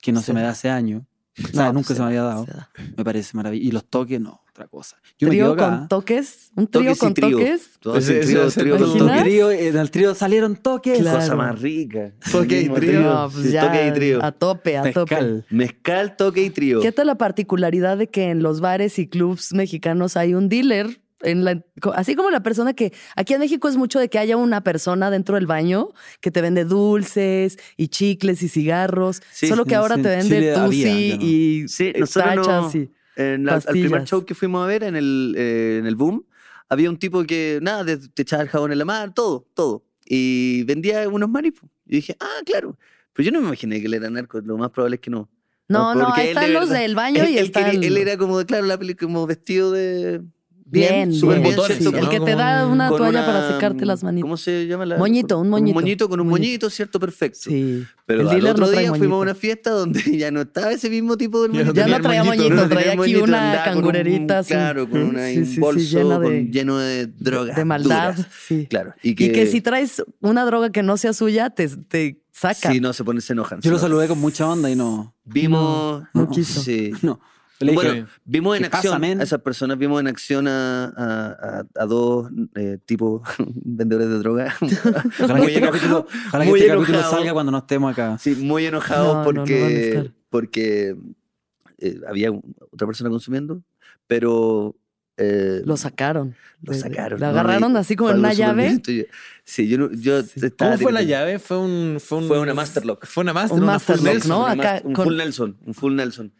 D: que no
B: Se
D: se me da hace años, o sea,
B: no,
D: nunca
B: pues
D: se me había
B: da,
D: dado,
B: se da.
D: me parece maravilloso. Y los toques, no, otra cosa. Yo me ¿ah?
B: Trío
D: quedo acá. ¿eh?
B: con toques, un trío
E: Toques y
B: con
E: trío.
B: toques.
E: Todo así,
C: Ese- ese
E: trío,
C: va a ser
E: trío
B: tu-
E: con toque.
B: ¿Imaginas?
D: Trío, en el trío salieron toques.
B: Claro.
E: Cosa más rica.
C: Toque y
E: Mismo
C: trío.
B: No, pues
E: Sí,
B: ya,
E: Toque y trío.
B: a tope, a tope.
D: Mezcal.
E: Mezcal, toque y trío.
B: ¿Qué tal la particularidad de que en los bares y clubs mexicanos hay un dealer? En la- co- así como la persona que aquí en México es mucho de que haya una persona dentro del baño que te vende dulces y chicles y cigarros,
E: Sí,
B: solo que
D: sí,
B: ahora
D: sí,
B: te
D: en
B: vende
D: Chile había,
B: tusi
D: ya no.
B: y
E: Sí,
B: eh,
E: nosotros no-
B: tachas y-
E: En la- al primer
B: pastillas.
E: show que fuimos a ver en el, eh, en el Boom, había un tipo que, nada, te, te echaba el jabón en la mano, todo, todo. Y vendía unos maripos. Y dije, ah, claro. Pero yo no me imaginé que él era narco, lo más probable es que no.
B: No,
E: No,
B: no,
E: porque
B: ahí
E: él
B: están
E: de
B: los
E: verdad-
B: del baño
E: él,
B: Ah, y
E: él
B: están.
E: quería- él era como, claro, la película, como vestido de.
B: bien,
E: súper
B: bien,
E: bien,
C: botones,
B: sí,
E: ¿cierto?
B: El
C: ¿no?
B: que te
C: Como
B: da
C: un-
B: una
E: con
B: toalla
E: una,
B: para secarte
E: mm,
B: las manitas.
E: ¿Cómo se llama? La,
B: Moñito, un
E: con
B: moñito,
E: Un moñito con un
B: moñito.
E: moñito, ¿cierto? Perfecto.
B: Sí.
E: Pero
B: el
E: al
B: dealer
E: otro
B: no trae
E: día fuimos a
B: moñito.
E: una fiesta donde ya no estaba ese mismo tipo del
C: Ya no
E: moñito.
B: Ya
C: tenía
B: no
C: el
B: traía
C: moñito,
B: moñito,
C: no
B: traía
E: el
B: aquí
E: moñito,
B: una
E: andaba con un-
B: cangurerita así.
E: Claro, con una,
B: Sí, sí,
E: un
B: sí,
E: bolso
B: llena
E: con-
B: de-
E: lleno de drogas.
B: de maldad.
E: duras.
B: Sí.
E: Claro. Y que,
B: Y que si traes una droga que no sea suya, te, te sacan.
E: si no se ponen, se enojan.
D: Yo lo
E: se enojan.
D: saludé con mucha onda y no.
E: Vimos.
B: No
D: no.
B: quiso.
E: Sí.
D: no. Le dije,
E: Bueno, vimos en
D: ¿qué pasa,
E: acción
D: men?
E: a esas personas, vimos en acción a, a- a- a dos eh, tipos vendedores de droga.
D: ojalá que
E: muy
D: este
E: enojado,
D: capítulo, ojalá que
E: muy
D: este capítulo
E: enojado.
D: salga cuando no estemos acá.
E: Sí, muy enojados
B: No, no, no van a
E: porque,
B: estar.
E: porque eh, había un- otra persona consumiendo, pero eh,
B: Lo sacaron.
E: lo
B: De- de-
E: sacaron.
B: Lo
E: ¿no?
B: agarraron
E: Y
B: así como
E: fue
B: en
E: algo
B: una
E: súper
B: llave.
E: violento. Yo- sí, yo, no- yo
B: Sí.
E: estaba
C: ¿Cómo fue la
E: terrible.
C: llave? Fue un. Fue, un,
E: Fue una Masterlock.
C: Fue una Master,
B: Un
C: una
B: Masterlock,
C: full Nelson.
B: ¿no?
E: Un
B: Acá
E: mas- un
B: con-
E: full Nelson, un full Nelson.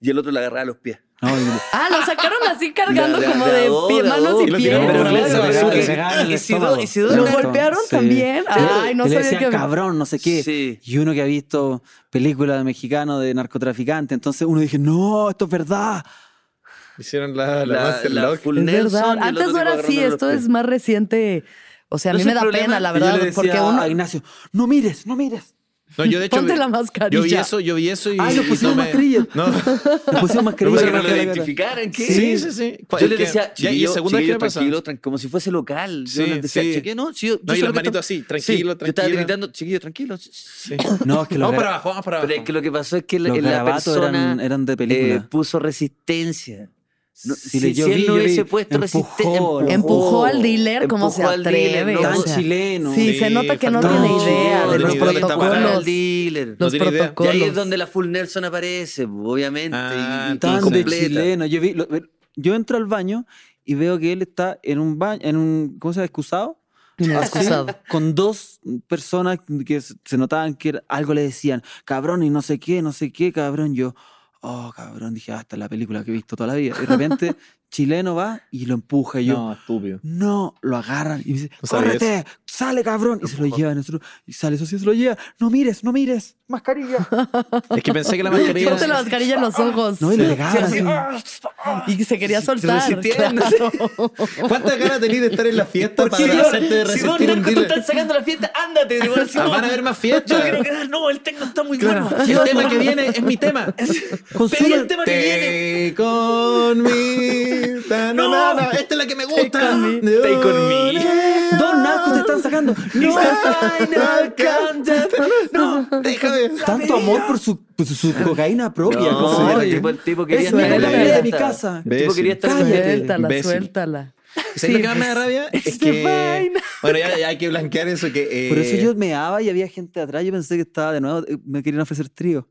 E: Y el otro le agarraba los pies.
D: No, y-
B: Ah, lo sacaron así cargando
E: De- de-
B: como
E: de
B: de
E: ador,
B: pie-
E: de
B: manos
E: ador.
B: y
C: Y lo
B: pies.
C: tiraron por la mesa,
B: ¿verdad?
C: ¿verdad?
E: Y si do- y si do-
B: ¿Lo golpearon también? Ay, no
D: se
B: sabía que-
D: cabrón, no sé qué.
E: Sí.
D: Y uno que ha visto películas de mexicanos de narcotraficantes, entonces uno dije, no, esto es verdad.
C: Hicieron Ah, la, la,
E: La- la
C: Masterlock.
E: full
B: Es verdad.
E: Nelson. y el
B: Antes
E: otro
B: no era
E: tipo
B: así.
E: agarrándole los
B: Esto
E: pies.
B: es más reciente. O sea, a
E: No
B: mí
E: es
B: me
E: el
B: da
E: problema.
B: pena, la
D: Y yo
B: verdad,
D: le decía
B: porque uno.
D: a Ignacio, no mires, no mires.
C: No, yo de hecho.
B: Ponte
C: vi-
B: la mascarilla. Ah,
C: yo vi eso, yo vi eso y.
D: Ay, nos
C: y
D: pusimos
C: no me-
D: mascarillas.
C: No.
D: Nos pusimos
C: Pero
D: mascarillas.
C: bueno,
E: Pero
D: en la
E: no lo
C: que
D: cara.
E: identificaran, ¿qué?
C: Sí, sí, sí.
E: Yo
C: Pues Es
E: les
C: que-
E: decía,
C: ya, y
E: chiquillo,
C: segunda vez que
E: chiquillo,
C: me pasa.
E: tranquilo, tran- como si fuese local.
C: Sí,
E: yo les decía,
C: sí.
E: chiquillo, no, sí, yo,
C: No, y
E: yo
C: las
E: solamente
C: manitos
E: estaba-
C: así,
E: Sí,
C: tranquilo,
E: Yo estaba
C: tranquilo.
E: gritando, chiquillo, tranquilo. sí, sí.
C: Sí.
D: No, es que los,
C: Vamos
D: gra-
C: para abajo, vamos para
E: Pero es
C: abajo.
E: que lo que pasó es que la,
D: los
E: la
D: garabatos
E: persona
D: eran, eran de
E: eh,
D: película.
E: puso resistencia. No,
D: Sí,
E: si,
D: yo
E: si él
D: vi,
E: no
D: yo
E: hubiese
D: vi.
E: puesto
D: Empujó,
E: resistencia.
D: ¿no?
B: Empujó al dealer, ¿cómo se
E: Empujó al dealer,
B: atreve?
E: no,
B: O
D: Tan
B: sea,
D: chileno.
B: Sí,
C: Sí,
B: se nota que no tiene
D: fantástico.
B: idea de
C: No
B: los
C: tiene idea, está
E: Empujó
C: parado.
E: al
B: protocolos.
E: dealer.
B: Los
C: tiene idea.
E: Y ahí es
B: protocolos.
E: donde la full Nelson aparece, pues, obviamente.
C: Ah,
E: y- y,
D: Tan de
E: completa.
D: chileno. Yo, vi, lo- yo entro al baño y veo que él está en un baño, en un, ¿cómo se llama? Excusado.
B: En el
D: Así,
B: excusado.
D: Con dos personas que se se notaban que era- algo le decían, cabrón y no sé qué, no sé qué, cabrón. Yo, oh, cabrón, dije, ah, esta es la película que he visto toda la vida. Y de repente, chileno va y lo empuja. Y yo, no,
C: estúpido.
D: lo agarran. Y me dice,
C: No sabía
D: córrete, sale, cabrón. Y se lo
E: empujó.
D: lleva. Nosotros, y sale, socio, se lo lleva. No mires, no mires, mascarilla.
C: Es que pensé que la
B: Ponte la
C: mascarilla. Ah,
B: mascarilla en los ojos.
D: No, y le pegaban.
B: Ah,
E: así, ah,
D: así.
B: Y se quería soltar.
E: resistieron.
B: claro.
C: ¿Cuántas ganas tenías de estar en la fiesta
E: Porque
C: para
E: yo-
C: hacerte
E: si vos
C: resistir un
E: narcos te están
C: dealer?
E: sacando la fiesta, ándate. digo, si
C: Ah,
E: no,
C: Van a haber más
E: Yo creo
C: fiestas.
E: que ah, no, el tecno está muy
C: Claro.
E: bueno.
C: El tema que viene es mi tema.
E: Pedí
D: Consume,
E: el tema que viene.
C: Take on me. Ta, na,
E: No.
C: na, na. Esta es la que me gusta. Take on me.
E: Take on me.
D: dos narcos te están sacando. No,
E: Final countdown.
C: Déjame.
D: tanto amor por su, por su- su cocaína propia.
E: No,
D: ¿cómo se llama?
E: el tipo, el tipo quería
D: Eso
E: estar
D: era
E: en
D: la
E: la
D: vida de mi
E: fiesta.
D: casa.
E: El tipo quería estar en la
D: Cállate.
E: fiesta.
B: Suéltala,
C: Imbécil.
B: suéltala.
C: ¿Sabes lo que más me da rabia? Es que.
B: vaina.
C: Bueno, ya, ya hay que blanquear eso que. eh,
D: Por eso yo meaba y había gente atrás. Yo pensé que estaba de nuevo, eh, me querían ofrecer trío.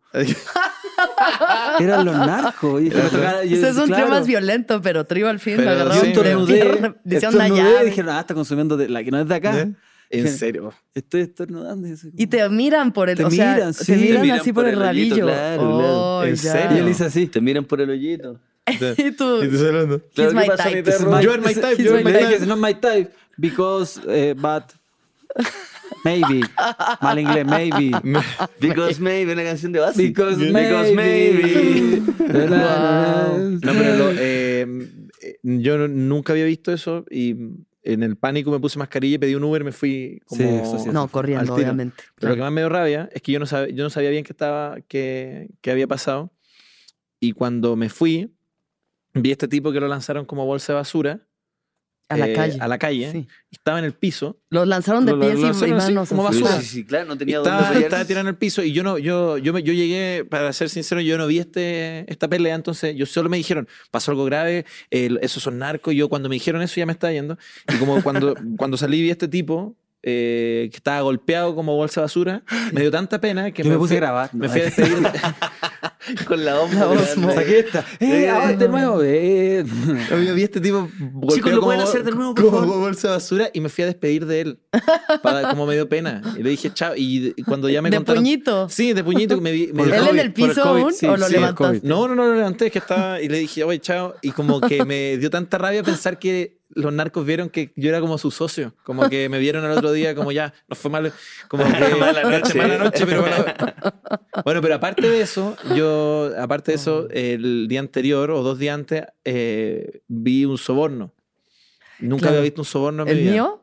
D: Eran los narcos. Y me tocaba- yo-
B: Ese es un
D: claro.
B: trío más violento, pero trío al fin.
C: Pero
B: lo agarraron
C: sí,
D: Yo
B: entre
D: estornudé,
B: pierna, le hicieron una
D: estornudé
B: llave.
D: y dijeron, ah, está consumiendo de la que no es de acá.
C: ¿Eh? En serio.
D: Estoy estornudando. Y, así como-
B: Y te miran por el,
D: Te
B: o sea,
D: miran, sí.
B: te miran
E: Te miran
B: así por,
E: por
B: el
E: el hoyito,
B: rabillo.
E: claro, claro.
B: Ay,
C: ¿En
B: ya.
D: Y
C: serio?
D: él dice así.
E: Te miran por el hoyito.
B: Y tú,
C: estoy hablando.
E: Claro,
B: He's my
E: ¿qué pasa, mi
B: type.
E: perro?
C: Yo en my type,
D: He's
C: yo
D: my
C: en my
D: type.
C: type.
D: It's not my type. Because, eh, but, maybe. Mal inglés, maybe.
E: Because Maybe, una canción de base.
D: Because
E: Because
D: maybe.
B: Wow.
C: No, pero lo, eh, eh, yo no- nunca había visto eso y en el pánico me puse mascarilla y pedí un Uber y me fui como
D: Sí, eso sí, eso
B: no,
C: al
B: corriendo,
C: tiro.
B: obviamente.
C: Pero lo que más me dio rabia es que yo no, sab- yo no sabía bien qué estaba, qué, qué había pasado. Y cuando me fui, vi a este tipo que lo lanzaron como bolsa de basura.
B: a la
C: eh,
B: calle.
C: A la calle.
B: Sí.
C: Estaba en el piso.
B: Los lanzaron de
C: Lo
B: pies y- y
C: lanzaron así,
B: manos.
C: como
B: así.
C: basura.
E: Sí, sí, claro, no tenía dónde
C: Estaba,
E: apoyarse.
C: estaba tirado en el piso y yo no, yo, yo, me- yo llegué, para ser sincero, yo no vi este, esta pelea, entonces yo solo me dijeron, pasó algo grave, eh, esos son narcos, y yo cuando me dijeron eso ya me estaba yendo, y como cuando, cuando salí vi a este tipo eh, que estaba golpeado como bolsa de basura, me dio tanta pena que
D: Yo me puse
C: fui-
D: a grabar.
C: Me fui a despedir.
E: Con la
B: La
E: hombro.
B: osmo.
E: grande.
D: Saqué esta. Eh, ahora de nuevo. Eh.
C: Yo vi a este tipo golpeado
E: Chicos, ¿lo
C: como,
E: pueden hacer de nuevo, por
C: como
E: favor?
C: bolsa de basura y me fui a despedir de él, para- como me dio pena. Y le dije, chao, y cuando ya me
B: de
C: contaron...
B: puñito.
C: Sí, de puñito que me, vi- me
D: Por
C: dio
B: ¿Él en
C: COVID.
B: el
D: por el
B: piso
D: COVID,
B: aún
D: sí,
B: o lo
C: sí, por el COVID.
B: levantaste?
C: No, no, no, lo levanté, es que estaba y le dije, oye, chao. Y como que me dio tanta rabia pensar que los narcos vieron que yo era como su socio, como que me vieron al otro día, como ya, no fue mal, como que
E: Mala noche.
C: mala noche, pero mala- bueno, pero aparte de eso, yo, aparte de eso, el día anterior o dos días antes, eh, vi un soborno. Nunca
B: Claro.
C: había visto un soborno en mi
B: ¿El
C: vida.
B: mío?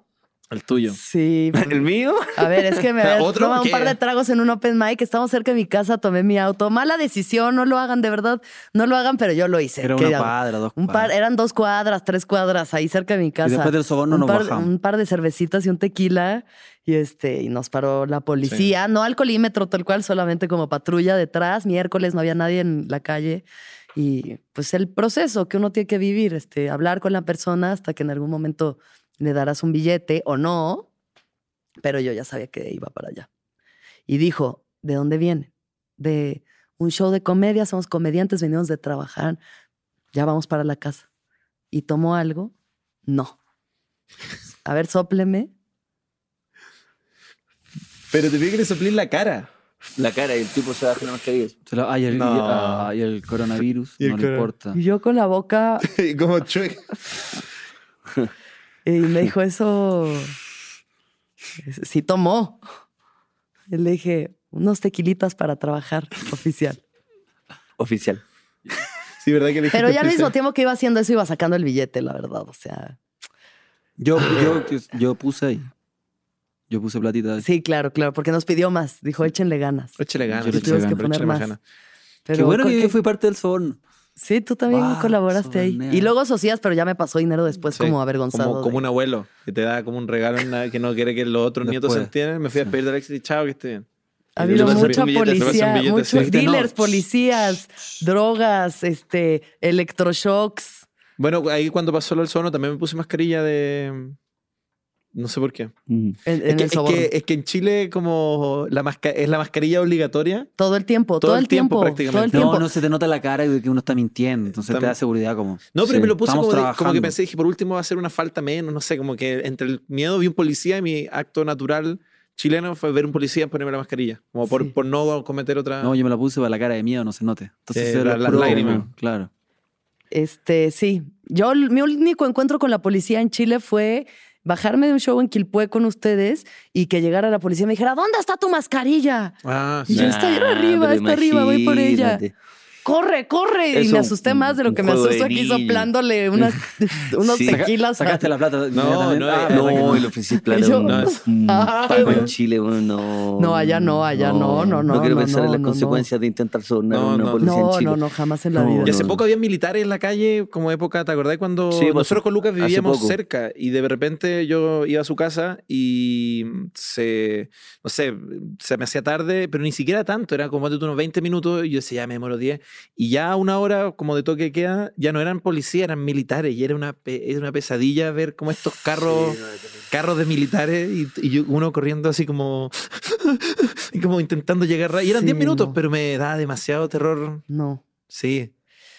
C: El tuyo.
B: Sí.
E: ¿El mío?
B: A ver, es que me había
C: ¿Otro?
B: tomado un
C: ¿Qué?
B: par de tragos en un open mic. Estamos cerca de mi casa, tomé mi auto. Mala decisión, no lo hagan, de verdad. No lo hagan, pero yo lo hice.
D: Era
B: ¿Qué
D: una
B: hago?
D: cuadra, dos
B: Un par,
D: cuadras.
B: eran dos cuadras, tres cuadras ahí cerca de mi casa.
D: después del soborno
B: un
D: nos
B: par,
D: bajamos.
B: Un par de cervecitas y un tequila y este y nos paró la policía, no al colímetro tal cual, solamente como patrulla detrás. Miércoles no había nadie en la calle y pues el proceso que uno tiene que vivir, este, hablar con la persona hasta que en algún momento le darás un billete o no, pero yo ya sabía que iba para allá. Y dijo, ¿de dónde vienen? De un show de comedia, somos comediantes, venimos de trabajar, ya vamos para la casa. ¿Y tomo algo? No. A ver, sópleme.
C: Pero te pido que le soplé en la cara.
E: La cara y el tipo se baja una mascarilla.
D: Se lo- Ay, el,
C: No.
D: y- ah, y el coronavirus
C: Y el
D: no le
C: corona-
D: importa.
B: Y yo con la boca
C: como chueca.
B: eh, y me dijo eso. es- Sí tomó. Y le dije, unos tequilitas para trabajar oficial.
E: Oficial.
C: Sí, verdad que le
B: Pero
C: dijiste
B: ya al mismo
C: oficial.
B: tiempo que iba haciendo eso, iba sacando el billete, la verdad. O sea,
D: Yo, yo, yo puse ahí. Yo puse platita.
B: Sí, claro, claro, porque nos pidió más. Dijo, échenle ganas.
C: Échale ganas.
D: Yo le
C: échale
D: eché
C: ganas,
D: ganas,
B: que poner
C: échale más
B: más.
C: ganas.
D: Qué bueno
B: ¿con
D: que
B: qué?
D: fui parte del soborno.
B: Sí, tú también
D: Wow,
B: colaboraste ahí.
D: sobornea.
B: Y luego socias, pero ya me pasó dinero después
C: Sí,
B: como avergonzado.
C: Como, como
B: de-
C: un abuelo que te da como un regalo en la- que no quiere que los otros nietos se
D: Después.
C: enteren. Me fui a despedir del éxito y chao, que esté bien.
B: Ha
C: Yo
B: habido
C: le pasé
B: mucha
C: un billete, le pasé un
B: policía,
C: billete,
B: muchos
C: sí.
D: Dijiste, no,
B: dealers,
D: shh,
B: policías, drogas, este, electroshocks.
C: Bueno, ahí cuando pasó lo del sono también me puse mascarilla de. No sé por qué.
E: Mm.
B: En,
C: Es
B: en
C: que,
B: el
C: es,
B: soborno.
C: que, es que en Chile como la masca- es la mascarilla obligatoria.
B: todo el tiempo, todo, el tiempo, todo el
C: prácticamente.
B: tiempo.
D: No, no se te nota la cara de que uno está mintiendo. Entonces te
C: Estamos-
D: da seguridad como.
C: No, pero
D: sí,
C: me lo puse
D: estamos
C: como, de- como que
D: trabajando.
C: pensé, dije, por último va a ser una falta menos, no sé, como que entre el miedo vi un policía y mi acto natural chileno fue ver un policía y ponerme la mascarilla, como por,
B: Sí.
C: por no cometer otra...
D: No, yo me la puse para la cara de miedo, no se note. Entonces
C: Sí,
D: se ve
C: la-
D: lo
C: las
D: puro,
C: lágrimas.
D: Claro.
B: Este, sí. Yo, l- mi único encuentro con la policía en Chile fue bajarme de un show en Quilpué con ustedes y que llegara la policía y me dijera, ¿dónde está tu mascarilla?
C: Ah,
B: Y
C: sí.
B: yo está bien
E: Ah,
B: arriba,
E: pero
B: está arriba, voy por ella.
E: imagínate.
B: ¡Corre, corre! Y
E: Es
B: me
E: un-
B: asusté más de lo
E: un
B: que me
E: juego de
B: asusto aquí
E: niños.
B: soplándole unas, unos
E: Sí. Saca-
B: tequilas. a-
D: Sacaste la plata. inmediatamente.
C: no,
D: Ah,
B: Ah,
C: eh,
D: verdad que
E: No, y le ofrecí plata
B: Yo-
E: a un-
C: No, es-
E: un
B: Ah,
E: pago
B: bueno.
E: en Chile, bueno, no.
B: No, allá no, allá no, no, no,
E: No quiero
B: no,
E: pensar en
B: no,
E: las
B: no,
E: consecuencias de intentar sobornar
C: No,
E: a
C: no.
E: una policía en
B: No,
E: Chile.
B: no, no, jamás en la
E: No,
B: vida.
C: Y hace
E: no.
C: poco había militares en la calle, como época, ¿te acordás? Cuando
E: Sí, pues,
C: nosotros con Lucas
E: hace
C: vivíamos
E: poco.
C: cerca y de repente yo iba a su casa y mm, se, no sé, se me hacía tarde, pero ni siquiera tanto, era como ponte tú unos 20 minutos y yo decía, ya me demoro 10. Y ya a una hora como de toque de queda, ya no eran policías, eran militares y era una, pe- era una pesadilla ver como estos carros, carros de militares y, y yo- uno corriendo así como, y como intentando llegar. ra- Y eran
B: Sí,
C: 10 minutos,
B: no.
C: pero me da demasiado terror.
B: No.
C: Sí.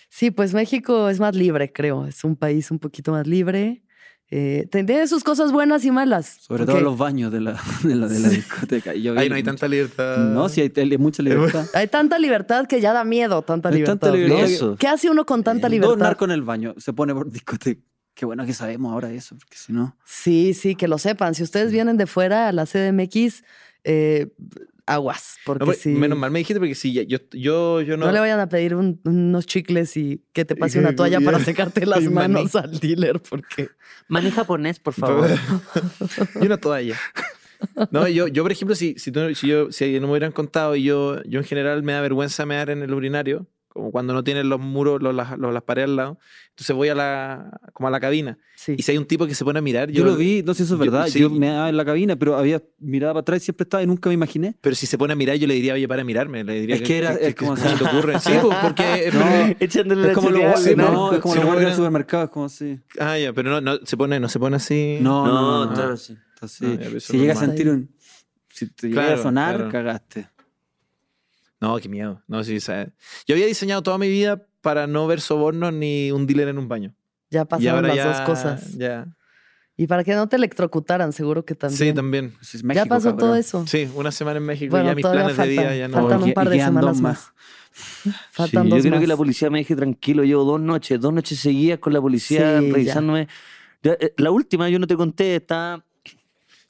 B: Sí, pues México es más libre, creo. Es un país un poquito más libre. Eh, ten- tiene sus cosas buenas y malas.
D: Sobre todo
B: porque
D: los baños de la, de la, de la discoteca. Y yo vi-
C: Ahí no hay tanta libertad.
D: No, sí, hay, hay mucha libertad.
B: Hay tanta libertad que ya da miedo, tanta
D: Hay
B: libertad.
D: tanta libertad
B: ¿no?
E: Eso.
B: ¿Qué hace uno con
C: Eh,
B: tanta
D: Dos
B: libertad?
D: narcos en el baño. Se pone por discoteca. Qué bueno que sabemos ahora eso, porque si no.
B: Sí, sí, que lo sepan. Si
C: Mm.
B: ustedes vienen de fuera a la CDMX, eh, aguas, porque
C: No, pero
B: sí-
C: Menos mal me dijiste porque sí, ya- yo, yo, yo
B: No,
C: no.
B: le vayan a pedir un- unos chicles y que te pase una toalla para secarte las
C: Y un maní.
B: manos al dealer, porque
E: Maneja japonés, por
C: y una toalla. No, yo, yo por ejemplo, si, si, tú- si yo, si no me hubieran contado, y yo, yo en general me da vergüenza mear en el urinario, como cuando no tienen los muros, los, las, los- las paredes al lado. Entonces voy a la, como a la cabina.
B: sí.
C: Y si hay un tipo que se pone a mirar,
D: Yo, lo vi, no sé si eso es
C: yo-
D: verdad. Yo,
C: sí.
D: me daba en la cabina, pero había mirado para atrás y siempre estaba y nunca me imaginé.
C: Pero si se pone a mirar, yo le diría, oye, para mirarme. Le diría
D: Es que era- eh, es como
C: ¿cómo se
D: así.
C: te ocurre? Sí, pues, porque.
D: No,
B: Mm.
E: Echándole
D: es
E: la
D: como los
E: chuleada,
D: guardias-
E: ¿no?
D: no, es como
C: Si
D: los
C: no
D: guardias del
C: hubiera-
D: supermercado, es como así.
C: Ah, ya, pero no, no, se pone, no se pone así.
D: No, no,
E: No,
D: no,
E: claro, sí.
D: Está así.
C: Ah, ya, pero eso
D: si
C: es
D: llega a
B: normal.
D: sentir un. Si te llega
C: Claro,
D: a sonar,
C: claro.
D: cagaste.
C: No, qué miedo. No, sí, o sea, Yo había diseñado toda mi vida para no ver sobornos ni un dealer en un baño.
B: ya
C: y
B: pasaron
C: ahora
B: las
C: ya,
B: dos cosas.
C: Ya.
B: Y para que no te electrocutaran, seguro que también.
C: Sí, también.
D: Pues es
B: ya
D: México,
B: pasó
D: cabrón.
B: todo eso.
C: Sí, una semana en México y
B: Bueno,
C: ya mis
B: todavía
C: planes de vida
B: faltan-
C: ya
B: faltan
C: no.
D: Porque-
B: un par
D: y
B: de
D: quedan
B: semanas
D: dos
B: más.
D: más.
B: Faltan
E: Sí,
B: dos
E: yo creo que la
B: más.
E: policía me deje tranquilo. Llevo dos noches, dos noches seguidas con la policía
B: Sí, ya.
E: revisándome. Ya, eh, La última, yo no te conté, está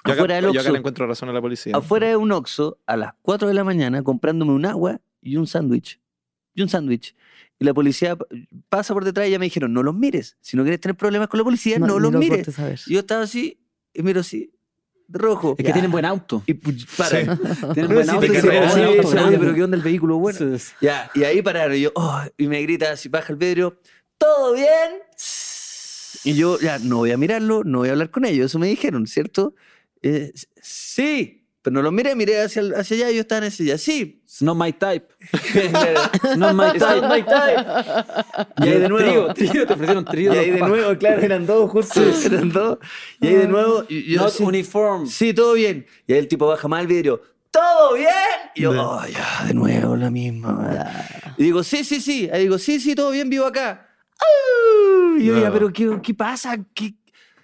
C: Yo acá,
E: afuera del
C: yo acá
E: Oxxo.
C: le encuentro razón a la policía.
E: Afuera de un Oxxo, a las 4 de la mañana, comprándome un agua y un sándwich. Y un sándwich. Y la policía pa- pasa por detrás y ya me dijeron, no los mires. Si no quieres tener problemas con la policía, no,
B: ni
E: los mires.
B: voltees a ver.
E: Y yo estaba así, y miro así, rojo.
D: Es que
E: Ya.
D: tienen buen auto.
E: Y pues, para.
D: Tienen
E: No,
D: buen
E: si
D: auto.
E: te
D: y se ponen
E: carreras, sí,
D: autos
E: sí,
D: grandes.
E: oye, "Oh, pero ¿qué onda el vehículo bueno?
D: Sí, sí.
E: Ya, y ahí pararon. Y yo, oh, y me grita así, baja el vidrio, ¿todo bien? Y yo, ya, no voy a mirarlo, no voy a hablar con ellos. Eso me dijeron, ¿cierto? Eh, sí. Pero no lo miré, miré hacia, el- hacia allá y yo estaba en ese ya, sí.
D: It's not my type. It's not my
E: It's not
D: type.
E: my time. Y ahí de nuevo.
D: Trío, trío, te ofrecieron trío.
E: Y ahí de
D: papá.
E: nuevo, claro, eran dos juntos, eran dos. Y ahí de nuevo, y- y yo,
D: Not
E: sí,
D: uniform.
E: sí, todo bien. Y ahí el tipo baja más el vidrio, ¿todo bien? Y yo, oh, ya, de nuevo la misma.
B: ah,
E: Y digo, sí, sí, sí. Ahí digo, sí, sí, todo bien, vivo acá. ¡Au! Y yo,
C: No.
E: ya, pero ¿qué, qué pasa? ¿Qué-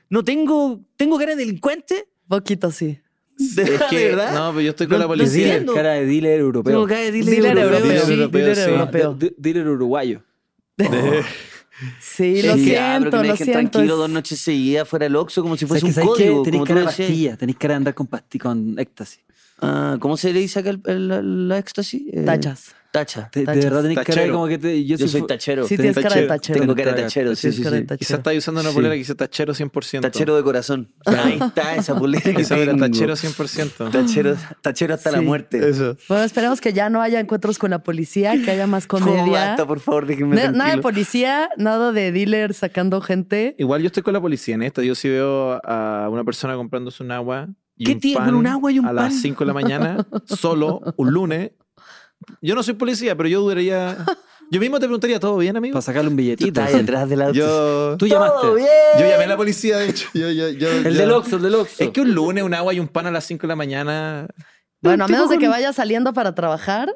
E: ¿No tengo, tengo cara de delincuente?
B: Poquito sí.
C: Es
E: ¿De
C: que,
E: verdad?
C: no, pero yo estoy con
E: No-
C: la
E: no
D: Dealer,
C: policía.
E: entiendo.
D: cara de dealer europeo. Ah,
E: Tengo cara de
B: Dealer
E: dealer
B: europeo,
E: europeo.
B: sí,
C: europeo,
B: dealer
C: sí.
B: europeo.
D: De- de- Dealer uruguayo.
B: Sí, lo
E: Sí, ya,
B: siento,
E: pero que me
B: lo
E: dejen
B: siento.
E: tranquilo
B: es-
E: dos noches seguidas fuera del Oxxo como si
D: ¿Sabes
E: fuese
D: que,
E: un
D: sabes que
E: código.
D: Tenéis
E: como tú
D: cara de
E: decías.
D: pastilla, tenéis cara de andar con pastilla, con éxtasis.
E: Ah, ¿Cómo se le dice acá el- el- la- la éxtasis? Eh,
B: Tachas.
E: Tacha.
D: Te- de
B: Tachas.
D: verdad tenés cara de
C: Tachero.
D: como que te, yo,
E: Yo
D: si
E: soy
D: fu-
E: tachero.
B: Sí,
D: Tengo
B: tienes cara de
D: tachero.
B: tachero.
E: Tengo cara de
D: Tienes
E: tachero, sí,
B: Tienes
E: sí,
B: cara de
E: sí.
C: Quizás está usando una
D: Sí.
C: polera que dice tachero 100%.
E: Tachero de corazón. Ahí está esa pulera que
C: Esa era
E: tengo.
C: tachero 100%.
E: Tachero, tachero hasta la
B: Sí.
E: muerte.
C: Eso.
B: Bueno, esperemos que ya no haya encuentros con la policía, que haya más
E: ¿Cómo
B: comedia.
E: basta, por favor, déjenme
B: Na- Nada de
E: tranquilo.
B: policía, nada de dealer sacando gente.
C: Igual yo estoy con la policía en esta. Yo si veo a una persona comprándose un agua. Y
E: ¿Qué
C: un
E: tiene?
C: pan
E: ¿Un agua y un
C: A las
E: pan?
C: 5 de la mañana, solo, un lunes. Yo no soy policía, pero yo duraría. Yo mismo te preguntaría, ¿todo bien, amigo?
D: Para sacarle un
E: Tú
D: billetito.
E: estás ahí atrás del auto.
C: Yo,
D: Tú llamaste.
E: ¡Todo bien!
C: yo llamé a la policía, de hecho. Yo- yo- yo-
D: El
C: yo-
D: del Oxxo, el del Oxxo.
C: Es que un lunes, un agua y un pan a las 5 de la mañana.
B: Bueno, a menos de que vaya saliendo para trabajar,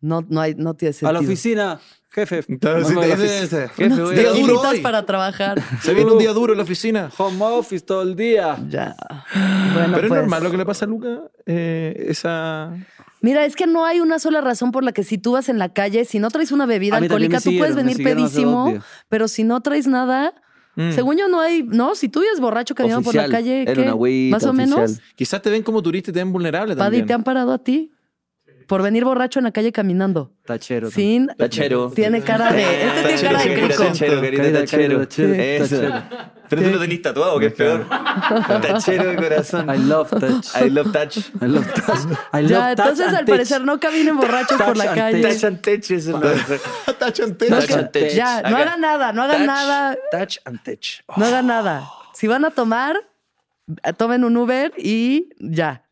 B: no, no, hay, no tiene sentido.
D: A la oficina, jefe.
C: Entonces,
D: Vamos a la
C: ese-
D: oficina.
C: ese-
D: Jefe, voy a-
C: Día
B: Te
C: duro
B: invitas
C: hoy.
B: para trabajar.
C: Se viene un día duro en la oficina.
D: Home office todo el día.
B: Ya. Bueno,
C: Pero
B: pues.
C: es normal lo que le pasa a Luca. eh, esa.
B: Mira, es que no hay una sola razón por la que si tú vas en la calle, si no traes una bebida
D: A mí también me
B: alcohólica, tú puedes
D: siguieron, me
B: venir
D: siguieron hace dos
B: pedísimo,
D: días.
B: pero si no traes nada,
C: Mm.
B: según yo no hay, no, si tú ibas borracho caminando por la
E: Oficial,
B: calle,
E: era
B: ¿qué?
E: una agüita
B: más o
E: oficial.
B: menos,
C: Quizás te ven como turista y te ven vulnerable
B: Paddy,
C: también.
B: te han parado a ti por venir borracho en la calle caminando.
D: Tachero. también.
B: Sin
E: Tachero.
B: tiene cara de, este tiene cara de
E: Tachero,
B: crico.
E: tachero, carita
D: Carita,
E: tachero.
D: tachero,
E: Eso. Pero tú lo tenés tatuado, que es peor. Tachero de corazón.
D: I love touch.
E: I love touch.
D: I love touch. I love
B: Ya,
D: touch
B: entonces
D: and
B: al
D: touch.
B: parecer no caminen borrachos por la
D: Touch and
B: calle.
E: Touch and touch es el
B: No,
E: Touch and touch.
B: Ya, no
E: Acá.
B: hagan nada, no hagan
E: Touch,
B: nada.
E: Touch and touch.
B: No hagan nada. Si van a tomar, eh, tomen un Uber y ya.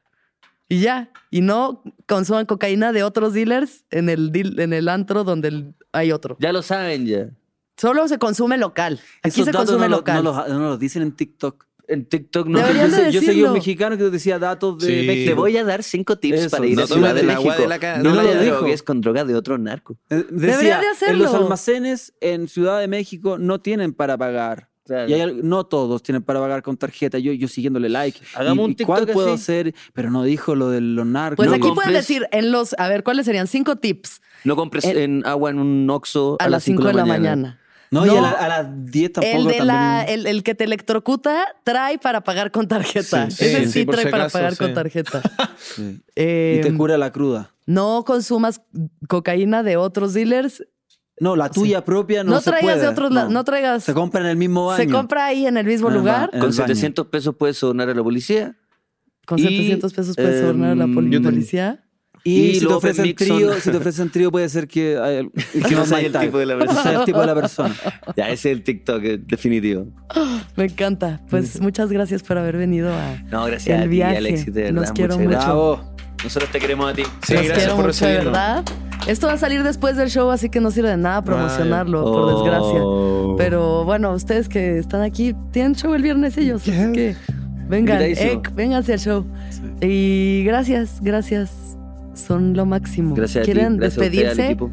B: Y ya. Y no consuman cocaína de otros dealers en el, deal- en el antro donde el- hay otro.
E: Ya lo saben ya.
B: Solo se consume local. Aquí
D: Esos
B: se
D: datos
B: consume
D: no lo-
B: local.
D: No los, no los dicen en TikTok.
E: En TikTok no.
B: Deberían
D: yo,
B: de
D: sé- yo seguí un
B: decirlo.
D: mexicano que decía datos de
C: Sí.
D: México.
E: Te voy a dar cinco tips
D: Eso,
E: para ir
D: no
E: a Ciudad
D: tomes
E: de
D: el
E: México.
C: agua de la ca-
E: no,
D: no
E: la
D: lo dijo.
E: drogues con droga de otro narco.
D: Eh,
B: Debería de
D: En los
B: hacerlo.
D: almacenes en Ciudad de México no tienen para pagar.
E: Claro.
D: Y hay al- no todos tienen para pagar con tarjeta. Yo, yo siguiéndole like.
E: Hagamos
D: ¿Y-
E: un
D: y ¿Cuál
E: TikTok
D: puedo
E: así?
D: hacer? Pero no dijo lo de los narcos.
B: Pues
D: No,
B: aquí
D: con-
B: pueden
E: compres-
B: decir en los, a ver, ¿cuáles serían cinco tips
E: No compres en agua en un Oxxo
B: a, las cinco de la mañana?
D: no, y
B: no.
D: a, la- a las 10 tampoco.
B: El, de la,
D: también.
B: el, el que te electrocuta trae para pagar con tarjeta.
C: Sí, sí,
B: Ese sí,
C: sí, por
B: trae
C: si
B: para
C: acaso,
B: pagar
C: sí.
B: con tarjeta.
D: Sí. Y te
B: Em,
D: cura la cruda.
B: No consumas cocaína de otros dealers.
D: No, la tuya propia no,
B: No,
D: se
B: traigas de
D: puede.
B: otros lados. No traigas.
D: Se compra en el mismo baño.
B: Se compra ahí en el mismo
D: En el ba-
B: lugar.
D: en el
E: Con
D: baño.
E: 700 pesos puedes sonar a la policía.
B: Con
E: Y,
B: 700 pesos puedes
E: em,
B: sobornar a la poli-
E: yo te-
B: policía.
D: Y,
E: Y
D: si, te
E: luego
D: ofrecen
E: Nixon.
D: trío, si te ofrecen trío, puede ser que. hay- que
E: no
D: no
E: sea
D: hay
E: el
D: tal.
E: tipo de la
D: No sea el tipo de la persona.
E: Ya, ese es el TikTok eh, definitivo.
B: Me encanta.
E: Mm.
B: Pues muchas gracias por haber venido a.
E: No, gracias
B: El
E: a ti,
B: viaje.
E: Alexis, de verdad.
B: Los quiero
E: muchas gracias.
D: Bravo.
E: Nosotros te queremos a ti.
C: Sí,
B: Los
C: gracias
B: quiero
C: por
B: mucho, de
C: recibirnos.
B: ¿verdad? Esto va a salir después del show, así que no sirve de nada promocionarlo, por desgracia.
E: Oh.
B: Pero bueno, ustedes que están aquí, tienen show el viernes ellos, así que vengan,
E: Invitadísimo.
B: ec, vénganse al show. Y gracias, gracias. Son lo máximo.
E: Gracias a ti.
B: ¿Quieren
E: gracias a usted, al
B: despedirse?
E: equipo.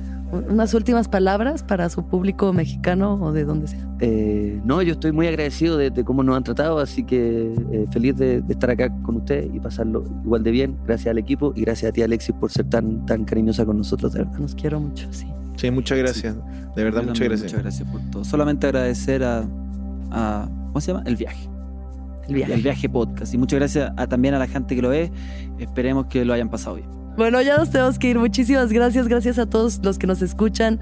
B: Unas últimas palabras para su público mexicano o de donde sea.
E: Eh, no, yo estoy muy agradecido de, de cómo nos han tratado, así que eh, feliz de, de estar acá con ustedes y pasarlo igual de bien. Gracias al equipo y gracias a ti, Alexis, por ser tan, tan cariñosa con nosotros, de verdad.
B: Los quiero mucho, sí.
C: Sí, muchas gracias. De
D: Yo
C: verdad, muchas
D: también,
C: gracias.
D: Muchas gracias por todo. Solamente agradecer a, a- ¿cómo se llama? El viaje.
B: El viaje.
D: El viaje podcast. Y muchas gracias a- también a la gente que lo ve. Esperemos que lo hayan pasado bien.
B: Bueno, ya nos tenemos que ir. Muchísimas gracias. Gracias a todos los que nos escuchan.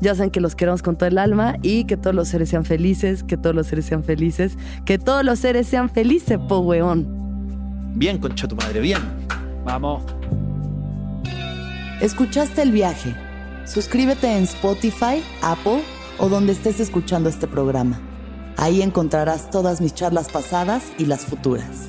B: Ya saben que los queremos con todo el alma y que todos los seres sean felices, que todos los seres sean felices, que todos los seres sean felices, po weón.
C: Bien, concha tu madre, bien.
D: Vamos.
A: ¿Escuchaste el viaje? Suscríbete en Spotify, Apple o donde estés escuchando este programa. Ahí encontrarás todas mis charlas pasadas y las futuras.